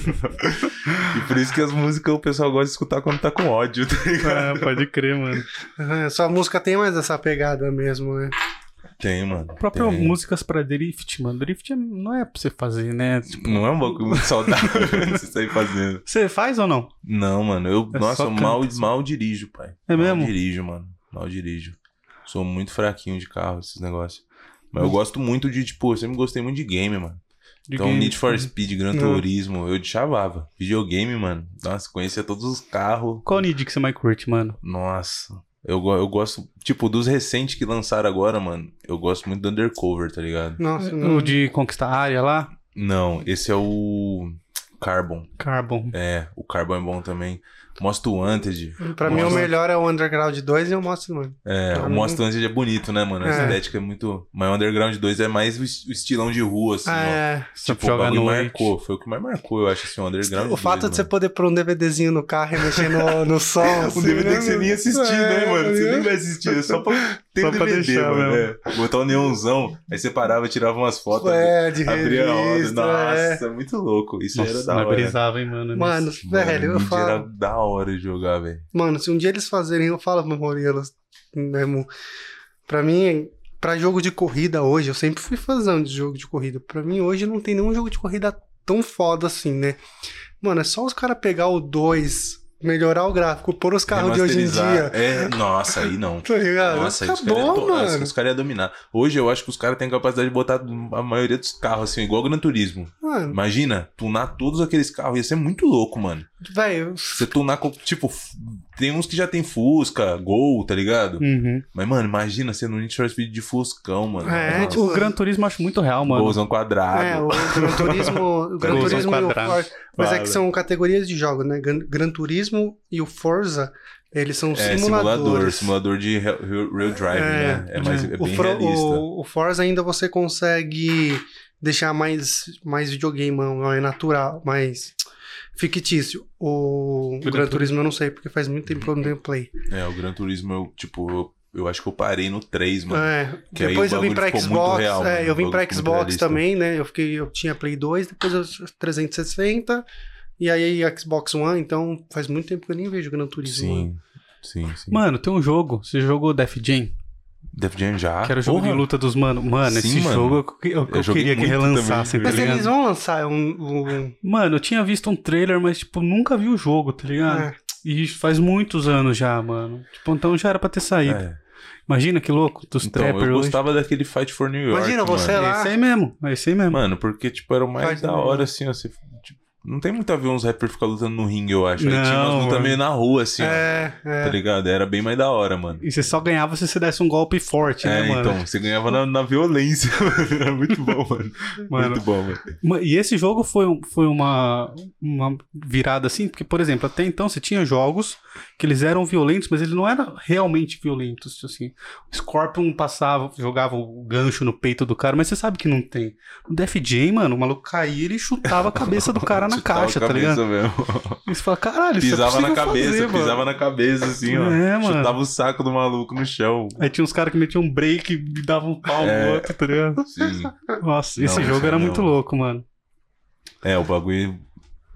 [SPEAKER 4] E por isso que as músicas o pessoal gosta de escutar quando tá com ódio, tá ligado?
[SPEAKER 2] é, pode crer, mano.
[SPEAKER 3] Aham, É. Sua música tem mais essa pegada mesmo, né?
[SPEAKER 4] Tem, mano.
[SPEAKER 2] Próprio
[SPEAKER 4] tem.
[SPEAKER 2] músicas pra drift, mano. Drift é- não é pra você fazer, né? Tipo,
[SPEAKER 4] Não é um bagulho muito saudável você sair fazendo.
[SPEAKER 2] Você faz ou não?
[SPEAKER 4] Não, mano. Eu,
[SPEAKER 2] É
[SPEAKER 4] nossa,
[SPEAKER 2] só
[SPEAKER 4] eu mal,
[SPEAKER 2] canto, só.
[SPEAKER 4] mal dirijo, pai.
[SPEAKER 2] É
[SPEAKER 4] mal
[SPEAKER 2] mesmo?
[SPEAKER 4] dirijo, mano. Mal dirijo. Sou muito fraquinho de carro, esses negócios. Mas eu gosto muito de, tipo, eu sempre gostei muito de game, mano.
[SPEAKER 2] De
[SPEAKER 4] então,
[SPEAKER 2] game. Uhum.
[SPEAKER 4] Need for Speed, Gran
[SPEAKER 3] Não.
[SPEAKER 4] Turismo, eu chavava. Videogame, mano. Nossa, conhecia todos os carros.
[SPEAKER 2] Qual Nid que você mais curte, mano?
[SPEAKER 4] Nossa. Eu, go- eu gosto, tipo, dos recentes que lançaram agora, mano. Eu gosto muito do Undercover, tá ligado?
[SPEAKER 3] Nossa,
[SPEAKER 2] O de conquistar a área lá?
[SPEAKER 4] Não, esse é o Carbon.
[SPEAKER 2] Carbon.
[SPEAKER 4] É, o Carbon é bom também. Mostra o Wanted.
[SPEAKER 3] pra mim o
[SPEAKER 4] Nossa.
[SPEAKER 3] melhor é o Underground 2 e o Most Wanted.
[SPEAKER 4] É, o
[SPEAKER 3] Pra
[SPEAKER 4] Mostra o Wanted é bonito, né, mano? A
[SPEAKER 3] É.
[SPEAKER 4] estética é muito. Mas o Underground 2 é mais o es- o estilão de rua, assim,
[SPEAKER 3] Ah,
[SPEAKER 4] ó.
[SPEAKER 3] é.
[SPEAKER 2] Você
[SPEAKER 4] Tipo, o
[SPEAKER 2] joga à
[SPEAKER 4] bagulho
[SPEAKER 2] noite.
[SPEAKER 4] marcou. Foi o que mais marcou, eu acho, assim, o Underground.
[SPEAKER 3] O fato
[SPEAKER 4] 2,
[SPEAKER 3] de você
[SPEAKER 4] mano.
[SPEAKER 3] poder pôr um DVDzinho no carro e mexer no, no som.
[SPEAKER 4] né? Um
[SPEAKER 3] assim,
[SPEAKER 4] DVD
[SPEAKER 3] né,
[SPEAKER 4] que você nem
[SPEAKER 3] mano?
[SPEAKER 4] assistiu, né,
[SPEAKER 3] É,
[SPEAKER 4] mano? Você
[SPEAKER 3] né?
[SPEAKER 4] nem vai assistir, é só pra ter
[SPEAKER 2] Só
[SPEAKER 4] o
[SPEAKER 2] pra
[SPEAKER 4] DVD,
[SPEAKER 2] deixar
[SPEAKER 4] mano.
[SPEAKER 2] mesmo.
[SPEAKER 4] é. Botar um neonzão, aí você parava, tirava umas fotos,
[SPEAKER 3] É, de
[SPEAKER 4] abria a roda.
[SPEAKER 3] revista, é.
[SPEAKER 4] Nossa, muito louco. Isso era
[SPEAKER 2] Nossa,
[SPEAKER 4] da
[SPEAKER 2] mas
[SPEAKER 4] hora.
[SPEAKER 2] brisava, hein, mano.
[SPEAKER 3] Mano,
[SPEAKER 2] nisso.
[SPEAKER 3] velho, eu
[SPEAKER 4] Ninja Era
[SPEAKER 3] falo...
[SPEAKER 4] da hora de jogar, velho.
[SPEAKER 3] Mano, se um dia eles fazerem, eu falo pro Morelos, né, Mo? Pra mim, pra jogo de corrida hoje, eu sempre fui fazão de jogo de corrida. Pra mim, hoje não tem nenhum jogo de corrida tão foda assim, né? Mano, é só os caras pegar o 2, melhorar o gráfico, pôr os carros de hoje em dia.
[SPEAKER 4] Remasterizar. É, nossa, aí não.
[SPEAKER 3] Tá ligado?
[SPEAKER 4] Nossa, aí os caras
[SPEAKER 3] Acabou,
[SPEAKER 4] iam
[SPEAKER 3] mano.
[SPEAKER 4] dominar. Hoje eu acho que os caras têm capacidade de botar a maioria dos carros, assim, igual o Gran Turismo.
[SPEAKER 3] Mano,
[SPEAKER 4] Imagina, tunar todos aqueles carros. Ia ser muito louco, mano.
[SPEAKER 3] velho,
[SPEAKER 4] Você tunar, com- tipo, f- tem uns que já tem Fusca, Gol, tá ligado?
[SPEAKER 2] Uhum.
[SPEAKER 4] Mas, mano, imagina você no Need for Speed de Fuscão, mano.
[SPEAKER 3] É,
[SPEAKER 4] Nossa.
[SPEAKER 3] tipo,
[SPEAKER 2] O Gran Turismo eu acho muito real, mano.
[SPEAKER 4] Golzão quadrado.
[SPEAKER 3] É, o Gran Turismo, o Gran
[SPEAKER 2] Gol,
[SPEAKER 3] Turismo e o
[SPEAKER 2] quadrado.
[SPEAKER 3] Forza. Mas é que
[SPEAKER 4] Fala.
[SPEAKER 3] são categorias de jogos, né? Gran, Gran Turismo e o Forza, eles são
[SPEAKER 4] É, simulador,
[SPEAKER 3] simuladores.
[SPEAKER 4] simulador de real, real
[SPEAKER 3] É,
[SPEAKER 4] drive, né? É, mais, é
[SPEAKER 3] o,
[SPEAKER 4] bem
[SPEAKER 3] Fro-
[SPEAKER 4] realista.
[SPEAKER 3] o- o Forza ainda você consegue deixar mais, mais videogame, não é natural, mais fictício. O, o
[SPEAKER 2] Gran
[SPEAKER 3] Gran Turismo eu não sei, porque faz muito tempo que eu não tenho play.
[SPEAKER 4] É, o Gran Turismo, eu, tipo, eu, eu acho que eu parei no 3, mano.
[SPEAKER 3] É,
[SPEAKER 4] que aí
[SPEAKER 3] depois
[SPEAKER 4] o
[SPEAKER 3] eu vim
[SPEAKER 4] bagulho
[SPEAKER 3] pra
[SPEAKER 4] ficou muito
[SPEAKER 3] Xbox,
[SPEAKER 4] real,
[SPEAKER 3] é,
[SPEAKER 4] mano,
[SPEAKER 3] eu
[SPEAKER 4] o
[SPEAKER 3] vim pra né?
[SPEAKER 4] bagulho ficou muito
[SPEAKER 3] Xbox
[SPEAKER 4] realista.
[SPEAKER 3] também, né? Eu fiquei, eu tinha Play 2, depois eu 360, E aí, Xbox One, então faz muito tempo que eu nem vejo Gran Turismo. né?
[SPEAKER 4] Sim, sim, sim.
[SPEAKER 2] Mano, tem um jogo. Você jogou Def Jam?
[SPEAKER 4] Def Jam já.
[SPEAKER 2] Que era o jogo
[SPEAKER 4] Ah, Porra,
[SPEAKER 2] de luta dos mano. Mano,
[SPEAKER 4] Sim,
[SPEAKER 2] esse
[SPEAKER 4] mano.
[SPEAKER 2] jogo eu, eu,
[SPEAKER 4] Eu joguei
[SPEAKER 2] queria que
[SPEAKER 4] muito
[SPEAKER 2] relançassem,
[SPEAKER 4] também,
[SPEAKER 2] tá
[SPEAKER 3] Mas
[SPEAKER 2] ligado?
[SPEAKER 3] eles vão lançar um. um-
[SPEAKER 2] Mano, eu tinha visto um trailer, mas, tipo, nunca vi o jogo, tá ligado?
[SPEAKER 4] Ah,
[SPEAKER 3] é.
[SPEAKER 2] E faz muitos anos já, mano. Tipo, então já era pra ter saído.
[SPEAKER 4] É.
[SPEAKER 2] Imagina que louco, dos
[SPEAKER 4] Então,
[SPEAKER 2] trappers
[SPEAKER 4] eu
[SPEAKER 2] hoje.
[SPEAKER 4] gostava daquele Fight for New York.
[SPEAKER 3] Imagina você
[SPEAKER 4] mano.
[SPEAKER 3] lá.
[SPEAKER 2] É isso aí mesmo, é isso aí mesmo.
[SPEAKER 4] Mano, porque, tipo, era o mais
[SPEAKER 3] Fight
[SPEAKER 4] da
[SPEAKER 3] for New
[SPEAKER 4] hora, assim, ó. Você, tipo, não tem muito a ver uns rappers ficar lutando no ringue, eu acho. Aí tinha
[SPEAKER 2] Não,
[SPEAKER 4] umas lutas
[SPEAKER 2] mano.
[SPEAKER 4] meio na rua, assim, ó.
[SPEAKER 3] É,
[SPEAKER 4] Tá ligado? Era bem mais da hora, mano.
[SPEAKER 2] E você só ganhava se você desse um golpe forte,
[SPEAKER 4] É,
[SPEAKER 2] né, mano?
[SPEAKER 4] então, você ganhava na, na violência, mano. Era muito bom, mano.
[SPEAKER 2] Mano.
[SPEAKER 4] Muito bom, mano.
[SPEAKER 2] Ma- E esse jogo foi, um- foi uma, uma virada assim, porque, por exemplo, até então você tinha jogos que eles eram violentos, mas eles não eram realmente violentos. Assim. O Scorpion passava, jogava o gancho no peito do cara, mas você sabe que não tem. No Def Jam, mano, o maluco caía e chutava a cabeça do cara na
[SPEAKER 4] Chutava a
[SPEAKER 2] caixa, tá
[SPEAKER 4] cabeça
[SPEAKER 2] ligado?
[SPEAKER 4] Mesmo.
[SPEAKER 2] E você fala, caralho, isso é
[SPEAKER 4] Pisava na
[SPEAKER 2] possível
[SPEAKER 4] cabeça,
[SPEAKER 2] fazer, mano."
[SPEAKER 4] pisava na cabeça, assim, ó.
[SPEAKER 2] É, mano.
[SPEAKER 4] Chutava o saco do maluco no chão.
[SPEAKER 2] Aí tinha uns caras que metiam um break e davam um pau
[SPEAKER 4] É.
[SPEAKER 2] no outro, tá ligado?
[SPEAKER 4] Sim.
[SPEAKER 2] Nossa, esse
[SPEAKER 4] Não,
[SPEAKER 2] jogo
[SPEAKER 4] cara,
[SPEAKER 2] era
[SPEAKER 4] não.
[SPEAKER 2] muito louco, mano.
[SPEAKER 4] É, o bagulho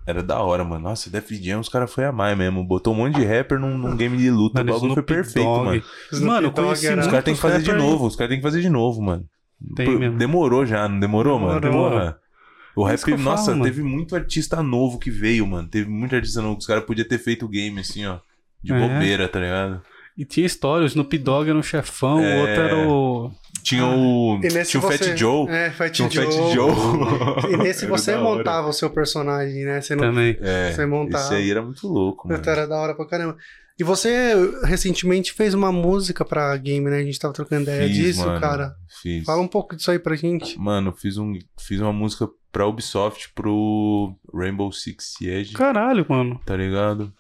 [SPEAKER 4] era da hora, mano. Nossa, Def Jam, os caras foi amar mesmo. Botou um monte de rapper num, num game de luta.
[SPEAKER 2] Mano,
[SPEAKER 4] o bagulho foi
[SPEAKER 2] Snoop
[SPEAKER 4] perfeito,
[SPEAKER 2] Dogg.
[SPEAKER 4] mano.
[SPEAKER 3] Snoop
[SPEAKER 2] Mano, eu
[SPEAKER 3] Dogg
[SPEAKER 2] conheci
[SPEAKER 3] era-
[SPEAKER 4] Os
[SPEAKER 2] muito
[SPEAKER 4] caras têm que fazer de
[SPEAKER 2] rapper
[SPEAKER 4] novo, os caras têm que fazer de novo, mano.
[SPEAKER 2] Tem
[SPEAKER 4] Pô,
[SPEAKER 2] mesmo.
[SPEAKER 4] Demorou já, não demorou, mano?
[SPEAKER 2] Demorou.
[SPEAKER 4] Demorou. O
[SPEAKER 2] É
[SPEAKER 4] rap,
[SPEAKER 2] isso que eu falo,
[SPEAKER 4] nossa,
[SPEAKER 2] mano.
[SPEAKER 4] teve muito artista novo que veio, mano. Teve muito artista novo que os caras podiam ter feito o game, assim, ó. De
[SPEAKER 2] É.
[SPEAKER 4] bobeira, tá ligado?
[SPEAKER 2] E tinha história, o Snoop Dogg era um chefão, o
[SPEAKER 4] É.
[SPEAKER 2] outro era o.
[SPEAKER 4] Tinha o.
[SPEAKER 3] Ah. E nesse
[SPEAKER 4] Tinha o
[SPEAKER 3] você-
[SPEAKER 4] Fat Joe.
[SPEAKER 3] É, Fat
[SPEAKER 4] Tinha um o
[SPEAKER 3] Joe.
[SPEAKER 4] Fat Joe.
[SPEAKER 3] E nesse
[SPEAKER 4] Era
[SPEAKER 3] você
[SPEAKER 4] É da hora.
[SPEAKER 3] montava o seu personagem, né? Você não
[SPEAKER 2] Também.
[SPEAKER 4] É,
[SPEAKER 3] Você montava.
[SPEAKER 4] Esse aí era muito louco, mano.
[SPEAKER 3] Puta, Era da hora pra caramba. E você recentemente fez uma música pra game, né? A gente tava trocando ideia
[SPEAKER 4] Fiz,
[SPEAKER 3] disso,
[SPEAKER 4] mano,
[SPEAKER 3] cara.
[SPEAKER 4] Fiz.
[SPEAKER 3] Fala um pouco disso aí pra gente.
[SPEAKER 4] Mano, fiz, um, fiz uma música pra Ubisoft pro Rainbow Six Siege,
[SPEAKER 2] Caralho, mano.
[SPEAKER 4] tá ligado?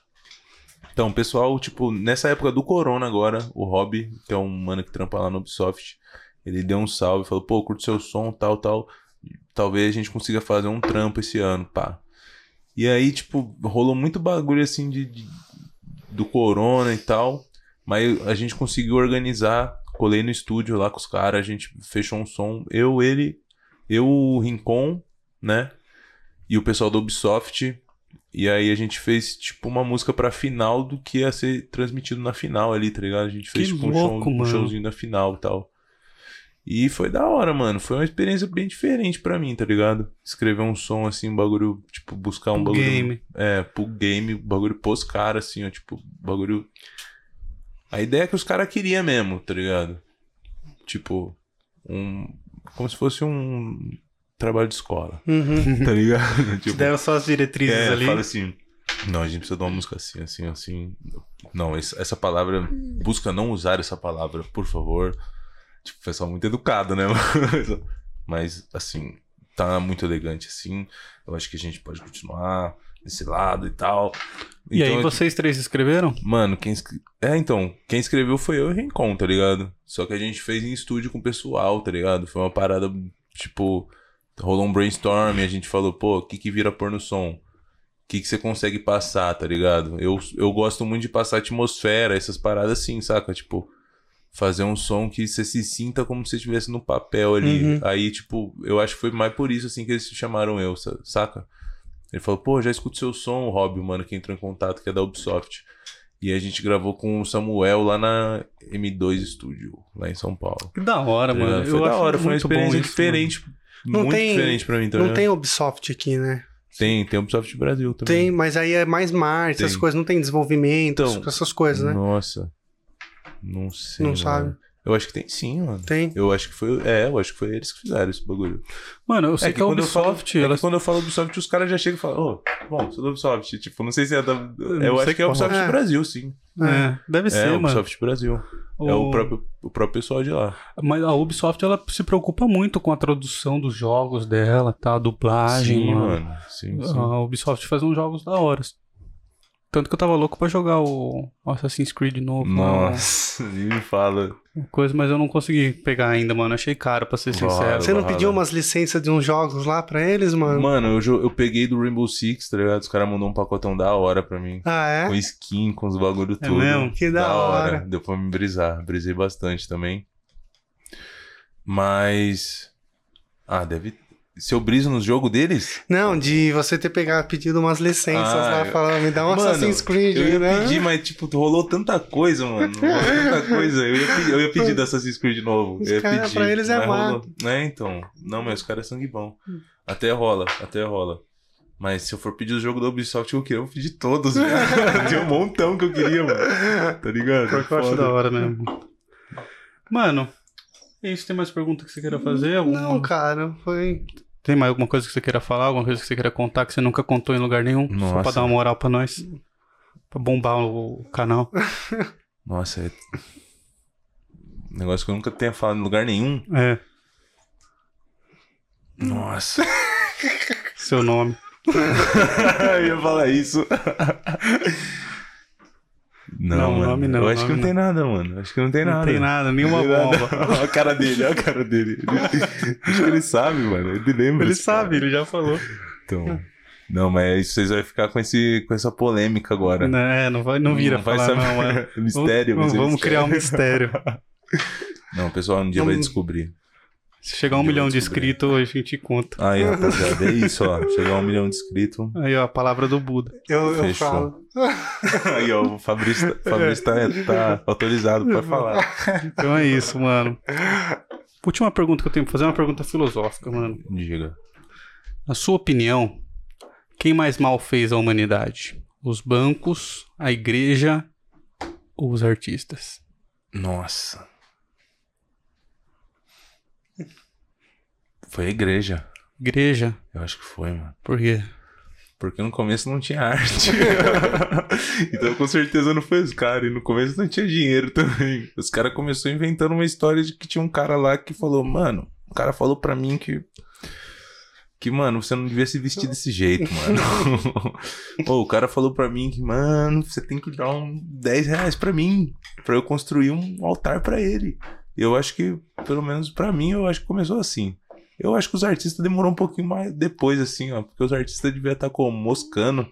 [SPEAKER 4] Então, pessoal, tipo, nessa época do Corona agora, o Rob, que é um mano que trampa lá no Ubisoft, ele deu um salve, falou, pô, curto seu som, tal, tal. Talvez a gente consiga fazer um trampo esse ano, pá. E aí, tipo, rolou muito bagulho assim de, de- do corona e tal. Mas a gente conseguiu organizar, colei no estúdio lá com os caras, a gente fechou um som. Eu, ele, eu, o Rincon, né? E o pessoal do Ubisoft. E aí a gente fez, tipo, uma música pra final do que ia ser transmitido na final ali, tá ligado? A gente fez
[SPEAKER 2] Que
[SPEAKER 4] tipo, um,
[SPEAKER 2] louco,
[SPEAKER 4] show, um
[SPEAKER 2] mano.
[SPEAKER 4] showzinho da final e tal. E foi da hora, mano. Foi uma experiência bem diferente pra mim, tá ligado? Escrever um som assim, um bagulho, tipo, buscar um
[SPEAKER 2] o
[SPEAKER 4] bagulho
[SPEAKER 2] game.
[SPEAKER 4] é, pro game, bagulho pôs cara, assim, ó, tipo, bagulho. A ideia é que os caras queriam mesmo, tá ligado? Tipo, um. Como se fosse um trabalho de escola,
[SPEAKER 3] Uhum.
[SPEAKER 4] tá ligado?
[SPEAKER 2] Te
[SPEAKER 4] tipo,
[SPEAKER 2] deram só as diretrizes
[SPEAKER 4] é,
[SPEAKER 2] ali.
[SPEAKER 4] fala assim. Não, a gente precisa de uma música assim, assim, assim. Não, es- essa palavra. Busca não usar essa palavra, por favor. Tipo, pessoal muito educado, né? Mas, Mas, assim, tá muito elegante assim. Eu acho que a gente pode continuar desse lado e tal.
[SPEAKER 2] E aí
[SPEAKER 4] Então,
[SPEAKER 2] vocês três escreveram?
[SPEAKER 4] Mano, quem escreveu. É, então, quem escreveu foi eu e o Rincon, tá ligado? Só que a gente fez em estúdio com o pessoal, tá ligado? Foi uma parada, tipo, rolou um brainstorm e a gente falou, pô, o que que vira pôr no som? O que que você consegue passar, tá ligado? Eu, eu gosto muito de passar atmosfera, essas paradas assim, saca? Tipo, fazer um som que você se sinta como se você estivesse no papel ali.
[SPEAKER 3] Uhum.
[SPEAKER 4] Aí, tipo, eu acho que foi mais por isso, assim, que eles chamaram eu, sa- saca? Ele falou, pô, já escuto seu som, o Rob, o mano, que entrou em contato, que é da Ubisoft. E a gente gravou com o Samuel lá na M2 Studio, lá em São Paulo.
[SPEAKER 2] Que da hora,
[SPEAKER 4] Tá
[SPEAKER 2] mano.
[SPEAKER 4] ligado? foi
[SPEAKER 2] Eu
[SPEAKER 4] da
[SPEAKER 2] acho
[SPEAKER 4] hora, foi uma
[SPEAKER 2] muito bom
[SPEAKER 4] experiência
[SPEAKER 2] isso,
[SPEAKER 4] diferente.
[SPEAKER 3] Não
[SPEAKER 4] muito
[SPEAKER 3] tem-
[SPEAKER 4] diferente pra mim, tá
[SPEAKER 3] Não
[SPEAKER 4] ligado?
[SPEAKER 3] tem Ubisoft aqui, né?
[SPEAKER 4] Tem, tem Ubisoft Brasil também.
[SPEAKER 3] Tem, mas aí é mais marketing, essas
[SPEAKER 4] Tem.
[SPEAKER 3] coisas. Não tem desenvolvimento,
[SPEAKER 4] Então,
[SPEAKER 3] essas coisas, né?
[SPEAKER 4] Nossa. Não sei.
[SPEAKER 3] Não
[SPEAKER 4] mano.
[SPEAKER 3] sabe.
[SPEAKER 4] Eu acho que tem sim, mano.
[SPEAKER 3] Tem.
[SPEAKER 4] Eu acho que foi. É, eu acho que foi eles que fizeram esse bagulho.
[SPEAKER 2] mano. Mano, eu sei
[SPEAKER 4] é
[SPEAKER 2] que, a
[SPEAKER 4] quando eu falo-
[SPEAKER 2] Ubisoft,
[SPEAKER 4] é que
[SPEAKER 2] ela
[SPEAKER 4] quando eu falo Ubisoft, os caras já chegam e falam, ô, bom, sou da Ubisoft. Tipo, não sei se é da. Eu,
[SPEAKER 2] não sei
[SPEAKER 4] acho que é
[SPEAKER 2] qual.
[SPEAKER 4] Ubisoft
[SPEAKER 3] É.
[SPEAKER 4] Brasil, sim.
[SPEAKER 2] é, deve
[SPEAKER 4] é,
[SPEAKER 2] ser, mano.
[SPEAKER 4] Ubisoft Brasil. É
[SPEAKER 2] O-
[SPEAKER 4] o próprio, o próprio pessoal de lá.
[SPEAKER 2] Mas a Ubisoft ela se preocupa muito com a tradução dos jogos dela, tá? A dublagem,
[SPEAKER 4] sim,
[SPEAKER 2] mano. Ah,
[SPEAKER 4] Sim, sim.
[SPEAKER 2] A Ubisoft faz uns jogos da hora. Tanto que eu tava louco pra jogar o Assassin's Creed novo, mano.
[SPEAKER 4] Nossa, nem me fala.
[SPEAKER 2] coisa, mas eu não consegui pegar ainda, mano. Achei caro, pra ser
[SPEAKER 4] Nossa.
[SPEAKER 2] sincero.
[SPEAKER 3] Você não
[SPEAKER 4] Barra,
[SPEAKER 3] pediu
[SPEAKER 4] né?
[SPEAKER 3] umas licenças de uns jogos lá pra eles, mano?
[SPEAKER 4] Mano, eu, jo- eu peguei do Rainbow Six, tá ligado? Os caras mandaram um pacotão da hora pra mim.
[SPEAKER 3] Ah,
[SPEAKER 4] Com
[SPEAKER 3] é?
[SPEAKER 4] skin, com os bagulho
[SPEAKER 2] É
[SPEAKER 4] tudo.
[SPEAKER 2] mesmo?
[SPEAKER 3] Que da hora.
[SPEAKER 4] Deu pra me brisar. Brisei bastante também. Mas. Ah, deve. Se eu briso no jogo deles?
[SPEAKER 3] Não, de você ter pegado, pedido umas licenças
[SPEAKER 4] Ah,
[SPEAKER 3] lá,
[SPEAKER 4] eu-
[SPEAKER 3] falando, me dá um Assassin's Creed,
[SPEAKER 4] eu ia
[SPEAKER 3] né?
[SPEAKER 4] pedir, mas tipo, rolou tanta coisa, mano. Rolou tanta coisa. Eu ia, pe- eu ia pedir do Assassin's Creed de novo.
[SPEAKER 3] Os
[SPEAKER 4] eu ia
[SPEAKER 3] cara,
[SPEAKER 4] pedir.
[SPEAKER 3] pra eles é
[SPEAKER 4] mas rolou.
[SPEAKER 3] mato. Hum.
[SPEAKER 4] Né, então. Não, mas os caras são sangue bom. Até rola, até rola. Mas se eu for pedir o jogo do Ubisoft que eu queria, eu vou pedir todos, velho. Tinha um montão que eu queria, mano. Tá ligado?
[SPEAKER 2] Pior que eu acho
[SPEAKER 4] Foda.
[SPEAKER 2] da hora mesmo. Mano, é isso. Tem mais pergunta que você queira fazer?
[SPEAKER 4] um.
[SPEAKER 2] Alguma-
[SPEAKER 3] Não, cara, foi.
[SPEAKER 2] Tem mais alguma coisa que você queira falar? Alguma coisa que você queira contar que você nunca contou em lugar nenhum? Só pra
[SPEAKER 4] Nossa.
[SPEAKER 2] dar uma moral pra nós. Pra bombar o canal.
[SPEAKER 4] Nossa, é... um Negócio que eu nunca tenha falado em lugar nenhum.
[SPEAKER 2] É,
[SPEAKER 3] Hum.
[SPEAKER 4] Nossa.
[SPEAKER 2] seu nome.
[SPEAKER 4] eu ia falar isso. Não,
[SPEAKER 2] Não,
[SPEAKER 4] mano.
[SPEAKER 2] nome não,
[SPEAKER 4] Eu acho que
[SPEAKER 2] nome
[SPEAKER 4] não tem nada, mano. Acho que não tem
[SPEAKER 2] Não
[SPEAKER 4] nada.
[SPEAKER 2] tem nada, nenhuma
[SPEAKER 4] Não tem nada.
[SPEAKER 2] bomba.
[SPEAKER 4] Olha a cara dele, olha a cara dele. Ele- acho que ele sabe, mano. Ele lembra.
[SPEAKER 2] Ele
[SPEAKER 4] esse cara.
[SPEAKER 2] sabe, ele já falou.
[SPEAKER 4] Então, não, mas isso vocês vão ficar com, esse, com essa polêmica agora.
[SPEAKER 2] Não, é, não, vai, não vira
[SPEAKER 4] Não vai
[SPEAKER 2] falar,
[SPEAKER 4] saber.
[SPEAKER 2] não. É.
[SPEAKER 4] mistério. vai
[SPEAKER 2] Vamos,
[SPEAKER 4] ser
[SPEAKER 2] vamos criar um
[SPEAKER 4] mistério.
[SPEAKER 2] mistério.
[SPEAKER 4] Não, pessoal, um dia
[SPEAKER 3] Não-
[SPEAKER 4] vai descobrir.
[SPEAKER 2] Se chegar a um
[SPEAKER 4] Eu
[SPEAKER 2] milhão de
[SPEAKER 4] descobri.
[SPEAKER 2] inscritos, a gente conta.
[SPEAKER 4] Aí, rapaziada, é isso, ó. Chegar a um milhão de inscritos.
[SPEAKER 2] Aí, ó, a palavra do Buda.
[SPEAKER 3] Eu, eu
[SPEAKER 4] Fechou.
[SPEAKER 3] falo.
[SPEAKER 4] Aí, ó, o Fabrício, tá- Fabrício
[SPEAKER 2] É.
[SPEAKER 4] tá, tá autorizado pra falar.
[SPEAKER 2] Então é isso, mano. Última pergunta que eu tenho pra fazer é uma pergunta filosófica, mano.
[SPEAKER 4] Diga.
[SPEAKER 2] Na sua opinião, quem mais mal fez a humanidade? Os bancos, a igreja ou os artistas?
[SPEAKER 4] Nossa. Foi a igreja.
[SPEAKER 2] Igreja?
[SPEAKER 4] Eu acho que foi, mano.
[SPEAKER 2] Por quê?
[SPEAKER 4] Porque no começo não tinha arte. então com certeza não foi os caras. E no começo não tinha dinheiro também. Os caras começaram inventando uma história de que tinha um cara lá que falou, mano, o cara falou pra mim que. Que, mano, você não devia se vestir desse jeito, mano. Ou o cara falou pra mim que, mano, você tem que dar um 10 reais pra mim. Pra eu construir um altar pra ele. Eu acho que, pelo menos pra mim, eu acho que começou assim. Eu acho que os artistas demorou um pouquinho mais depois, assim, ó. Porque os artistas deviam estar como moscando.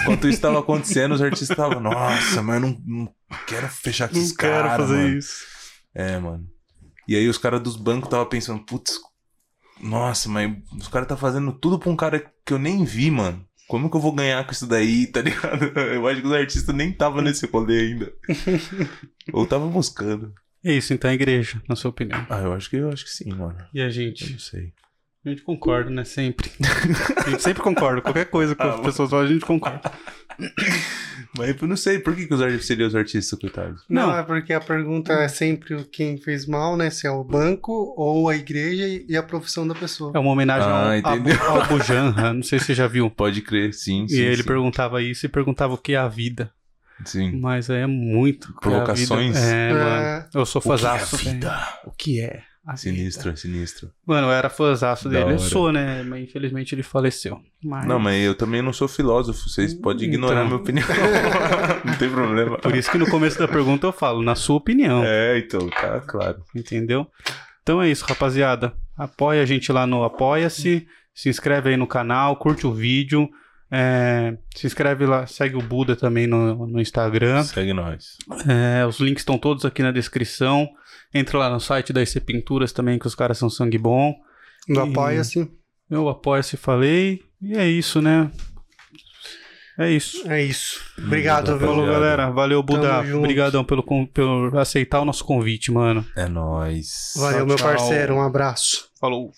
[SPEAKER 4] Enquanto isso estava acontecendo, os artistas estavam, nossa, mas eu não, não quero fechar com esses caras. mano."
[SPEAKER 2] isso.
[SPEAKER 4] É, mano. E aí os caras dos bancos tava pensando, putz, nossa, mas os caras tá fazendo tudo pra um cara que eu nem vi, mano. Como que eu vou ganhar com isso daí, tá ligado? Eu acho que os artistas nem tava nesse rolê ainda. Ou tava buscando.
[SPEAKER 2] É isso, então, a igreja, na sua opinião.
[SPEAKER 4] Ah, eu acho que eu acho que sim, mano.
[SPEAKER 2] E a
[SPEAKER 4] Eu
[SPEAKER 2] gente?
[SPEAKER 4] não sei.
[SPEAKER 2] A gente concorda, né? Sempre. A gente sempre concorda. Qualquer coisa que
[SPEAKER 4] Ah,
[SPEAKER 2] as
[SPEAKER 4] bom.
[SPEAKER 2] pessoas falam, a gente concorda.
[SPEAKER 4] Mas eu não sei por que, que os artistas seriam os artistas, coitados.
[SPEAKER 3] Não,
[SPEAKER 2] Não.
[SPEAKER 3] é porque a pergunta é sempre o quem fez mal, né? Se é o banco ou a igreja e- e a profissão da pessoa.
[SPEAKER 2] É uma homenagem
[SPEAKER 4] Ah,
[SPEAKER 2] ao, a Bu-
[SPEAKER 4] entendeu.
[SPEAKER 2] ao Bujanra, não sei se você já viu.
[SPEAKER 4] Pode crer, sim, sim.
[SPEAKER 2] E ele
[SPEAKER 4] sim,
[SPEAKER 2] perguntava isso e perguntava o que é a vida.
[SPEAKER 4] sim.
[SPEAKER 2] Mas é muito. o que é a vida.
[SPEAKER 4] Provocações?
[SPEAKER 2] É,
[SPEAKER 3] É.
[SPEAKER 2] mano. Eu sou fãzaço.
[SPEAKER 4] O que é a
[SPEAKER 2] velho.
[SPEAKER 4] vida?
[SPEAKER 2] O que é? a vida?
[SPEAKER 4] Sinistro, sinistro.
[SPEAKER 2] Mano, eu era fãzaço
[SPEAKER 4] Da
[SPEAKER 2] dele. Eu
[SPEAKER 4] hora.
[SPEAKER 2] sou, né? Mas infelizmente ele faleceu. Mas...
[SPEAKER 4] Não, mas eu também não sou filósofo, vocês podem ignorar
[SPEAKER 2] Então.
[SPEAKER 4] minha opinião. não tem problema.
[SPEAKER 2] Por isso que no começo da pergunta eu falo, na sua opinião,
[SPEAKER 4] É, então, tá claro.
[SPEAKER 2] entendeu? Então é isso, rapaziada. Apoia a gente lá no Apoia-se, se inscreve aí no canal, curte o vídeo, é, se inscreve lá, segue o Buda também no, no Instagram.
[SPEAKER 4] Segue nós.
[SPEAKER 2] É, os links estão todos aqui na descrição. Entra lá no site da IC Pinturas também, que os caras são sangue bom.
[SPEAKER 3] Do assim.
[SPEAKER 2] E-
[SPEAKER 3] apoia-se.
[SPEAKER 2] Eu apoia-se, falei. E é isso, né? É isso.
[SPEAKER 3] É isso. Obrigado,
[SPEAKER 4] Obrigado,
[SPEAKER 3] viu?
[SPEAKER 2] Falou,
[SPEAKER 4] Obrigado.
[SPEAKER 2] galera. Valeu, Buda.
[SPEAKER 3] Tamo junto.
[SPEAKER 2] Obrigadão pelo, con- pelo aceitar o nosso convite, mano.
[SPEAKER 4] É nós.
[SPEAKER 3] Valeu, Um
[SPEAKER 2] Tchau,
[SPEAKER 3] meu
[SPEAKER 2] tchau.
[SPEAKER 3] parceiro. Um abraço.
[SPEAKER 2] Falou.